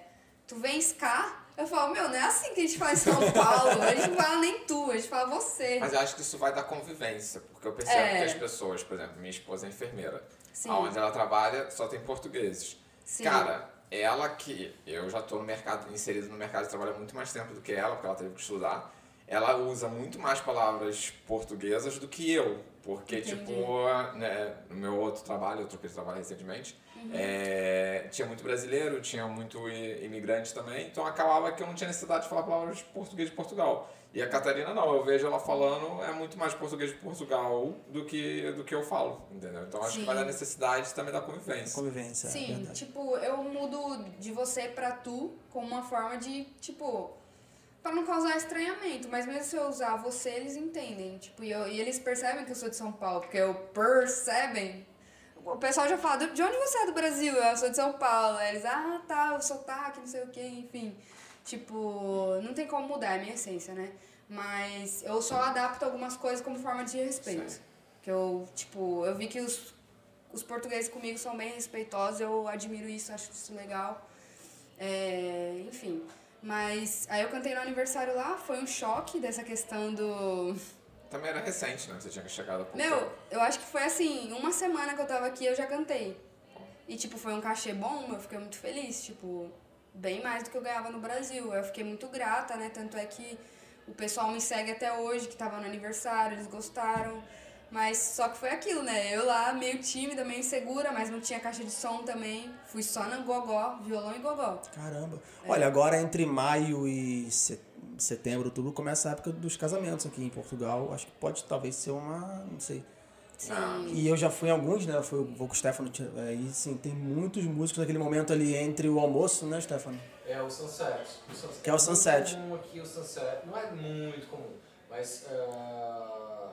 [SPEAKER 3] tu vens cá? Eu falo, meu, não é assim que a gente fala em São Paulo. A gente não fala nem tu, a gente fala você.
[SPEAKER 2] Mas eu acho que isso vai da convivência, porque eu percebo
[SPEAKER 3] É.
[SPEAKER 2] que as pessoas, por exemplo, minha esposa é enfermeira.
[SPEAKER 3] Sim.
[SPEAKER 2] Onde ela trabalha só tem portugueses.
[SPEAKER 3] Sim.
[SPEAKER 2] Cara, ela que eu já tô no mercado, inserido no mercado de trabalho há muito mais tempo do que ela, porque ela teve que estudar. Ela usa muito mais palavras portuguesas do que eu, porque
[SPEAKER 3] Entendi.
[SPEAKER 2] tipo, né, no meu outro trabalho, eu troquei de trabalho recentemente,
[SPEAKER 3] Uhum.
[SPEAKER 2] é, tinha muito brasileiro, tinha muito i- imigrante também, então acabava que eu não tinha necessidade de falar palavras de português de Portugal. E a Catarina não, eu vejo ela falando é muito mais português de Portugal do que do que eu falo, entendeu? Então acho que
[SPEAKER 3] Sim.
[SPEAKER 2] vai dar necessidade também da convivência.
[SPEAKER 1] Convivência. é
[SPEAKER 3] Sim,
[SPEAKER 1] verdade.
[SPEAKER 3] tipo, eu mudo de você pra tu como uma forma de, tipo, pra não causar estranhamento, mas mesmo se eu usar você, eles entendem, tipo, e, eu- e eles percebem que eu sou de São Paulo, porque eu percebem. O pessoal já fala, "Do- de onde você é do Brasil? Eu sou de São Paulo. Aí eles, ah, tá, o sotaque, não sei o quê, enfim. Tipo, não tem como mudar, é minha essência, né? Mas eu só adapto algumas coisas como forma de respeito.
[SPEAKER 2] Sim.
[SPEAKER 3] Que eu, tipo, eu vi que os, os portugueses comigo são bem respeitosos, eu admiro isso, acho isso legal. É, enfim. Mas aí eu cantei no aniversário lá, foi um choque dessa questão do.
[SPEAKER 2] Também era recente, né? Você tinha chegado a pouco
[SPEAKER 3] Meu,
[SPEAKER 2] tempo.
[SPEAKER 3] eu acho que foi assim, uma semana que eu tava aqui eu já cantei. E tipo, foi um cachê bom, eu fiquei muito feliz, tipo, bem mais do que eu ganhava no Brasil. Eu fiquei muito grata, né? Tanto é que o pessoal me segue até hoje, que tava no aniversário, eles gostaram. Mas só que foi aquilo, né? Eu lá, meio tímida, meio insegura, mas não tinha caixa de som também. Fui só na gogó, violão e gogó.
[SPEAKER 1] Caramba.
[SPEAKER 3] É.
[SPEAKER 1] Olha, agora entre maio e se- setembro, outubro, começa a época dos casamentos aqui em Portugal. Acho que pode talvez ser uma. não sei.
[SPEAKER 3] Sim. Ah.
[SPEAKER 1] E eu já fui em alguns, né? Eu fui vou com o Stefano. tinha- é, E sim, tem muitos músicos naquele momento ali entre o almoço, né, Stefano?
[SPEAKER 4] É o Sunset. O sunset.
[SPEAKER 1] Que é o Sunset.
[SPEAKER 4] É muito comum aqui o Sunset. Não é muito comum, mas ah,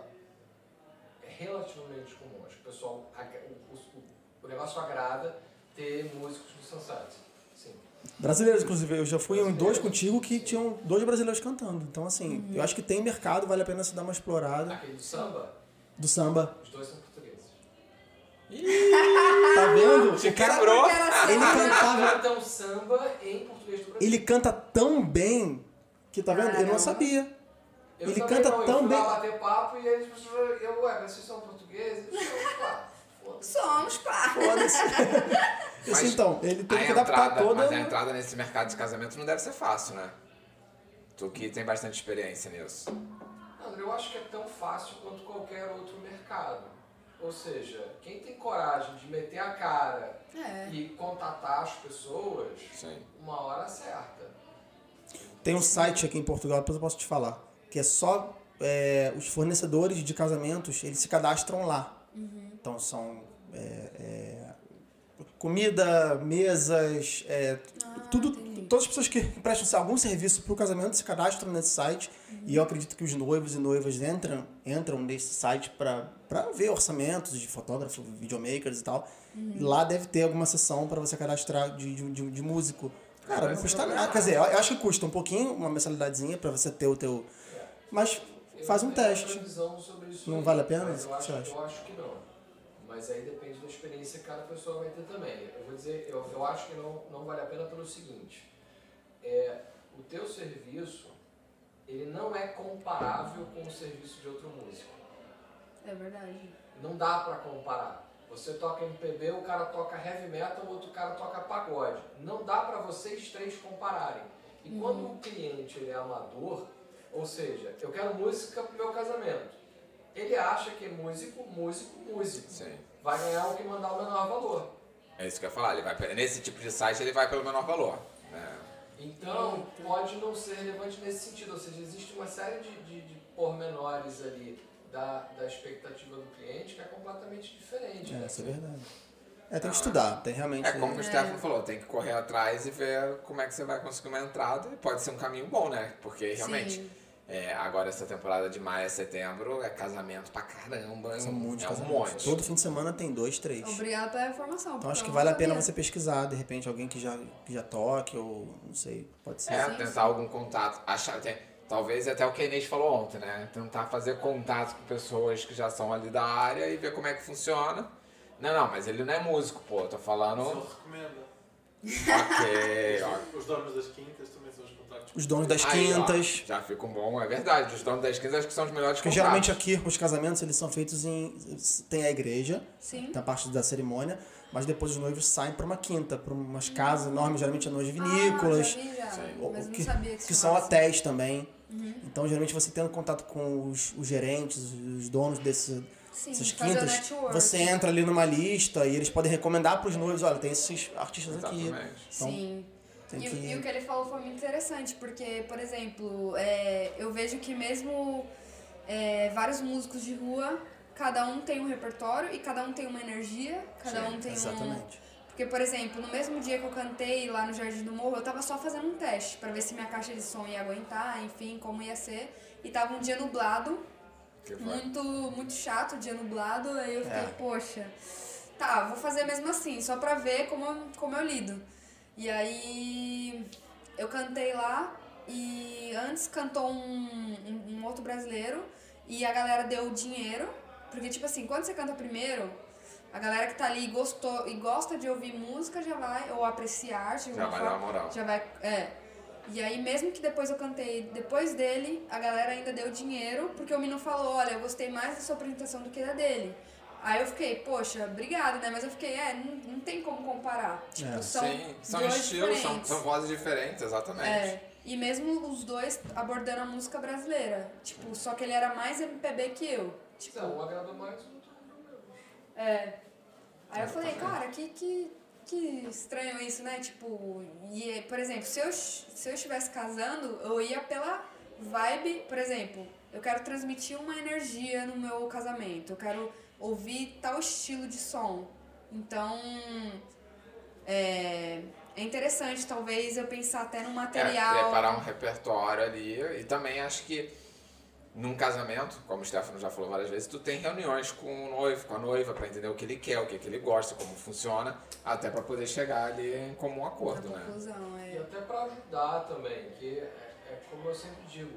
[SPEAKER 4] é relativamente comum. Acho que o pessoal. agra- O, o- o negócio agrada ter músicos do Sunset. Sim.
[SPEAKER 1] Brasileiros, inclusive. Eu já fui em dois contigo que tinham dois brasileiros cantando. Então, assim,
[SPEAKER 3] Uhum.
[SPEAKER 1] eu acho que tem mercado, vale a pena se dar uma explorada.
[SPEAKER 4] Aquele do samba,
[SPEAKER 1] Do samba.
[SPEAKER 4] os dois são portugueses.
[SPEAKER 1] Tá vendo? O cara-
[SPEAKER 2] Quebrou.
[SPEAKER 3] Porque era assim,
[SPEAKER 1] Ele cantava.
[SPEAKER 4] Cantam samba em português do Brasil.
[SPEAKER 1] Ele canta tão bem que, tá vendo? Eu não
[SPEAKER 3] Caramba.
[SPEAKER 1] sabia.
[SPEAKER 4] Eu
[SPEAKER 1] ele
[SPEAKER 4] também
[SPEAKER 1] canta
[SPEAKER 4] não, eu
[SPEAKER 1] tão
[SPEAKER 4] fui
[SPEAKER 1] bem.
[SPEAKER 4] lá bater papo e eles. Eu, ué, mas vocês são portugueses? Eu, pá, foda-se.
[SPEAKER 3] Somos, pá.
[SPEAKER 1] Foda-se.
[SPEAKER 2] Mas
[SPEAKER 1] Isso, então, ele
[SPEAKER 2] A
[SPEAKER 1] teve que adaptar
[SPEAKER 2] entrada,
[SPEAKER 1] toda.
[SPEAKER 2] mas a entrada nesse mercado de casamento não deve ser fácil, né? Tu que tem bastante experiência nisso.
[SPEAKER 4] André, eu acho que é tão fácil quanto qualquer outro mercado. Ou seja, quem tem coragem de meter a cara
[SPEAKER 3] É.
[SPEAKER 4] e contatar as pessoas,
[SPEAKER 2] Sim.
[SPEAKER 4] uma hora certa.
[SPEAKER 1] Tem um site aqui em Portugal, depois eu posso te falar, que é só é, os fornecedores de casamentos, eles se cadastram lá. Então são é, é, comida, mesas, é, tudo,
[SPEAKER 3] entendi.
[SPEAKER 1] todas as pessoas que prestam algum serviço para o casamento se cadastram nesse site e eu acredito que os noivos e noivas entram, entram nesse site para ver orçamentos de fotógrafos, videomakers e tal. E lá deve ter alguma sessão para você cadastrar de, de, de- de músico. Cara,
[SPEAKER 2] é
[SPEAKER 1] não custa nada. Quer dizer, eu eu acho que custa um pouquinho, uma mensalidadezinha para você ter o teu... Mas
[SPEAKER 4] Eu
[SPEAKER 1] faz um
[SPEAKER 4] não tenho
[SPEAKER 1] teste.
[SPEAKER 4] previsão sobre isso
[SPEAKER 1] Não
[SPEAKER 4] aí,
[SPEAKER 1] vale a pena?
[SPEAKER 4] mas
[SPEAKER 1] O que
[SPEAKER 4] Eu acho,
[SPEAKER 1] você acha?
[SPEAKER 4] eu acho que não. Mas aí depende da experiência que cada pessoa vai ter também. Eu vou dizer, eu, eu acho que não, não vale a pena pelo seguinte. É, o teu serviço, ele não é comparável com o serviço de outro músico.
[SPEAKER 3] É verdade.
[SPEAKER 4] Não dá pra comparar. Você toca MPB, o cara toca heavy metal, o outro cara toca pagode. um Não dá pra vocês três compararem. E quando o cliente ele é amador, Ou seja, eu quero música pro meu casamento. Ele acha que é músico, músico, músico.
[SPEAKER 2] Sim.
[SPEAKER 4] Vai ganhar o que mandar o menor valor.
[SPEAKER 2] É isso que eu ia falar. Ele vai, nesse tipo de site ele vai pelo menor valor. né?
[SPEAKER 4] Então, pode não ser relevante nesse sentido, ou seja, existe uma série de, de, de pormenores ali da, da expectativa do cliente que é completamente diferente.
[SPEAKER 1] É,
[SPEAKER 4] né?
[SPEAKER 1] isso é verdade. É, tem que estudar, tem realmente.
[SPEAKER 2] É como o Stefano falou, tem que correr atrás e ver como é que você vai conseguir uma entrada. E pode ser um caminho bom, né? Porque realmente,
[SPEAKER 3] Sim.
[SPEAKER 2] é, agora essa temporada de maio a setembro é casamento pra caramba.
[SPEAKER 1] São muitos
[SPEAKER 2] é um
[SPEAKER 1] casamentos.
[SPEAKER 2] monte.
[SPEAKER 1] Todo fim de semana tem dois, três.
[SPEAKER 3] Obrigada pela informação.
[SPEAKER 1] Então acho que
[SPEAKER 3] porque eu
[SPEAKER 1] vale a
[SPEAKER 3] não
[SPEAKER 1] pena você
[SPEAKER 3] sabia.
[SPEAKER 1] pesquisar, de repente, alguém que já, que já toque, ou não sei, pode ser.
[SPEAKER 2] É,
[SPEAKER 3] Sim,
[SPEAKER 2] tentar
[SPEAKER 3] sim.
[SPEAKER 2] algum contato. Achar, tem- talvez até o que a Inês falou ontem, né? Tentar fazer contato com pessoas que já são ali da área e ver como é que funciona. Não, não, mas ele não é músico, pô. Eu tô falando.
[SPEAKER 5] Só recomenda.
[SPEAKER 1] [LAUGHS]
[SPEAKER 2] ok, É, ó.
[SPEAKER 5] Os donos das quintas também são os contactos.
[SPEAKER 1] Os donos das
[SPEAKER 2] Aí, ó,
[SPEAKER 1] quintas.
[SPEAKER 2] já fica um bom, é verdade. Os donos das quintas acho que são os melhores
[SPEAKER 1] Porque geralmente é aqui os casamentos eles são feitos em. Tem a igreja,
[SPEAKER 3] Sim.
[SPEAKER 1] tem a parte da cerimônia, mas depois os noivos saem para uma quinta, para umas casas enormes, geralmente anões de vinícolas,
[SPEAKER 3] Ah, já vi, já.
[SPEAKER 2] Sim.
[SPEAKER 1] ou-
[SPEAKER 3] Mas eu
[SPEAKER 1] que,
[SPEAKER 3] não sabia que, Uhum.
[SPEAKER 1] que são
[SPEAKER 3] chamava
[SPEAKER 1] hotéis também. Então, geralmente você tendo contato com os, os gerentes, os donos desse,
[SPEAKER 3] assim.
[SPEAKER 1] dessas
[SPEAKER 3] Sim, fazer o
[SPEAKER 1] quintas,
[SPEAKER 3] network.
[SPEAKER 1] você entra ali numa lista e eles podem recomendar para os noivos: olha, tem esses artistas aqui.
[SPEAKER 2] Exatamente.
[SPEAKER 1] Então,
[SPEAKER 3] Sim.
[SPEAKER 1] Tem
[SPEAKER 3] E,
[SPEAKER 1] que...
[SPEAKER 3] e o que é ele falou foi muito interessante, porque, por exemplo, é, eu vejo que mesmo é, vários músicos de rua, cada um tem um repertório e cada um tem uma energia, cada
[SPEAKER 2] Sim,
[SPEAKER 3] um tem um.
[SPEAKER 1] Exatamente.
[SPEAKER 3] Porque, por exemplo, no mesmo dia que eu cantei lá no Jardim do Morro, eu tava só fazendo um teste pra ver se minha caixa de som ia aguentar, enfim, como ia ser. E tava um dia nublado,
[SPEAKER 2] Que foi.
[SPEAKER 3] muito, muito chato, dia nublado, aí eu fiquei,
[SPEAKER 1] É.
[SPEAKER 3] poxa, tá, vou fazer mesmo assim, só pra ver como, eu- como eu lido. E aí eu cantei lá e antes cantou um, um, um outro brasileiro e a galera deu o dinheiro, porque tipo assim, quando você canta primeiro, a galera que tá ali e gostou e gosta de ouvir música já vai, ou apreciar, de
[SPEAKER 2] Já
[SPEAKER 3] alguma
[SPEAKER 2] vai
[SPEAKER 3] forma,
[SPEAKER 2] dar uma moral.
[SPEAKER 3] já vai. É. E aí, mesmo que depois eu cantei depois dele, a galera ainda deu dinheiro, porque o menino falou: olha, eu gostei mais da sua apresentação do que da dele. Aí eu fiquei, poxa, obrigado, né? Mas eu fiquei, é, não, não tem como comparar. Tipo,
[SPEAKER 1] É.
[SPEAKER 3] são,
[SPEAKER 2] Sim, são
[SPEAKER 3] dois
[SPEAKER 2] estilos, são,
[SPEAKER 3] diferentes.
[SPEAKER 2] são vozes diferentes, exatamente.
[SPEAKER 3] É. E mesmo os dois abordando a música brasileira. Tipo, só que ele era mais MPB que eu. Tipo,
[SPEAKER 4] Então, um agrada mais, o outro
[SPEAKER 3] É. Aí eu
[SPEAKER 2] tá
[SPEAKER 3] falei, cara, que, que, que estranho isso, né? Tipo, e, eh, por exemplo, se eu, es- se eu estivesse casando, eu ia pela vibe, por exemplo, eu quero transmitir uma energia no meu casamento, eu quero ouvir tal estilo de som. Então, é, é interessante, talvez, eu pensar até no
[SPEAKER 2] É,
[SPEAKER 3] material.
[SPEAKER 2] preparar um repertório ali. E também acho que num casamento, como o Stefano já falou várias vezes, tu tem reuniões com o noivo, com a noiva, pra entender o que ele quer, o que, que ele gosta, como funciona, até pra poder chegar ali em comum
[SPEAKER 3] na
[SPEAKER 2] acordo, né?
[SPEAKER 3] conclusão,
[SPEAKER 4] E
[SPEAKER 3] é. [LAUGHS]
[SPEAKER 4] até para ajudar também, que é, é como eu sempre digo,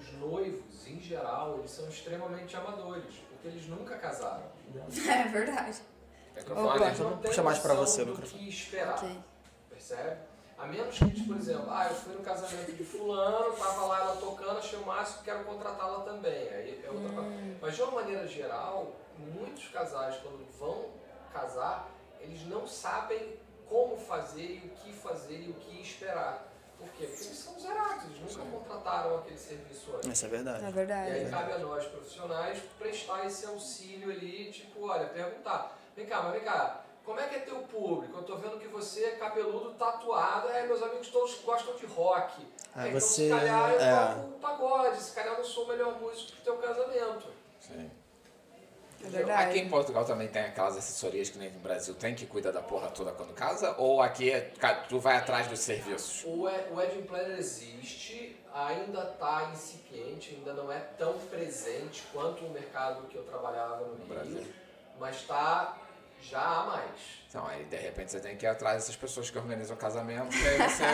[SPEAKER 4] os noivos, em geral, eles são extremamente amadores, porque eles nunca casaram.
[SPEAKER 3] É verdade.
[SPEAKER 2] É que eu
[SPEAKER 3] Opa.
[SPEAKER 2] falo, né?
[SPEAKER 3] Deixa
[SPEAKER 4] Eles não têm
[SPEAKER 1] Então, puxar mais pra
[SPEAKER 4] noção
[SPEAKER 1] você,
[SPEAKER 4] do
[SPEAKER 1] microfone.
[SPEAKER 4] que esperar,
[SPEAKER 3] Ok.
[SPEAKER 4] percebe? A menos que, tipo, por exemplo, ah, eu fui no casamento de fulano, tava lá ela tocando, achei o máximo, quero contratá-la também. Aí é outra parte. Mas de uma maneira geral, muitos casais, quando vão casar, eles não sabem como fazer e o que fazer e o que esperar. Por quê? Porque eles são zerados, eles nunca contrataram aquele serviço antes.
[SPEAKER 1] Isso é verdade.
[SPEAKER 3] É
[SPEAKER 4] E aí
[SPEAKER 3] verdade.
[SPEAKER 4] cabe a nós profissionais prestar esse auxílio ali, tipo, olha, perguntar. Vem cá, mas vem cá, como é que é teu público? Eu tô vendo que você é cabeludo, tatuado, é, meus amigos todos gostam de rock.
[SPEAKER 1] Ah,
[SPEAKER 4] É,
[SPEAKER 1] você-
[SPEAKER 4] Então, se calhar eu
[SPEAKER 1] é.
[SPEAKER 4] toco pagode, se calhar eu não sou o melhor músico pro teu casamento.
[SPEAKER 2] Sim.
[SPEAKER 3] É verdade.
[SPEAKER 2] Aqui em Portugal também tem aquelas assessorias que nem no Brasil tem, que cuida da porra toda quando casa? Ou aqui é- ca- tu vai atrás dos serviços?
[SPEAKER 4] O, we- o Wedding Planner existe, ainda tá está incipiente, ainda não é tão presente quanto o mercado que eu trabalhava no, Rio,
[SPEAKER 2] Brasil.
[SPEAKER 4] mas está já a mais.
[SPEAKER 2] Então, aí de repente você tem que ir atrás dessas pessoas que organizam o casamento, e aí você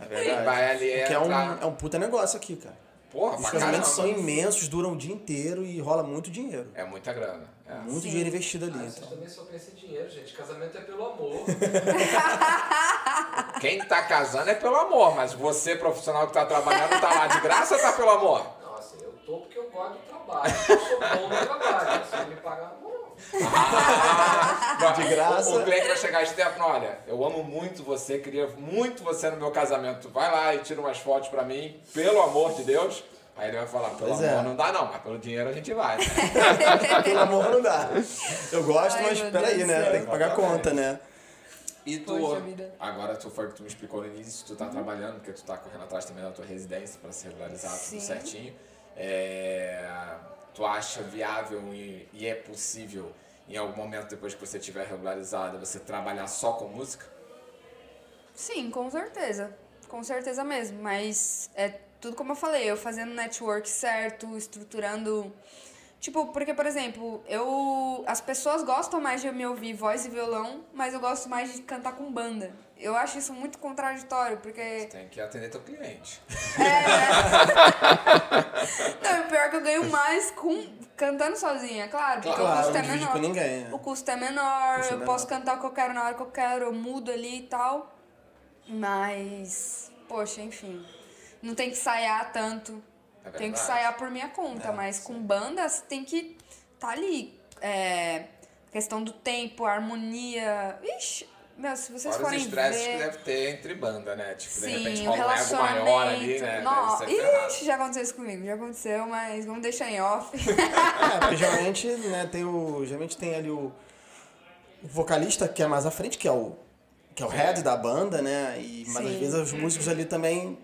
[SPEAKER 1] É
[SPEAKER 3] [LAUGHS]
[SPEAKER 1] verdade.
[SPEAKER 2] vai ali
[SPEAKER 1] Porque é um,
[SPEAKER 2] entrar-
[SPEAKER 1] é um puta negócio aqui, cara.
[SPEAKER 2] Porra,
[SPEAKER 1] Os
[SPEAKER 2] pra
[SPEAKER 1] casamentos
[SPEAKER 2] caramba.
[SPEAKER 1] são imensos, duram o dia inteiro e rola muito dinheiro.
[SPEAKER 2] É muita grana. É.
[SPEAKER 1] Muito
[SPEAKER 3] Sim.
[SPEAKER 1] dinheiro investido ali.
[SPEAKER 4] Ah, vocês
[SPEAKER 3] [LAUGHS]
[SPEAKER 1] então.
[SPEAKER 4] também só pensam em dinheiro, gente. Casamento é pelo
[SPEAKER 1] [LAUGHS]
[SPEAKER 4] amor.
[SPEAKER 2] Quem tá casando é pelo amor, mas você, profissional que tá trabalhando, tá lá de graça ou tá pelo amor?
[SPEAKER 4] não, assim, eu tô porque eu gosto do trabalho. Eu sou bom no trabalho. assim, Se me pagar, não.
[SPEAKER 2] Ah,
[SPEAKER 1] De graça.
[SPEAKER 2] O, o cliente vai chegar e Stefano, olha, eu amo muito você, queria muito você no meu casamento. Vai lá e tira umas fotos pra mim, pelo amor de Deus. Aí ele vai falar, pelo
[SPEAKER 1] Pois
[SPEAKER 2] amor
[SPEAKER 1] é.
[SPEAKER 2] não dá não, mas pelo dinheiro a gente vai. né?
[SPEAKER 1] Pelo amor não dá. Eu gosto,
[SPEAKER 3] Ai,
[SPEAKER 1] mas
[SPEAKER 3] meu
[SPEAKER 1] peraí,
[SPEAKER 3] Deus do
[SPEAKER 1] né?
[SPEAKER 3] céu.
[SPEAKER 1] Tem que pagar a conta, né?
[SPEAKER 2] E tu,
[SPEAKER 3] Poxa vida. Uhum.
[SPEAKER 2] agora tu foi que tu me explicou no início, tu tá trabalhando, porque tu tá correndo atrás também da tua residência pra se regularizar
[SPEAKER 3] Sim.
[SPEAKER 2] tudo certinho. É, tu acha viável e, e é possível, em algum momento depois que você tiver regularizado, você trabalhar só com música?
[SPEAKER 3] Sim, com certeza. Com certeza mesmo. Mas é tudo como eu falei, eu fazendo network certo, estruturando. Tipo, porque, por exemplo, eu. As pessoas gostam mais de me ouvir voz e violão, mas eu gosto mais de cantar com banda. Eu acho isso muito contraditório, porque.
[SPEAKER 2] Tem que atender teu cliente. [LAUGHS]
[SPEAKER 3] Não, e pior é que eu ganho mais com cantando sozinha, é claro. Porque o
[SPEAKER 2] Claro,
[SPEAKER 1] Claro,
[SPEAKER 3] custo
[SPEAKER 1] não
[SPEAKER 3] é
[SPEAKER 1] divide
[SPEAKER 3] menor.
[SPEAKER 1] com ninguém. né?
[SPEAKER 3] O custo é menor,
[SPEAKER 1] Custo é
[SPEAKER 3] eu
[SPEAKER 1] menor.
[SPEAKER 3] posso cantar o que eu quero na hora que eu quero, eu mudo ali e tal. Mas, poxa, enfim. Não tem que ensaiar tanto.
[SPEAKER 2] É
[SPEAKER 3] Tenho que
[SPEAKER 2] verdade. É,
[SPEAKER 3] ensaiar por minha conta, mas com bandas tem que tá ali. É, questão do tempo, harmonia. Ixi, meu, se vocês
[SPEAKER 2] Fora os
[SPEAKER 3] forem
[SPEAKER 2] estresses
[SPEAKER 3] ver...
[SPEAKER 2] que deve ter entre banda, né? Tipo, de repente
[SPEAKER 3] Sim,
[SPEAKER 2] rola
[SPEAKER 3] o
[SPEAKER 2] um ego
[SPEAKER 3] relacionamento.
[SPEAKER 2] maior ali, né?
[SPEAKER 3] Nó-
[SPEAKER 2] Deve ser ferrado.
[SPEAKER 3] Ixi, já aconteceu isso comigo, já aconteceu, mas vamos deixar em off.
[SPEAKER 1] É, porque geralmente, né, tem o. Geralmente tem ali o, o vocalista que é mais à frente, que é o. que é o head da banda, né? E, mas às
[SPEAKER 3] Sim.
[SPEAKER 1] vezes os músicos ali também.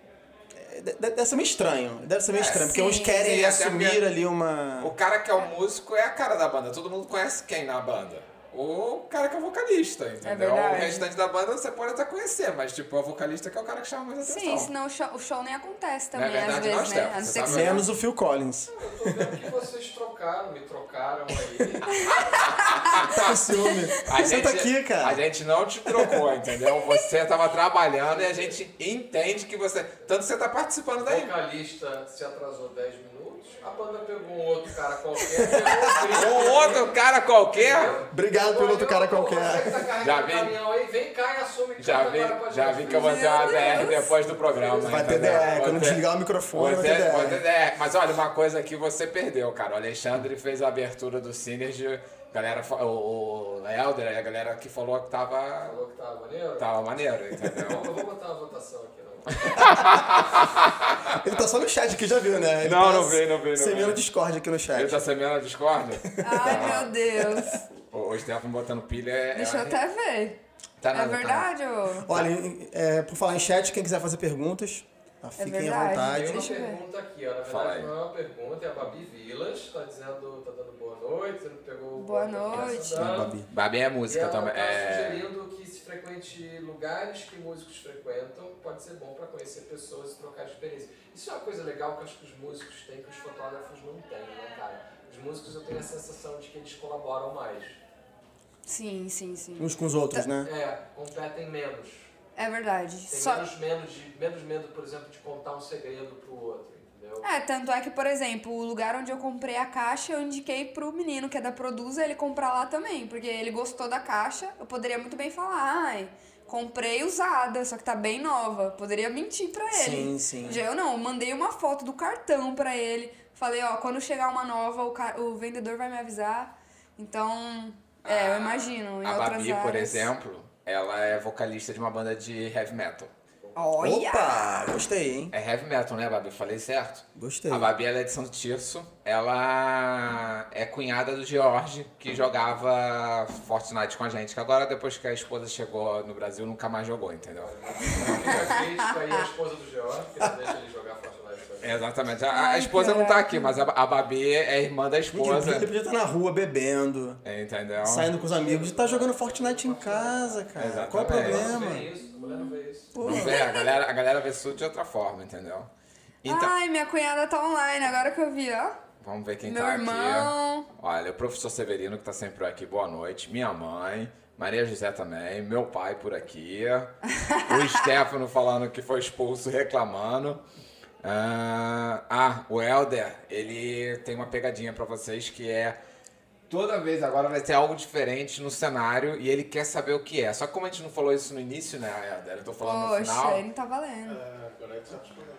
[SPEAKER 1] é, de- Deve ser meio estranho. Deve ser meio estranho, porque
[SPEAKER 3] sim.
[SPEAKER 1] uns querem
[SPEAKER 2] É, Sim, até
[SPEAKER 1] assumir
[SPEAKER 2] porque-
[SPEAKER 1] ali uma.
[SPEAKER 2] O cara que é o músico é a cara da banda. Todo mundo conhece quem na banda? O cara que é o vocalista, entendeu? o
[SPEAKER 3] verdade.
[SPEAKER 2] restante da banda você pode até conhecer, mas tipo, é o vocalista que é o cara que chama mais atenção.
[SPEAKER 3] Sim, senão o show, o show nem acontece
[SPEAKER 2] Não é
[SPEAKER 3] também, às
[SPEAKER 2] verdade, não,
[SPEAKER 3] vezes, né?
[SPEAKER 2] Stefan?
[SPEAKER 3] A não
[SPEAKER 2] Você
[SPEAKER 3] ser
[SPEAKER 2] tá
[SPEAKER 3] que
[SPEAKER 2] vendo?
[SPEAKER 1] Menos o Phil Collins.
[SPEAKER 4] Tô vendo que vocês trocaram, me trocaram aí.
[SPEAKER 1] [LAUGHS] Tá com ciúme.
[SPEAKER 2] Ah, A
[SPEAKER 1] Você tá aqui, cara.
[SPEAKER 2] A gente não te trocou, entendeu? Você tava trabalhando e a gente entende que você. Tanto que você tá participando
[SPEAKER 4] O
[SPEAKER 2] daí.
[SPEAKER 4] vocalista se atrasou 10 minutos, a banda pegou um outro cara qualquer, pegou
[SPEAKER 1] [LAUGHS]
[SPEAKER 2] Um outro cara qualquer.
[SPEAKER 4] Entendeu?
[SPEAKER 1] Obrigado pelo Um outro cara qualquer.
[SPEAKER 2] Já
[SPEAKER 4] Já
[SPEAKER 2] vi-
[SPEAKER 4] vem. tá Caminhão aí, vem cá e assume que
[SPEAKER 2] Já
[SPEAKER 4] canta
[SPEAKER 2] vi,
[SPEAKER 4] agora pra
[SPEAKER 2] já
[SPEAKER 4] gente.
[SPEAKER 2] vi que eu vou ter uma
[SPEAKER 3] Meu Deus.
[SPEAKER 2] DR depois do programa.
[SPEAKER 1] Vai ter
[SPEAKER 2] entendeu?
[SPEAKER 1] DR. Quando
[SPEAKER 2] Vou ter-
[SPEAKER 1] desligar o microfone, vai
[SPEAKER 2] Você,
[SPEAKER 1] ter DR.
[SPEAKER 2] você- é, mas olha, uma coisa que você perdeu, cara. O Alexandre fez a abertura do Synergy, galera, fa- o, o Helder, a galera que falou que tava,
[SPEAKER 4] Falou que tava maneiro?
[SPEAKER 2] tava maneiro,
[SPEAKER 3] [LAUGHS]
[SPEAKER 4] Então,
[SPEAKER 2] entendeu?
[SPEAKER 4] Eu vou botar uma votação aqui. Não.
[SPEAKER 1] Ele tá só no chat aqui, já viu, né? Ele
[SPEAKER 2] Não,
[SPEAKER 1] tá
[SPEAKER 2] não vi, não vi, não
[SPEAKER 1] Semeando
[SPEAKER 2] vi.
[SPEAKER 1] Discord aqui no chat.
[SPEAKER 2] Ele tá semeando a discórdia?
[SPEAKER 3] Ai, meu Deus.
[SPEAKER 2] O, o Stefan botando pilha é.
[SPEAKER 3] Deixa
[SPEAKER 2] é-
[SPEAKER 3] eu até ver.
[SPEAKER 2] tá na-
[SPEAKER 3] É verdade, ô?
[SPEAKER 1] Olha, em- é, por falar em chat, quem quiser fazer perguntas, tá, fiquem à
[SPEAKER 3] É verdade.
[SPEAKER 1] vontade.
[SPEAKER 4] Tem uma
[SPEAKER 3] Deixa eu ver.
[SPEAKER 4] pergunta aqui, ó. Na
[SPEAKER 2] Ah, Fala aí.
[SPEAKER 4] verdade, não é uma pergunta, é a Babi Vilas. Tá dizendo, tá dando boa noite, você não pegou o
[SPEAKER 3] Boa
[SPEAKER 4] bonde da praça
[SPEAKER 3] noite.
[SPEAKER 4] dela.
[SPEAKER 1] Não, Babi.
[SPEAKER 2] Babi é
[SPEAKER 4] e
[SPEAKER 2] música
[SPEAKER 4] ela
[SPEAKER 2] também.
[SPEAKER 4] tá
[SPEAKER 2] É...
[SPEAKER 4] sugerindo que se frequente lugares que músicos frequentam, pode ser bom para conhecer pessoas e trocar experiência. Isso é uma coisa legal que eu acho que os músicos têm, que os fotógrafos não têm, né, cara? Os músicos eu tenho a sensação de que eles colaboram mais.
[SPEAKER 3] Sim, sim, sim.
[SPEAKER 1] Uns com os outros, né?
[SPEAKER 4] É, competem menos.
[SPEAKER 3] É verdade.
[SPEAKER 4] Tem
[SPEAKER 3] Só...
[SPEAKER 4] menos, menos, de, menos medo, por exemplo, de contar um segredo pro outro, entendeu?
[SPEAKER 3] É, tanto é que, por exemplo, o lugar onde eu comprei a caixa, eu indiquei pro menino que é da Produza ele comprar lá também, porque ele gostou da caixa. Eu poderia muito bem falar, ai, comprei usada, só que tá bem nova. Poderia mentir pra
[SPEAKER 1] Sim,
[SPEAKER 3] ele.
[SPEAKER 1] sim.
[SPEAKER 3] É. Já eu não, eu mandei uma foto do cartão pra ele. Falei, ó, quando chegar uma nova, o, ca- o vendedor vai me avisar. Então, é, eu imagino. Em
[SPEAKER 2] Ah, A
[SPEAKER 3] outras
[SPEAKER 2] Babi, por
[SPEAKER 3] áreas.
[SPEAKER 2] exemplo, ela é vocalista de uma banda de heavy metal.
[SPEAKER 3] Olha!
[SPEAKER 1] Opa! Gostei, hein?
[SPEAKER 2] É heavy metal, né, Babi? Falei certo?
[SPEAKER 1] Gostei.
[SPEAKER 2] A Babi ela é de Santo Tirso. Ela é cunhada do George, que jogava Fortnite com a gente. Que agora, depois que a esposa chegou no Brasil, nunca mais jogou, entendeu?
[SPEAKER 4] Fica crítico aí é a esposa do George, que não deixa ele jogar Fortnite com a gente.
[SPEAKER 2] É, Exatamente. A, a
[SPEAKER 3] Ai,
[SPEAKER 2] esposa não tá
[SPEAKER 3] caraca.
[SPEAKER 2] aqui, mas a, a Babi é irmã da
[SPEAKER 1] Ele podia- Ele
[SPEAKER 2] esposa.
[SPEAKER 1] podia estar na rua bebendo,
[SPEAKER 2] Entendeu?
[SPEAKER 1] saindo com os amigos e tá jogando Fortnite em casa, cara.
[SPEAKER 2] Exatamente.
[SPEAKER 1] Qual o
[SPEAKER 4] Não
[SPEAKER 1] problema?
[SPEAKER 4] vê isso, a mulher não vê isso.
[SPEAKER 1] Pô,
[SPEAKER 2] Não vê, a galera, a galera vê isso de outra forma, entendeu? Então,
[SPEAKER 3] Ai, minha cunhada tá online, agora que eu vi, ó.
[SPEAKER 2] vamos ver quem
[SPEAKER 3] Ah, Meu
[SPEAKER 2] tá aqui.
[SPEAKER 3] irmão.
[SPEAKER 2] Olha, o professor Severino que tá sempre aqui, boa noite. Minha mãe, Maria José também, meu pai por aqui.
[SPEAKER 3] [LAUGHS]
[SPEAKER 2] o Stefano falando que foi expulso, reclamando. Ah, ah, o Helder, ele tem uma pegadinha pra vocês que é. Toda vez agora vai ter algo diferente no cenário e ele quer saber o que é. Só que como a gente não falou isso no início, né, Helder? Eu tô falando no final.
[SPEAKER 3] Poxa, ele não tá valendo.
[SPEAKER 5] Ah, agora é que você respondeu.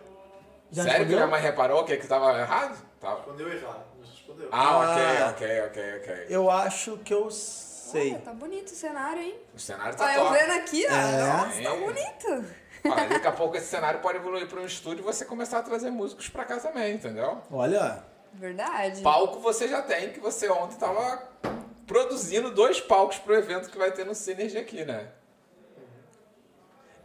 [SPEAKER 1] Já
[SPEAKER 2] Sério que é
[SPEAKER 1] respondeu?
[SPEAKER 2] minha mãe reparou o que, que tava errado? Tava.
[SPEAKER 5] Respondeu errado, mas respondeu.
[SPEAKER 2] Ah,
[SPEAKER 1] Ah.
[SPEAKER 2] ok, ok, ok, ok.
[SPEAKER 1] Eu acho que eu sei.
[SPEAKER 3] Olha, tá bonito o cenário, hein?
[SPEAKER 2] O cenário tá
[SPEAKER 3] Olha, eu
[SPEAKER 2] top.
[SPEAKER 3] vendo aqui, ó.
[SPEAKER 1] É.
[SPEAKER 3] Nossa, tá
[SPEAKER 2] É.
[SPEAKER 3] bonito.
[SPEAKER 2] Olha, daqui a pouco esse cenário pode evoluir para um estúdio e você começar a trazer músicos para cá também, entendeu?
[SPEAKER 1] Olha, tá- é
[SPEAKER 3] Verdade.
[SPEAKER 2] Palco você já tem, que você ontem tava produzindo dois palcos pro evento que vai ter no Synergy aqui, né?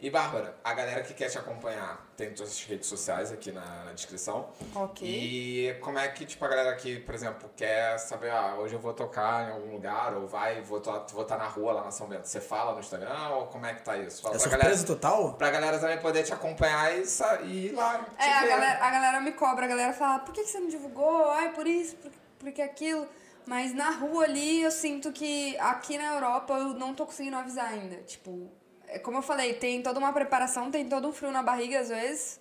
[SPEAKER 2] E Bárbara, a galera que quer te acompanhar tem todas as redes sociais aqui na, na descrição.
[SPEAKER 3] Ok.
[SPEAKER 2] E como é que, tipo, a galera que, por exemplo, quer saber, ah, hoje eu vou tocar em algum lugar, ou vai, vou estar vou tá na rua lá na São Bento. Você fala no Instagram ou como é que tá isso? Fala
[SPEAKER 1] é
[SPEAKER 2] pra
[SPEAKER 1] surpresa
[SPEAKER 2] galera.
[SPEAKER 1] total?
[SPEAKER 2] Pra galera também poder te acompanhar e, sa- e ir lá. te
[SPEAKER 3] É, a
[SPEAKER 2] ver. né?
[SPEAKER 3] galera, a galera me cobra, a galera fala, por que, que você não divulgou? Ai, por isso, por, por que aquilo? Mas na rua ali, eu sinto que aqui na Europa eu não tô conseguindo avisar ainda. Tipo, é como eu falei, tem toda uma preparação, tem todo um frio na barriga às vezes.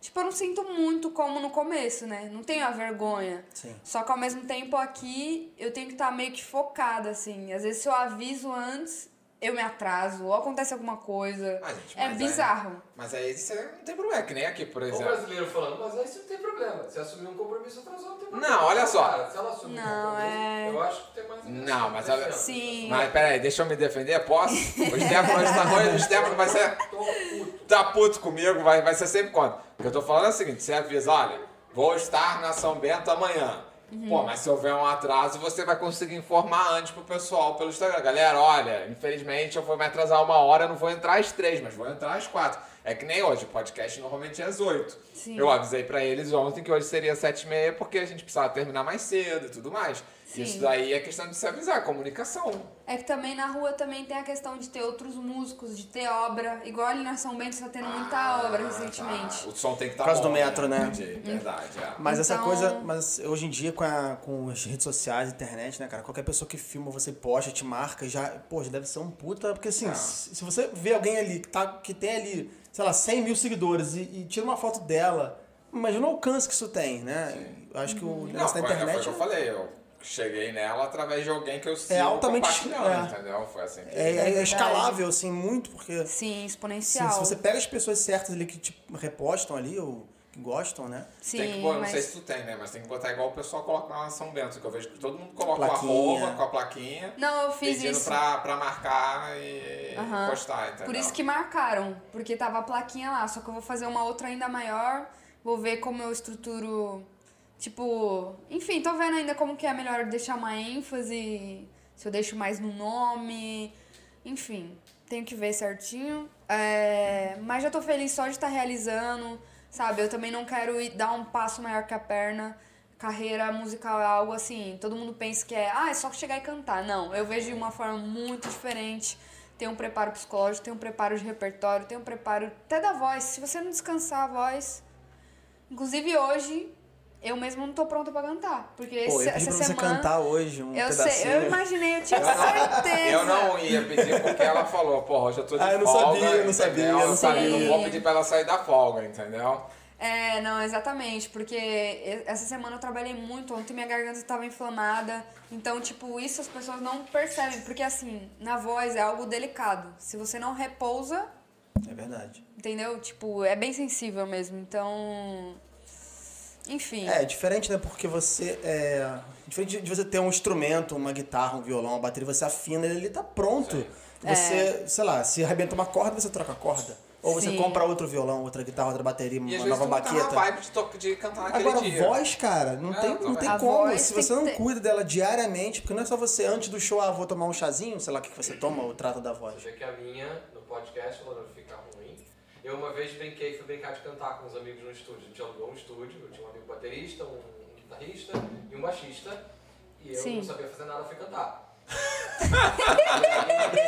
[SPEAKER 3] Tipo, eu não sinto muito como no começo, né? Não tenho a vergonha.
[SPEAKER 1] Sim.
[SPEAKER 3] Só que ao mesmo tempo aqui eu tenho que estar meio que focada, assim. Às vezes se eu aviso antes, eu me atraso, ou acontece alguma coisa.
[SPEAKER 2] Ah, gente,
[SPEAKER 3] é
[SPEAKER 2] mas
[SPEAKER 3] bizarro.
[SPEAKER 2] Mas aí você não tem problema, é que nem aqui, por
[SPEAKER 4] O
[SPEAKER 2] exemplo.
[SPEAKER 4] brasileiro falando, mas aí isso não tem problema. Se assumir um compromisso atrasado, não tem problema.
[SPEAKER 2] Não, olha só.
[SPEAKER 4] Cara, se ela assumir
[SPEAKER 3] Não,
[SPEAKER 4] um compromisso,
[SPEAKER 3] é-
[SPEAKER 4] eu acho que tem mais.
[SPEAKER 2] Não, mas olha-
[SPEAKER 3] Sim.
[SPEAKER 2] Mas peraí, deixa eu me defender,
[SPEAKER 3] [LAUGHS]
[SPEAKER 2] posso? O Stefano hoje tá ruim, o Stefano vai ser.
[SPEAKER 4] Tô puto.
[SPEAKER 2] Tá puto comigo, vai, vai ser sempre contra. O que eu tô falando é o seguinte: você avisa, olha, vou estar na São Bento amanhã.
[SPEAKER 3] Uhum.
[SPEAKER 2] Pô, mas se houver um atraso, você vai conseguir informar antes pro pessoal pelo Instagram. Galera, olha, infelizmente eu vou me atrasar uma hora, eu não vou entrar às três, mas vou entrar às quatro. É que nem hoje, o podcast normalmente é às oito.
[SPEAKER 3] Sim.
[SPEAKER 2] Eu avisei pra eles ontem que hoje seria sete e meia, porque a gente precisava terminar mais cedo e tudo mais.
[SPEAKER 3] Sim.
[SPEAKER 2] Isso daí é questão de se avisar, comunicação.
[SPEAKER 3] É que também na rua também tem a questão de ter outros músicos, de ter obra. Igual ali na São Bento tá tendo muita obra recentemente.
[SPEAKER 2] Ah, Tá. O som tem que estar
[SPEAKER 1] Por causa do metro, né?
[SPEAKER 2] Entendi, verdade, é.
[SPEAKER 1] Mas essa
[SPEAKER 3] Então-
[SPEAKER 1] coisa, mas hoje em dia com, a- com as redes sociais, internet, né, cara? Qualquer pessoa que filma, você posta, te marca, já, pô, já deve ser um puta. Porque assim,
[SPEAKER 2] Ah.
[SPEAKER 1] se, se você vê alguém ali que, tá, que tem ali, sei lá, 100 mil seguidores e, e tira uma foto dela, imagina o alcance que isso tem, né? Eu acho que o
[SPEAKER 2] Não,
[SPEAKER 1] negócio
[SPEAKER 2] foi,
[SPEAKER 1] da
[SPEAKER 2] foi o
[SPEAKER 1] internet é-
[SPEAKER 2] que eu falei, eu cheguei nela através de alguém que eu sigo
[SPEAKER 1] altamente-
[SPEAKER 2] compartilhando,
[SPEAKER 1] é.
[SPEAKER 2] entendeu? Foi assim que...
[SPEAKER 1] é, é- é escalável, assim, muito, porque
[SPEAKER 3] Sim,
[SPEAKER 1] assim,
[SPEAKER 3] exponencial.
[SPEAKER 1] se você pega as pessoas certas ali que te repostam ali, ou que gostam, né?
[SPEAKER 3] Sim,
[SPEAKER 2] tem que, pô, não
[SPEAKER 3] mas
[SPEAKER 2] sei se tu tem, né? Mas tem que botar igual o pessoal coloca lá na São Bento, que eu vejo que todo mundo coloca o
[SPEAKER 1] Plaquinha.
[SPEAKER 2] arroba com a plaquinha,
[SPEAKER 3] Não, eu fiz
[SPEAKER 2] pedindo
[SPEAKER 3] isso.
[SPEAKER 2] pra, pra marcar e
[SPEAKER 3] Aham.
[SPEAKER 2] postar, entendeu?
[SPEAKER 3] Por isso que marcaram, porque tava a plaquinha lá, só que eu vou fazer uma outra ainda maior, vou ver como eu estruturo, tipo, enfim, tô vendo ainda como que é melhor deixar uma ênfase, se eu deixo mais no nome, enfim, tenho que ver certinho, É, mas já tô feliz só de estar realizando, sabe, eu também não quero ir dar um passo maior que a perna, carreira musical é algo assim, todo mundo pensa que é, ah, é só chegar e cantar, não, eu vejo de uma forma muito diferente, tem um preparo psicológico, tem um preparo de repertório, tem um preparo até da voz. Se você não descansar a voz. Inclusive hoje, eu mesmo não tô pronta pra cantar. Porque
[SPEAKER 1] Pô,
[SPEAKER 3] esse-
[SPEAKER 1] eu pedi
[SPEAKER 3] essa
[SPEAKER 1] pra você
[SPEAKER 3] semana.
[SPEAKER 1] cantar hoje um
[SPEAKER 3] eu
[SPEAKER 1] pedacinho.
[SPEAKER 3] sei, eu
[SPEAKER 1] [LAUGHS]
[SPEAKER 3] imaginei, eu tinha
[SPEAKER 2] Eu não-
[SPEAKER 3] certeza.
[SPEAKER 2] Eu não ia pedir porque ela falou, porra, hoje eu tô de
[SPEAKER 1] Ah, eu não
[SPEAKER 2] folga.
[SPEAKER 1] sabia, eu não sabia,
[SPEAKER 2] entendeu?
[SPEAKER 1] eu não
[SPEAKER 2] sabia,
[SPEAKER 3] sabia.
[SPEAKER 2] Não vou pedir pra ela sair da folga, entendeu?
[SPEAKER 3] É, não, exatamente, porque e- essa semana eu trabalhei muito, ontem minha garganta estava inflamada, então, tipo, isso as pessoas não percebem, porque assim, na voz é algo delicado. Se você não repousa,
[SPEAKER 1] É verdade.
[SPEAKER 3] entendeu? Tipo, é bem sensível mesmo, então. Enfim.
[SPEAKER 1] É, diferente, né? Porque você. É... Diferente de você ter um instrumento, uma guitarra, um violão, uma bateria, você afina ele, ele tá pronto. Você, sei lá, se arrebenta uma corda, você troca a corda. Ou você
[SPEAKER 3] É. Sim.
[SPEAKER 1] compra outro violão, outra guitarra, outra bateria,
[SPEAKER 2] E às
[SPEAKER 1] uma nova
[SPEAKER 2] vezes tu não tá na
[SPEAKER 1] baqueta.
[SPEAKER 2] vibe de, to- de cantar naquele
[SPEAKER 1] Agora,
[SPEAKER 2] dia.
[SPEAKER 1] voz, cara, não
[SPEAKER 2] É,
[SPEAKER 1] tem, não
[SPEAKER 2] também.
[SPEAKER 1] tem
[SPEAKER 3] A
[SPEAKER 1] como.
[SPEAKER 3] voz
[SPEAKER 1] Se
[SPEAKER 3] tem
[SPEAKER 1] você não
[SPEAKER 3] que ter-
[SPEAKER 1] cuida dela diariamente, porque não é só você antes do show, ah, vou tomar um chazinho, sei lá o que que você toma ou trata da voz.
[SPEAKER 4] Você vê que a minha, no podcast, ela não fica ruim. Eu uma vez brinquei, fui brincar de cantar com os amigos no estúdio. A gente alugou um estúdio, eu tinha um amigo baterista, um guitarrista e um baixista. E eu
[SPEAKER 3] Sim.
[SPEAKER 4] não sabia fazer nada, fui cantar. Na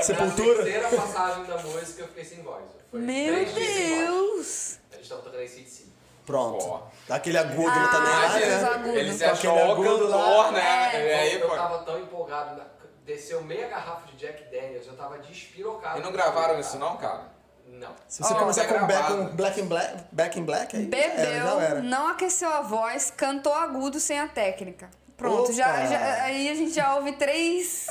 [SPEAKER 1] Sepultura?
[SPEAKER 4] terceira passagem da música, eu fiquei sem voz. Foi
[SPEAKER 3] Meu
[SPEAKER 4] três dias sem voz.
[SPEAKER 3] Deus!
[SPEAKER 4] Eles estavam tocando em si
[SPEAKER 1] Pronto.
[SPEAKER 2] Pô.
[SPEAKER 1] Dá aquele agudo não também
[SPEAKER 3] Ah,
[SPEAKER 1] lá,
[SPEAKER 3] Jesus,
[SPEAKER 1] né?
[SPEAKER 3] agudo.
[SPEAKER 2] Ele se
[SPEAKER 1] Com
[SPEAKER 2] achou
[SPEAKER 1] aquele
[SPEAKER 2] o
[SPEAKER 1] agudo
[SPEAKER 2] cantor,
[SPEAKER 1] lá.
[SPEAKER 2] é né?
[SPEAKER 3] É.
[SPEAKER 2] E aí,
[SPEAKER 4] eu
[SPEAKER 2] pô.
[SPEAKER 4] tava tão empolgado, na- desceu meia garrafa de Jack Daniels, eu tava despirocado.
[SPEAKER 2] E não gravaram isso não, cara?
[SPEAKER 4] Não.
[SPEAKER 1] Se você
[SPEAKER 2] Ó,
[SPEAKER 1] começar
[SPEAKER 2] tá
[SPEAKER 1] com Back,
[SPEAKER 2] gravado.
[SPEAKER 1] com black, in black, back in Black, aí já era, já
[SPEAKER 3] Bebeu,
[SPEAKER 1] era.
[SPEAKER 3] não aqueceu a voz, cantou agudo sem a técnica. Pronto, já,
[SPEAKER 1] Opa!
[SPEAKER 3] já- aí a gente já ouve três.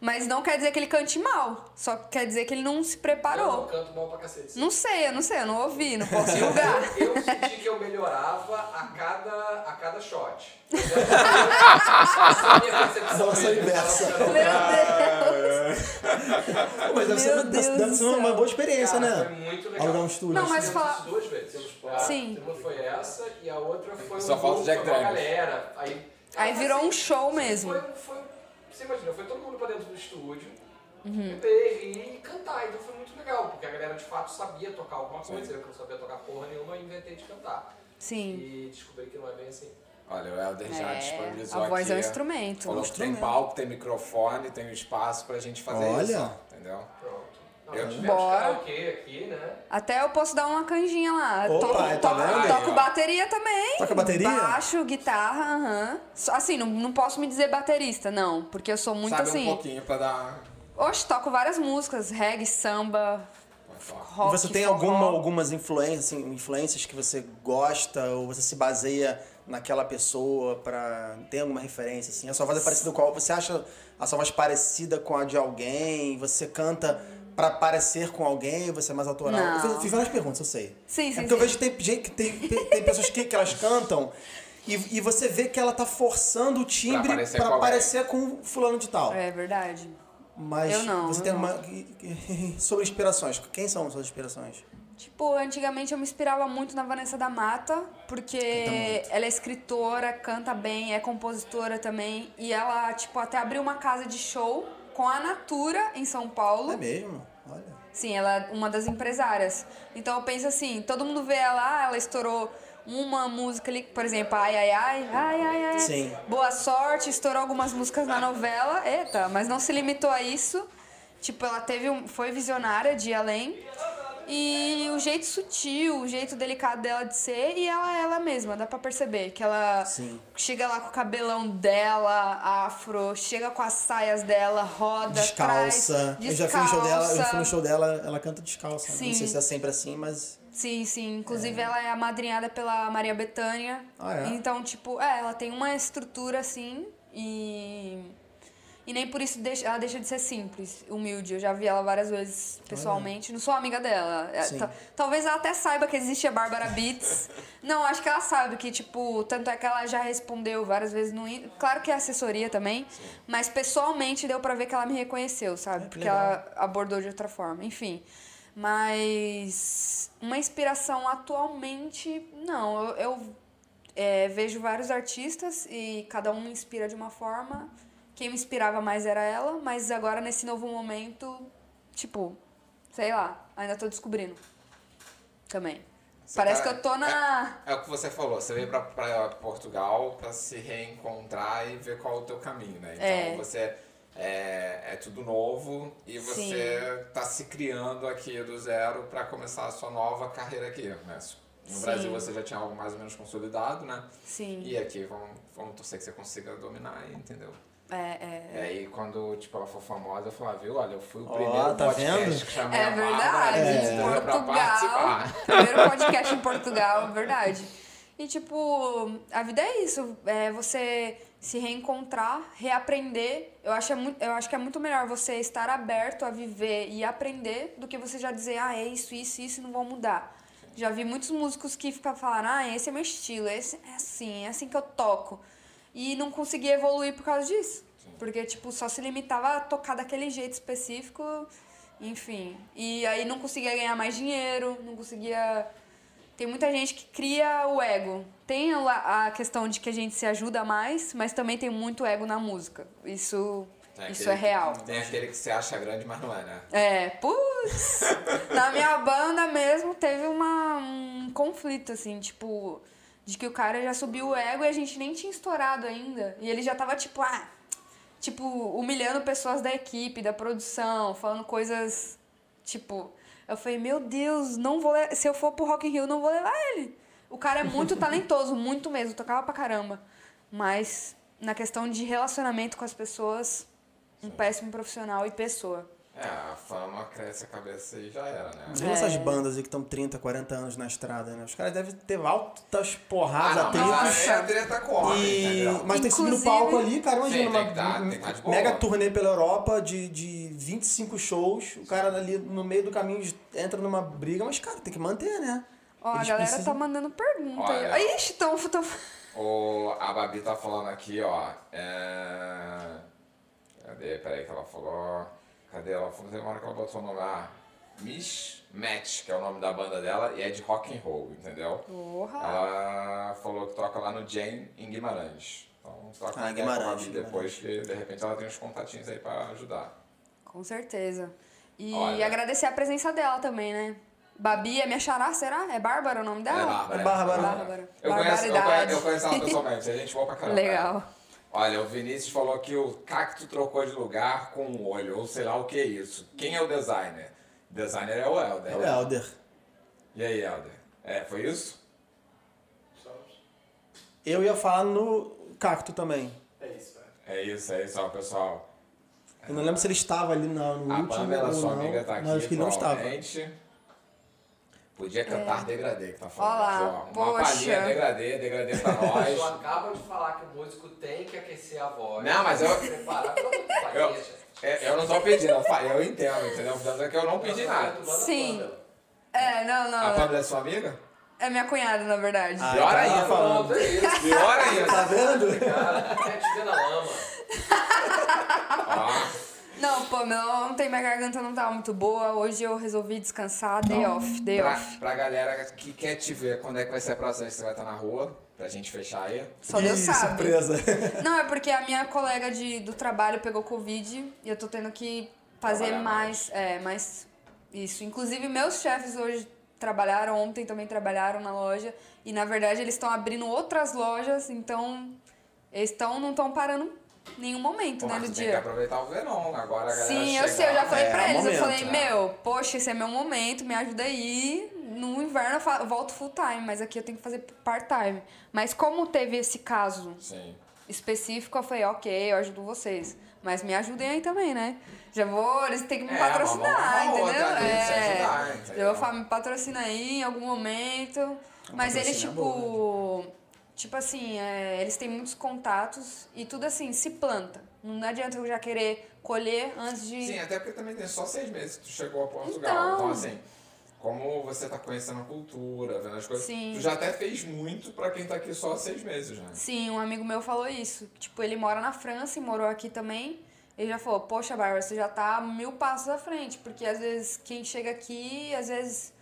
[SPEAKER 3] Mas não quer dizer que ele cante mal, só quer dizer que ele não se
[SPEAKER 4] Eu não
[SPEAKER 3] preparou.
[SPEAKER 4] canto mal pra cacete.
[SPEAKER 3] Não sei, eu não sei, eu não ouvi, não posso
[SPEAKER 2] [LAUGHS]
[SPEAKER 3] julgar.
[SPEAKER 4] Eu senti que eu melhorava a cada, a cada
[SPEAKER 2] [LAUGHS]
[SPEAKER 4] shot. Essa é a minha percepção.
[SPEAKER 1] Relação inversa.
[SPEAKER 3] Meu Deus!
[SPEAKER 1] Pô, Ah, mas deve ser,
[SPEAKER 3] Meu
[SPEAKER 1] deve-
[SPEAKER 3] Deus
[SPEAKER 1] deve
[SPEAKER 3] do
[SPEAKER 1] ser uma
[SPEAKER 3] céu.
[SPEAKER 1] boa experiência,
[SPEAKER 4] Cara, Foi
[SPEAKER 1] né?
[SPEAKER 4] muito legal.
[SPEAKER 1] Alugar um estúdio.
[SPEAKER 6] Não, mas-
[SPEAKER 4] Fizemos
[SPEAKER 6] fala-
[SPEAKER 4] isso duas vezes.
[SPEAKER 7] Ah,
[SPEAKER 3] Sim.
[SPEAKER 4] Uma foi essa e a outra foi
[SPEAKER 2] Só
[SPEAKER 4] um
[SPEAKER 2] falta o
[SPEAKER 4] grupo,
[SPEAKER 2] Jack
[SPEAKER 4] foi uma
[SPEAKER 2] Daniels.
[SPEAKER 4] galera. Aí, é, assim,
[SPEAKER 3] Aí virou um show mesmo.
[SPEAKER 4] Foi, foi, você imagina, foi todo mundo pra dentro do estúdio,
[SPEAKER 3] Uhum.
[SPEAKER 4] beber, rir e cantar. Então foi muito legal, porque a galera de fato sabia tocar alguma coisa. Eu que não sabia tocar porra nenhuma, eu inventei de cantar.
[SPEAKER 3] Sim. É,
[SPEAKER 4] E descobri que não é bem assim.
[SPEAKER 2] Olha, o Helder já disponibilizou
[SPEAKER 3] a
[SPEAKER 2] aqui.
[SPEAKER 3] voz é um instrumento.
[SPEAKER 2] Falou que tem palco, tem microfone, tem um espaço pra gente fazer
[SPEAKER 1] Olha.
[SPEAKER 2] isso. Entendeu?
[SPEAKER 4] Pronto. Não,
[SPEAKER 2] Eu-
[SPEAKER 4] tivemos
[SPEAKER 3] Bora.
[SPEAKER 4] karaokê aqui, né?
[SPEAKER 3] Até eu posso dar uma canjinha lá.
[SPEAKER 1] Opa,
[SPEAKER 3] toco,
[SPEAKER 1] tá
[SPEAKER 3] toco-
[SPEAKER 1] vendo?
[SPEAKER 3] toco
[SPEAKER 2] Aí, ó.
[SPEAKER 3] bateria também.
[SPEAKER 1] Toca bateria?
[SPEAKER 3] Baixo, guitarra, aham. Só- Assim, não, não posso me dizer baterista, não. Porque eu sou muito
[SPEAKER 2] Sabe
[SPEAKER 3] assim.
[SPEAKER 2] um pouquinho pra dar.
[SPEAKER 3] Oxe, toco várias músicas, reggae, samba, rock.
[SPEAKER 1] E você tem
[SPEAKER 3] forró.
[SPEAKER 1] alguma, algumas influências, assim, influências que você gosta ou você se baseia naquela pessoa pra ter alguma referência assim? A sua voz é parecida com a, você acha a sua voz parecida com a de alguém? Você canta pra parecer com alguém? Você é mais autoral?
[SPEAKER 3] Não.
[SPEAKER 1] Eu fiz, fiz várias perguntas, eu sei.
[SPEAKER 3] Sim,
[SPEAKER 1] é
[SPEAKER 3] sim,
[SPEAKER 1] porque eu
[SPEAKER 3] sim.
[SPEAKER 1] vejo que tem gente que tem, tem, tem pessoas que, que elas cantam e, e você vê que ela tá forçando o timbre
[SPEAKER 2] parecer com
[SPEAKER 1] pra
[SPEAKER 2] alguém.
[SPEAKER 1] parecer com fulano de tal.
[SPEAKER 3] É verdade.
[SPEAKER 1] Mas
[SPEAKER 3] Eu não,
[SPEAKER 1] você
[SPEAKER 3] eu
[SPEAKER 1] tem
[SPEAKER 3] não.
[SPEAKER 1] uma [LAUGHS] sobre inspirações. Quem são suas inspirações?
[SPEAKER 3] Tipo, antigamente eu me inspirava muito na Vanessa da Mata, porque ela é escritora, canta bem, é compositora também. E ela, tipo, até abriu uma casa de show com a Natura em São Paulo.
[SPEAKER 1] É mesmo? Olha.
[SPEAKER 3] Sim, ela é uma das empresárias. Então eu penso assim, todo mundo vê ela, ah, ela estourou uma música ali, por exemplo, ai ai ai, ai ai ai.
[SPEAKER 1] Sim.
[SPEAKER 3] Boa sorte, estourou algumas músicas na novela. Eita, mas não se limitou a isso. Tipo, ela teve um, foi visionária de ir além. E o jeito sutil, o jeito delicado dela de ser, e ela é ela mesma, dá pra perceber que ela
[SPEAKER 1] Sim.
[SPEAKER 3] chega lá com o cabelão dela, afro, chega com as saias dela, roda, traz,
[SPEAKER 1] Descalça. Eu já fui no show dela, eu fui no
[SPEAKER 3] descalça.
[SPEAKER 1] show dela, ela canta descalça.
[SPEAKER 3] Sim.
[SPEAKER 1] Não sei se é sempre assim, mas.
[SPEAKER 3] Sim, sim. Inclusive, ela é amadrinhada pela Maria Bethânia.
[SPEAKER 1] Ah, é?
[SPEAKER 3] Então, tipo, é, ela tem uma estrutura assim e. E nem por isso deixa, ela deixa de ser simples, humilde. Eu já vi ela várias vezes pessoalmente. Não sou amiga dela. É,
[SPEAKER 1] Sim.
[SPEAKER 3] ta- Talvez ela até saiba que existe a Bárbara Beats. Não, acho que ela sabe que, tipo, tanto é que ela já respondeu várias vezes no. in- Claro que é assessoria também, mas pessoalmente deu pra ver que ela me reconheceu,
[SPEAKER 2] Ah,
[SPEAKER 3] sabe? Porque
[SPEAKER 1] legal.
[SPEAKER 3] ela abordou de outra forma, enfim. Mas uma inspiração atualmente, não. Eu, eu, é, vejo vários artistas e cada um me inspira de uma forma. Quem me inspirava mais era ela, mas agora nesse novo momento, tipo, sei lá, ainda tô descobrindo. Também.
[SPEAKER 2] Você
[SPEAKER 3] Parece
[SPEAKER 2] tá-
[SPEAKER 3] que eu tô na.
[SPEAKER 2] É o que você falou, você veio pra, pra Portugal pra se reencontrar e ver qual é o teu caminho, né? Então
[SPEAKER 3] É.
[SPEAKER 2] você é, é tudo novo e você tá se criando aqui do zero pra começar a sua nova carreira aqui, né? No
[SPEAKER 3] Sim.
[SPEAKER 2] Brasil você já tinha algo mais ou menos consolidado, né?
[SPEAKER 3] Sim.
[SPEAKER 2] E aqui vamos, vamos torcer que você consiga dominar, entendeu?
[SPEAKER 3] É, é.
[SPEAKER 2] E aí, quando tipo, ela for famosa, eu falava, viu, olha, eu fui o
[SPEAKER 1] Ó,
[SPEAKER 2] primeiro
[SPEAKER 1] tá
[SPEAKER 2] podcast
[SPEAKER 1] vendo?
[SPEAKER 2] que chamou
[SPEAKER 3] É
[SPEAKER 2] a Bárbara
[SPEAKER 3] verdade.
[SPEAKER 2] Beatz
[SPEAKER 3] Em
[SPEAKER 2] pra
[SPEAKER 3] Portugal.
[SPEAKER 2] participar.
[SPEAKER 3] Primeiro podcast em Portugal, verdade. E, tipo, a vida é isso. É você se reencontrar, reaprender. Eu acho, é muito, eu acho que é muito melhor você estar aberto a viver e aprender do que você já dizer, ah, é isso, isso, isso, não vou mudar. Já vi muitos músicos que ficam falando, ah, esse é meu estilo, esse é assim, é assim que eu toco. E não conseguia evoluir por causa disso. Porque, tipo, só se limitava a tocar daquele jeito específico, enfim. E aí não conseguia ganhar mais dinheiro, não conseguia. Tem muita gente que cria o ego. Tem a la- a questão de que a gente se ajuda mais, mas também tem muito ego na música. Isso,
[SPEAKER 2] Tem
[SPEAKER 3] isso
[SPEAKER 2] aquele
[SPEAKER 3] é real.
[SPEAKER 2] que- Tem aquele que você acha grande, mas não é, né?
[SPEAKER 3] É, putz! Na minha banda mesmo teve uma, um conflito, assim, tipo, de que o cara já subiu o ego e a gente nem tinha estourado ainda. E ele já tava tipo, ah, tipo, humilhando pessoas da equipe, da produção, falando coisas, tipo. Eu falei, meu Deus, não vou le- se eu for pro Rock in Rio, não vou levar ele. O cara é muito talentoso, muito mesmo, tocava pra caramba. Mas na questão de relacionamento com as pessoas, um péssimo profissional e pessoa.
[SPEAKER 2] É, a fama cresce a cabeça e já era,
[SPEAKER 3] Uhum.
[SPEAKER 2] né?
[SPEAKER 1] Vê essas
[SPEAKER 3] É.
[SPEAKER 1] bandas aí que estão 30, 40 anos na estrada, né? Os caras devem ter altas porradas,
[SPEAKER 2] Ah, não, mas é
[SPEAKER 1] atritos.
[SPEAKER 2] aí a treta com homem,
[SPEAKER 1] E...
[SPEAKER 2] entendeu?
[SPEAKER 1] Mas tem que subir no
[SPEAKER 3] Inclusive-
[SPEAKER 1] palco ali, cara. Imagina
[SPEAKER 2] Sim,
[SPEAKER 1] uma
[SPEAKER 2] tem que dar- tem que dar de boa.
[SPEAKER 1] mega turnê pela Europa de, de 25 shows. O cara ali no meio do caminho entra numa briga, mas, cara, tem que manter, né?
[SPEAKER 3] Ó, a
[SPEAKER 1] Eles
[SPEAKER 3] galera
[SPEAKER 1] precisam-
[SPEAKER 3] tá mandando pergunta. aí.
[SPEAKER 2] Olha.
[SPEAKER 3] Ixi, tão, tão...
[SPEAKER 2] O, a Babi tá falando aqui, ó. É... Cadê? Peraí que ela falou. Cadê ela? Foi uma hora que ela botou o nome lá. Miss Match, que é o nome da banda dela, e é de rock and roll, entendeu?
[SPEAKER 3] Porra!
[SPEAKER 2] Ela falou que toca lá no Jane em Guimarães. Então toca
[SPEAKER 1] Ah,
[SPEAKER 2] uma ideia com a
[SPEAKER 1] Guimarães,
[SPEAKER 2] Babi depois que de repente ela tem uns contatinhos aí pra ajudar.
[SPEAKER 3] Com certeza. E
[SPEAKER 2] Olha.
[SPEAKER 3] agradecer a presença dela também, né? Babi é minha xará, será? É Bárbara o nome dela?
[SPEAKER 2] É Bárbara.
[SPEAKER 1] É Bárbara.
[SPEAKER 3] Bárbara.
[SPEAKER 2] Eu conheço, eu conheço,
[SPEAKER 3] Barbaridade.
[SPEAKER 2] eu conheço ela pessoalmente, a gente
[SPEAKER 3] [LAUGHS]
[SPEAKER 2] boa pra caramba.
[SPEAKER 1] né?
[SPEAKER 3] Legal.
[SPEAKER 2] Olha, o Vinícius falou que o cacto trocou de lugar com o olho, ou sei lá o que é isso. Quem é o designer? O designer é o Helder.
[SPEAKER 1] É o Helder.
[SPEAKER 2] E aí, Helder? É, foi isso?
[SPEAKER 5] Somos.
[SPEAKER 1] Eu ia falar no Cacto também.
[SPEAKER 5] É isso, velho.
[SPEAKER 2] É isso, é isso, ó, pessoal.
[SPEAKER 1] Eu não lembro se ele estava ali na- no
[SPEAKER 2] É. A
[SPEAKER 1] último
[SPEAKER 2] Pamela,
[SPEAKER 1] ou
[SPEAKER 2] sua
[SPEAKER 1] não,
[SPEAKER 2] amiga, tá aqui.
[SPEAKER 1] mas acho que ele não estava.
[SPEAKER 2] provavelmente. Podia cantar degradê, que tá
[SPEAKER 3] Ó lá,
[SPEAKER 2] falando. aqui, ó. Uma
[SPEAKER 3] É. poxa.
[SPEAKER 2] palhinha, degradê, degradê pra nós.
[SPEAKER 4] Tu
[SPEAKER 3] [LAUGHS]
[SPEAKER 4] acaba de falar que o músico tem que aquecer a voz.
[SPEAKER 2] Não, mas eu-
[SPEAKER 4] tem que Preparar pra outra
[SPEAKER 2] [LAUGHS] Eu-
[SPEAKER 4] palhinha, gente.
[SPEAKER 2] É, eu não tô pedindo, eu fa- eu entendo, entendeu? O problema é que eu não pedi nada.
[SPEAKER 3] Sim. É, não,
[SPEAKER 2] A
[SPEAKER 3] não.
[SPEAKER 2] Pamela é sua amiga?
[SPEAKER 3] É minha cunhada, na verdade.
[SPEAKER 1] tá. Ah,
[SPEAKER 2] Pior
[SPEAKER 1] então ela
[SPEAKER 2] ainda.
[SPEAKER 1] tá falando.
[SPEAKER 4] Pronto, é isso.
[SPEAKER 2] Pior ainda.
[SPEAKER 1] Tá vendo?
[SPEAKER 2] tá
[SPEAKER 4] Cara, é te na lama.
[SPEAKER 2] Ó.
[SPEAKER 3] Não, Pamela, ontem minha garganta não tava muito boa. Hoje eu resolvi descansar. Day off, day
[SPEAKER 2] Pra,
[SPEAKER 3] off.
[SPEAKER 2] pra galera que quer te ver, quando é que vai ser a próxima vez que você vai estar na rua? Pra gente fechar aí.
[SPEAKER 3] Só Deus
[SPEAKER 1] Ih, é
[SPEAKER 3] sabe.
[SPEAKER 1] surpresa.
[SPEAKER 3] Não, é porque a minha colega de, do trabalho pegou Covid e eu tô tendo que fazer
[SPEAKER 2] Trabalhar
[SPEAKER 3] mais, é, mais isso. Inclusive, meus chefes hoje trabalharam, ontem também trabalharam na loja. E na verdade eles estão abrindo outras lojas, então eles tão, não estão parando em nenhum momento,
[SPEAKER 2] Pô,
[SPEAKER 3] né,
[SPEAKER 2] mas
[SPEAKER 3] do
[SPEAKER 2] tu tem que
[SPEAKER 3] dia.
[SPEAKER 2] aproveitar o verão. né? Agora a galera
[SPEAKER 3] Sim,
[SPEAKER 2] chega,
[SPEAKER 3] eu sei, eu já falei
[SPEAKER 1] é, é
[SPEAKER 3] pra
[SPEAKER 1] o
[SPEAKER 3] eles, eu
[SPEAKER 1] momento,
[SPEAKER 3] falei,
[SPEAKER 1] né?
[SPEAKER 3] meu, poxa, esse é meu momento, me ajuda aí. No inverno eu fa- eu volto full time, mas aqui eu tenho que fazer part-time. Mas como teve esse caso
[SPEAKER 2] Sim.
[SPEAKER 3] específico, eu falei, ok, eu ajudo vocês. Mas me ajudem aí também, né? Já vou, eles têm que me
[SPEAKER 2] É, uma mão
[SPEAKER 3] patrocinar,
[SPEAKER 2] na
[SPEAKER 3] entendeu?
[SPEAKER 2] outra, tem que se
[SPEAKER 3] é,
[SPEAKER 2] ajudar, entendeu?
[SPEAKER 3] já vou falar, me patrocina aí em algum momento. Mas eles,
[SPEAKER 1] patrocínio é
[SPEAKER 3] tipo.
[SPEAKER 2] né?
[SPEAKER 3] Tipo assim, é, eles têm muitos contatos e tudo assim, se planta. Não adianta eu já querer colher antes de.
[SPEAKER 2] Sim, até porque também tem só seis meses que tu chegou a Portugal. Então,
[SPEAKER 3] Então.
[SPEAKER 2] assim, como você tá conhecendo a cultura, vendo as coisas,
[SPEAKER 3] Sim.
[SPEAKER 2] tu já até fez muito pra quem tá aqui só há seis meses, né?
[SPEAKER 3] Sim, um amigo meu falou isso. Tipo, ele mora na França e morou aqui também. Ele já falou, poxa, Bárbara, você já tá mil passos à frente. Porque às vezes quem chega aqui, às vezes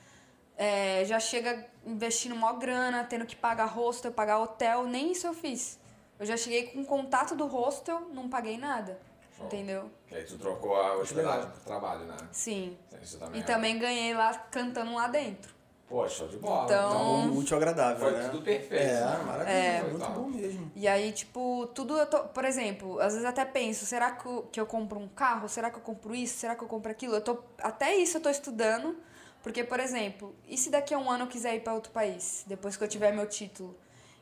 [SPEAKER 3] é, já chega investindo mó grana, tendo que pagar hostel, pagar hotel. Nem isso eu fiz. Eu já cheguei com contato do hostel, não paguei nada.
[SPEAKER 2] Show.
[SPEAKER 3] Entendeu?
[SPEAKER 2] Que aí tu trocou a hospedagem
[SPEAKER 1] legal.
[SPEAKER 2] pro trabalho, né?
[SPEAKER 3] Sim.
[SPEAKER 2] Isso também
[SPEAKER 3] E
[SPEAKER 2] é-
[SPEAKER 3] também ganhei lá cantando lá dentro.
[SPEAKER 2] Pô, show de bola.
[SPEAKER 3] Então-
[SPEAKER 1] Então, útil ao agradável,
[SPEAKER 2] É um foi
[SPEAKER 1] né?
[SPEAKER 2] tudo perfeito.
[SPEAKER 1] É,
[SPEAKER 2] né?
[SPEAKER 1] maravilhoso.
[SPEAKER 2] É.
[SPEAKER 1] muito bom mesmo.
[SPEAKER 3] E aí, tipo, tudo eu tô. Por exemplo, às vezes até penso, será que eu, que eu compro um carro? Será que eu compro isso? Será que eu compro aquilo? Eu tô, até isso eu tô estudando. Porque, por exemplo, e se daqui a um ano eu quiser ir para outro país, depois que eu tiver meu título?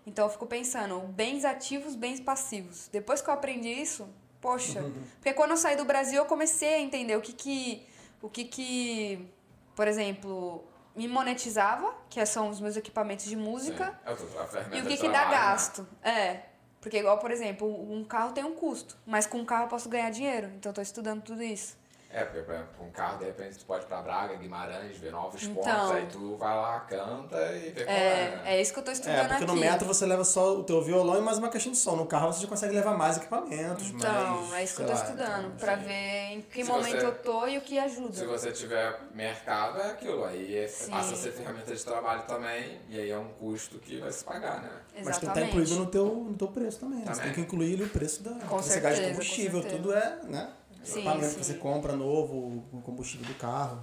[SPEAKER 3] Então eu fico pensando, bens ativos, bens passivos. Depois que eu aprendi isso, poxa. Porque quando eu saí do Brasil, eu comecei a entender o que que. O que que. Por exemplo, me monetizava, que são os meus equipamentos de música.
[SPEAKER 2] Sim. É o teu tra- ferramenta
[SPEAKER 3] E o
[SPEAKER 2] de
[SPEAKER 3] que, que dá
[SPEAKER 2] trabalho, né?
[SPEAKER 3] gasto? É. Porque, igual, por exemplo, um carro tem um custo, mas com um carro eu posso ganhar dinheiro. Então, eu tô estudando tudo isso.
[SPEAKER 2] É, porque, por exemplo, com um carro, de repente, tu pode ir pra Braga, Guimarães, ver novos
[SPEAKER 3] Então.
[SPEAKER 2] pontos, aí tu vai lá, canta e vê qual é.
[SPEAKER 3] É, é isso que eu tô
[SPEAKER 1] É,
[SPEAKER 3] estudando
[SPEAKER 1] porque
[SPEAKER 3] aqui.
[SPEAKER 1] no metro você leva só o teu violão e mais uma caixinha de som. No carro você já consegue levar mais equipamentos,
[SPEAKER 3] Então,
[SPEAKER 1] mais,
[SPEAKER 3] é isso que
[SPEAKER 1] sei
[SPEAKER 3] eu tô
[SPEAKER 1] lá,
[SPEAKER 3] estudando,
[SPEAKER 1] então,
[SPEAKER 3] pra
[SPEAKER 1] enfim.
[SPEAKER 3] ver em que
[SPEAKER 2] Se
[SPEAKER 3] momento
[SPEAKER 2] você-
[SPEAKER 3] eu tô e o que ajuda.
[SPEAKER 2] Se você tiver mercado, é aquilo. Aí é-
[SPEAKER 3] Sim.
[SPEAKER 2] passa a ser ferramenta de trabalho também, e aí é um custo que vai se pagar,
[SPEAKER 1] é.
[SPEAKER 2] né?
[SPEAKER 1] Mas tem que
[SPEAKER 3] Exatamente.
[SPEAKER 1] estar incluído no teu, no teu preço também. né? Você
[SPEAKER 2] Também.
[SPEAKER 1] tem que incluir ali o preço da que você
[SPEAKER 3] certeza,
[SPEAKER 1] gasta de
[SPEAKER 3] com
[SPEAKER 1] combustível.
[SPEAKER 3] certeza.
[SPEAKER 1] Tudo é, né?
[SPEAKER 3] Sim,
[SPEAKER 1] equipamento
[SPEAKER 3] sim.
[SPEAKER 1] que você compra novo, o combustível do carro.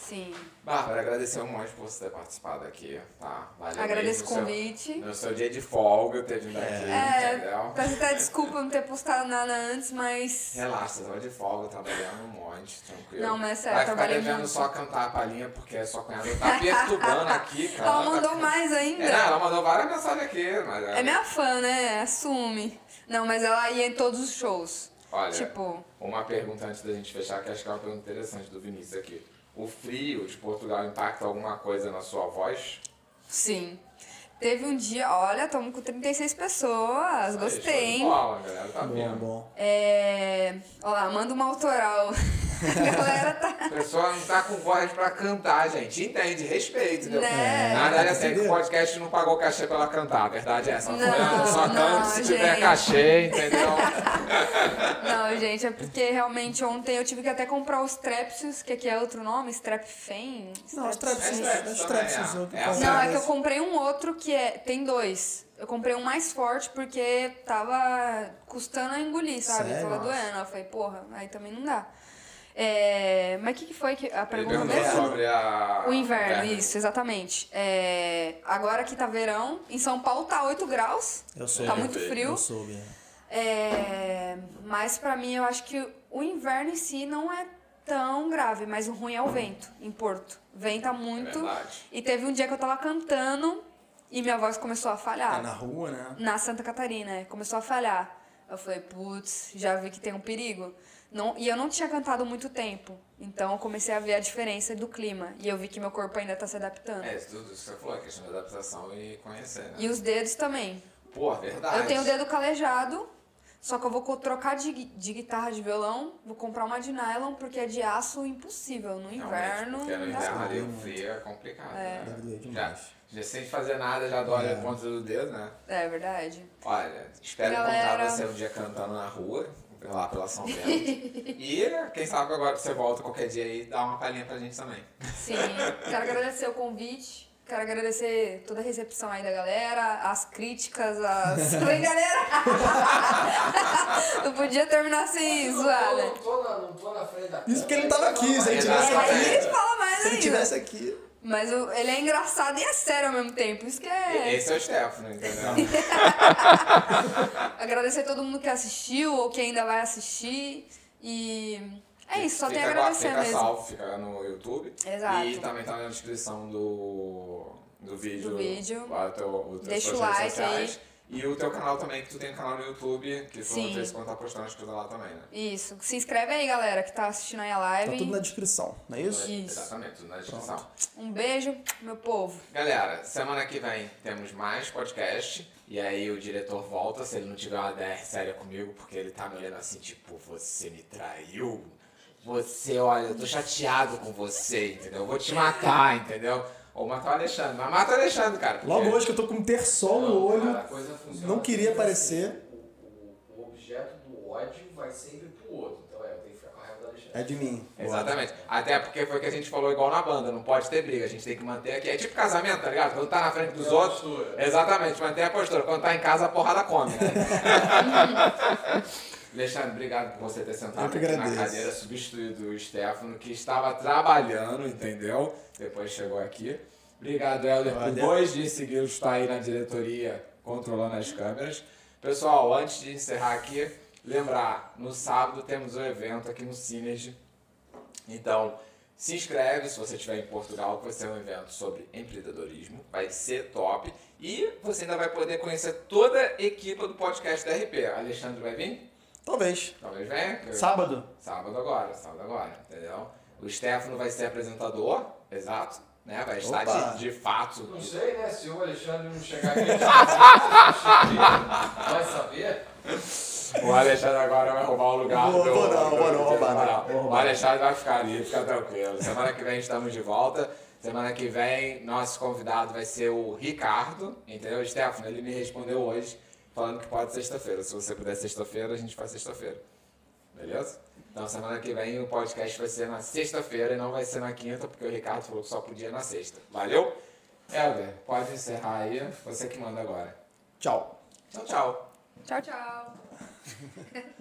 [SPEAKER 3] Sim.
[SPEAKER 2] Bárbara, agradecer um monte por você ter participado aqui, tá? Valeu
[SPEAKER 3] Agradeço
[SPEAKER 2] mesmo,
[SPEAKER 3] o
[SPEAKER 2] seu-
[SPEAKER 3] convite. É.
[SPEAKER 2] No seu dia de folga, ter vindo aqui, entendeu?
[SPEAKER 3] Peço até desculpa não ter postado nada antes, mas.
[SPEAKER 2] Relaxa, você tava de folga, trabalhando um monte, tranquilo.
[SPEAKER 3] Não, mas é sério,
[SPEAKER 2] Vai ficar
[SPEAKER 3] trabalhei
[SPEAKER 2] devendo
[SPEAKER 3] muito.
[SPEAKER 2] só cantar a palhinha, porque a sua cunhada tá
[SPEAKER 3] [LAUGHS]
[SPEAKER 2] perturbando aqui, cara.
[SPEAKER 3] Ela mandou
[SPEAKER 2] mais.
[SPEAKER 3] mais ainda.
[SPEAKER 2] É, não, ela mandou várias mensagens aqui, mas.
[SPEAKER 3] É minha fã, né? Assume. Não, mas ela ia em todos os shows.
[SPEAKER 2] Olha,
[SPEAKER 3] Tipo.
[SPEAKER 2] uma pergunta antes da gente fechar, que acho que é uma pergunta interessante do Vinícius aqui. O frio de Portugal impacta alguma coisa na sua voz?
[SPEAKER 3] Sim. Teve um dia, olha, estamos com 36 pessoas,
[SPEAKER 2] Aí, show
[SPEAKER 3] gostei,
[SPEAKER 2] de
[SPEAKER 3] hein?
[SPEAKER 2] bola, galera, tá
[SPEAKER 1] Bom,
[SPEAKER 2] vendo?
[SPEAKER 1] bom.
[SPEAKER 3] É... Olha lá, manda uma autoral. [LAUGHS] A galera tá.
[SPEAKER 2] A pessoa não tá com voz pra cantar, gente. Entende, respeito. Né?
[SPEAKER 3] Né?
[SPEAKER 2] Na verdade, assim,
[SPEAKER 1] Entendeu?
[SPEAKER 2] o podcast não pagou cachê pra ela cantar. A verdade é essa. Ela foi-
[SPEAKER 3] Não,
[SPEAKER 2] só
[SPEAKER 3] não,
[SPEAKER 2] canta se tiver
[SPEAKER 3] gente.
[SPEAKER 2] cachê,
[SPEAKER 3] [LAUGHS]
[SPEAKER 2] entendeu?
[SPEAKER 3] Não, gente, é porque realmente ontem eu tive que até comprar os Trepsius, que aqui é outro nome, Strepfen.
[SPEAKER 1] Não, os traps,
[SPEAKER 2] Straps
[SPEAKER 1] os
[SPEAKER 2] também,
[SPEAKER 1] traps, os
[SPEAKER 2] é.
[SPEAKER 1] outros.
[SPEAKER 2] É, Essa
[SPEAKER 3] Não, é que eu comprei um outro que é. Tem dois. Eu comprei um mais forte porque tava custando a engolir, sabe?
[SPEAKER 1] Sério?
[SPEAKER 3] Tava doendo. Eu falei, porra, aí também não dá. É, mas o que, que foi que a
[SPEAKER 2] Ele
[SPEAKER 3] pergunta
[SPEAKER 2] perguntou
[SPEAKER 3] mesmo?
[SPEAKER 2] sobre a...
[SPEAKER 3] O inverno,
[SPEAKER 2] É.
[SPEAKER 3] isso, exatamente. É, agora que tá verão, em São Paulo tá 8 graus.
[SPEAKER 1] Eu soube.
[SPEAKER 3] Tá muito frio.
[SPEAKER 1] Eu soube. é.
[SPEAKER 3] É, mas pra mim eu acho que o inverno em si não é tão grave, mas o ruim é o vento em Porto. Venta
[SPEAKER 2] É
[SPEAKER 3] muito.
[SPEAKER 2] verdade.
[SPEAKER 3] E teve um dia que eu tava cantando e minha voz começou a falhar.
[SPEAKER 1] É na rua, né?
[SPEAKER 3] Na Santa Catarina, é, começou a falhar. Eu falei, putz, já vi que tem um perigo. Não, e eu não tinha cantado muito tempo. Então eu comecei a ver a diferença do clima. E eu vi que meu corpo ainda tá se adaptando.
[SPEAKER 2] É, isso tudo que você falou, a questão da adaptação e conhecer, né?
[SPEAKER 3] E os dedos também.
[SPEAKER 2] Pô, é verdade.
[SPEAKER 3] Eu tenho o dedo calejado, só que eu vou co- trocar de, gui- de guitarra de violão, vou comprar uma de nylon, porque é de aço impossível. No
[SPEAKER 2] Realmente,
[SPEAKER 3] inverno.
[SPEAKER 2] Porque é no
[SPEAKER 3] não dá.
[SPEAKER 2] inverno ali o
[SPEAKER 1] muito.
[SPEAKER 2] frio é complicado,
[SPEAKER 1] Deve doer
[SPEAKER 2] né? Já,
[SPEAKER 1] demais.
[SPEAKER 2] já sem fazer nada, já dói
[SPEAKER 1] É.
[SPEAKER 2] a ponta do dedo, né?
[SPEAKER 3] É verdade.
[SPEAKER 2] Olha, espero
[SPEAKER 3] Galera.
[SPEAKER 2] encontrar você um dia cantando na rua, lá pela
[SPEAKER 3] [LAUGHS]
[SPEAKER 2] São Bento. e quem sabe agora você volta qualquer dia e dá uma palhinha pra gente também.
[SPEAKER 3] Sim, quero agradecer o convite. Quero agradecer toda a recepção aí da galera, as críticas, as. Oi, galera! Não podia terminar assim, zoada.
[SPEAKER 4] Não tô, na, não tô na frente da
[SPEAKER 1] Isso porque ele
[SPEAKER 4] câmera,
[SPEAKER 1] não tava
[SPEAKER 4] então
[SPEAKER 1] aqui, se ele
[SPEAKER 2] É,
[SPEAKER 1] tivesse
[SPEAKER 2] mas
[SPEAKER 3] Aí a
[SPEAKER 1] aqui.
[SPEAKER 3] gente fala mais
[SPEAKER 1] Se ele
[SPEAKER 3] ainda.
[SPEAKER 1] tivesse aqui.
[SPEAKER 3] Mas o- ele é engraçado e é sério ao mesmo tempo. Isso que
[SPEAKER 2] E-
[SPEAKER 3] é.
[SPEAKER 2] Esse é o Stefano, entendeu?
[SPEAKER 3] Agradecer a todo mundo que assistiu ou que ainda vai assistir. E é isso, só tem
[SPEAKER 2] Fica
[SPEAKER 3] a
[SPEAKER 2] agora-
[SPEAKER 3] agradecer
[SPEAKER 2] fica
[SPEAKER 3] mesmo.
[SPEAKER 2] salvo, fica no YouTube.
[SPEAKER 3] Exato.
[SPEAKER 2] E também tá na descrição do, do vídeo.
[SPEAKER 3] Do vídeo.
[SPEAKER 2] lá, o teu, o teu
[SPEAKER 3] Deixa o
[SPEAKER 2] suas redes
[SPEAKER 3] like aí.
[SPEAKER 2] sociais. E o teu canal também, que tu tem um canal no YouTube, que tu
[SPEAKER 3] Sim.
[SPEAKER 2] de vez em quando tá postando as coisas lá também, né?
[SPEAKER 3] Isso. Se inscreve aí, galera, que tá assistindo aí a
[SPEAKER 1] Tá tudo na
[SPEAKER 3] live.
[SPEAKER 1] descrição, não é isso?
[SPEAKER 3] Isso.
[SPEAKER 2] Tá Exatamente, tudo na descrição.
[SPEAKER 3] Um beijo, meu povo.
[SPEAKER 2] Galera, semana que vem temos mais podcast. E aí o diretor volta, se ele não tiver uma DR séria comigo, porque ele tá me olhando assim, tipo, você me traiu. Você, olha, eu tô chateado com você, entendeu? Eu vou te matar, entendeu? Ou matar o Alexandre. Mas mata o Alexandre, cara. porque-
[SPEAKER 1] Logo hoje que eu tô com um terçol
[SPEAKER 4] Não,
[SPEAKER 1] no olho.
[SPEAKER 4] cara, a coisa funciona
[SPEAKER 1] não queria
[SPEAKER 4] sempre
[SPEAKER 1] aparecer.
[SPEAKER 4] assim. O, o- o objeto do ódio vai sempre pro outro. Então é, eu tenho que ficar com a raiva do Alexandre.
[SPEAKER 1] É de mim.
[SPEAKER 2] Exatamente. Até porque foi o que a gente falou igual na banda, não pode ter briga, a gente tem que manter aqui. É tipo casamento, tá ligado? Quando tá na frente dos
[SPEAKER 4] É a
[SPEAKER 2] outros.
[SPEAKER 4] postura.
[SPEAKER 2] Exatamente, manter a postura. Quando tá em casa, a porrada come,
[SPEAKER 1] [LAUGHS]
[SPEAKER 2] né? Alexandre, obrigado por você ter sentado
[SPEAKER 1] Eu que
[SPEAKER 2] aqui na
[SPEAKER 1] agradeço.
[SPEAKER 2] cadeira, substituído o Stefano, que estava trabalhando, entendeu? Depois chegou aqui. Obrigado, Helder, por
[SPEAKER 1] Valeu.
[SPEAKER 2] dois dias seguidos estar aí na diretoria controlando as câmeras. Pessoal, antes de encerrar aqui, lembrar, no sábado temos um evento aqui no Synergy. Então, se inscreve se você estiver em Portugal, que vai ser um evento sobre empreendedorismo, vai ser top. E você ainda vai poder conhecer toda a equipe do podcast da RP. Alexandre vai vir?
[SPEAKER 1] Talvez.
[SPEAKER 2] Talvez venha. que eu-
[SPEAKER 1] Sábado.
[SPEAKER 2] Sábado agora, sábado agora, entendeu? O Stefano vai ser apresentador, exato, né? Vai estar
[SPEAKER 1] Opa.
[SPEAKER 2] de, de fato.
[SPEAKER 4] Não sei, né? Se o Alexandre não chegar
[SPEAKER 1] [LAUGHS]
[SPEAKER 4] aqui, a gente vai saber.
[SPEAKER 2] O Alexandre agora vai roubar o lugar
[SPEAKER 1] Vou-
[SPEAKER 2] do.
[SPEAKER 1] vou não,
[SPEAKER 2] do-
[SPEAKER 1] vou não,
[SPEAKER 2] do-
[SPEAKER 1] roubar não.
[SPEAKER 2] do- O Alexandre vai ficar ali, fica tranquilo. Semana que vem estamos de volta. Semana que vem, nosso convidado vai ser o Ricardo, entendeu? Stefano, ele me respondeu hoje, falando que pode sexta-feira. Se você puder sexta-feira, a gente faz sexta-feira. Beleza? Então, semana que vem o podcast vai ser na sexta-feira e não vai ser na quinta, porque o Ricardo falou que só podia na sexta. Valeu? Helder, pode encerrar aí. Você que manda agora.
[SPEAKER 1] Tchau.
[SPEAKER 2] Tchau, tchau.
[SPEAKER 3] Tchau, tchau.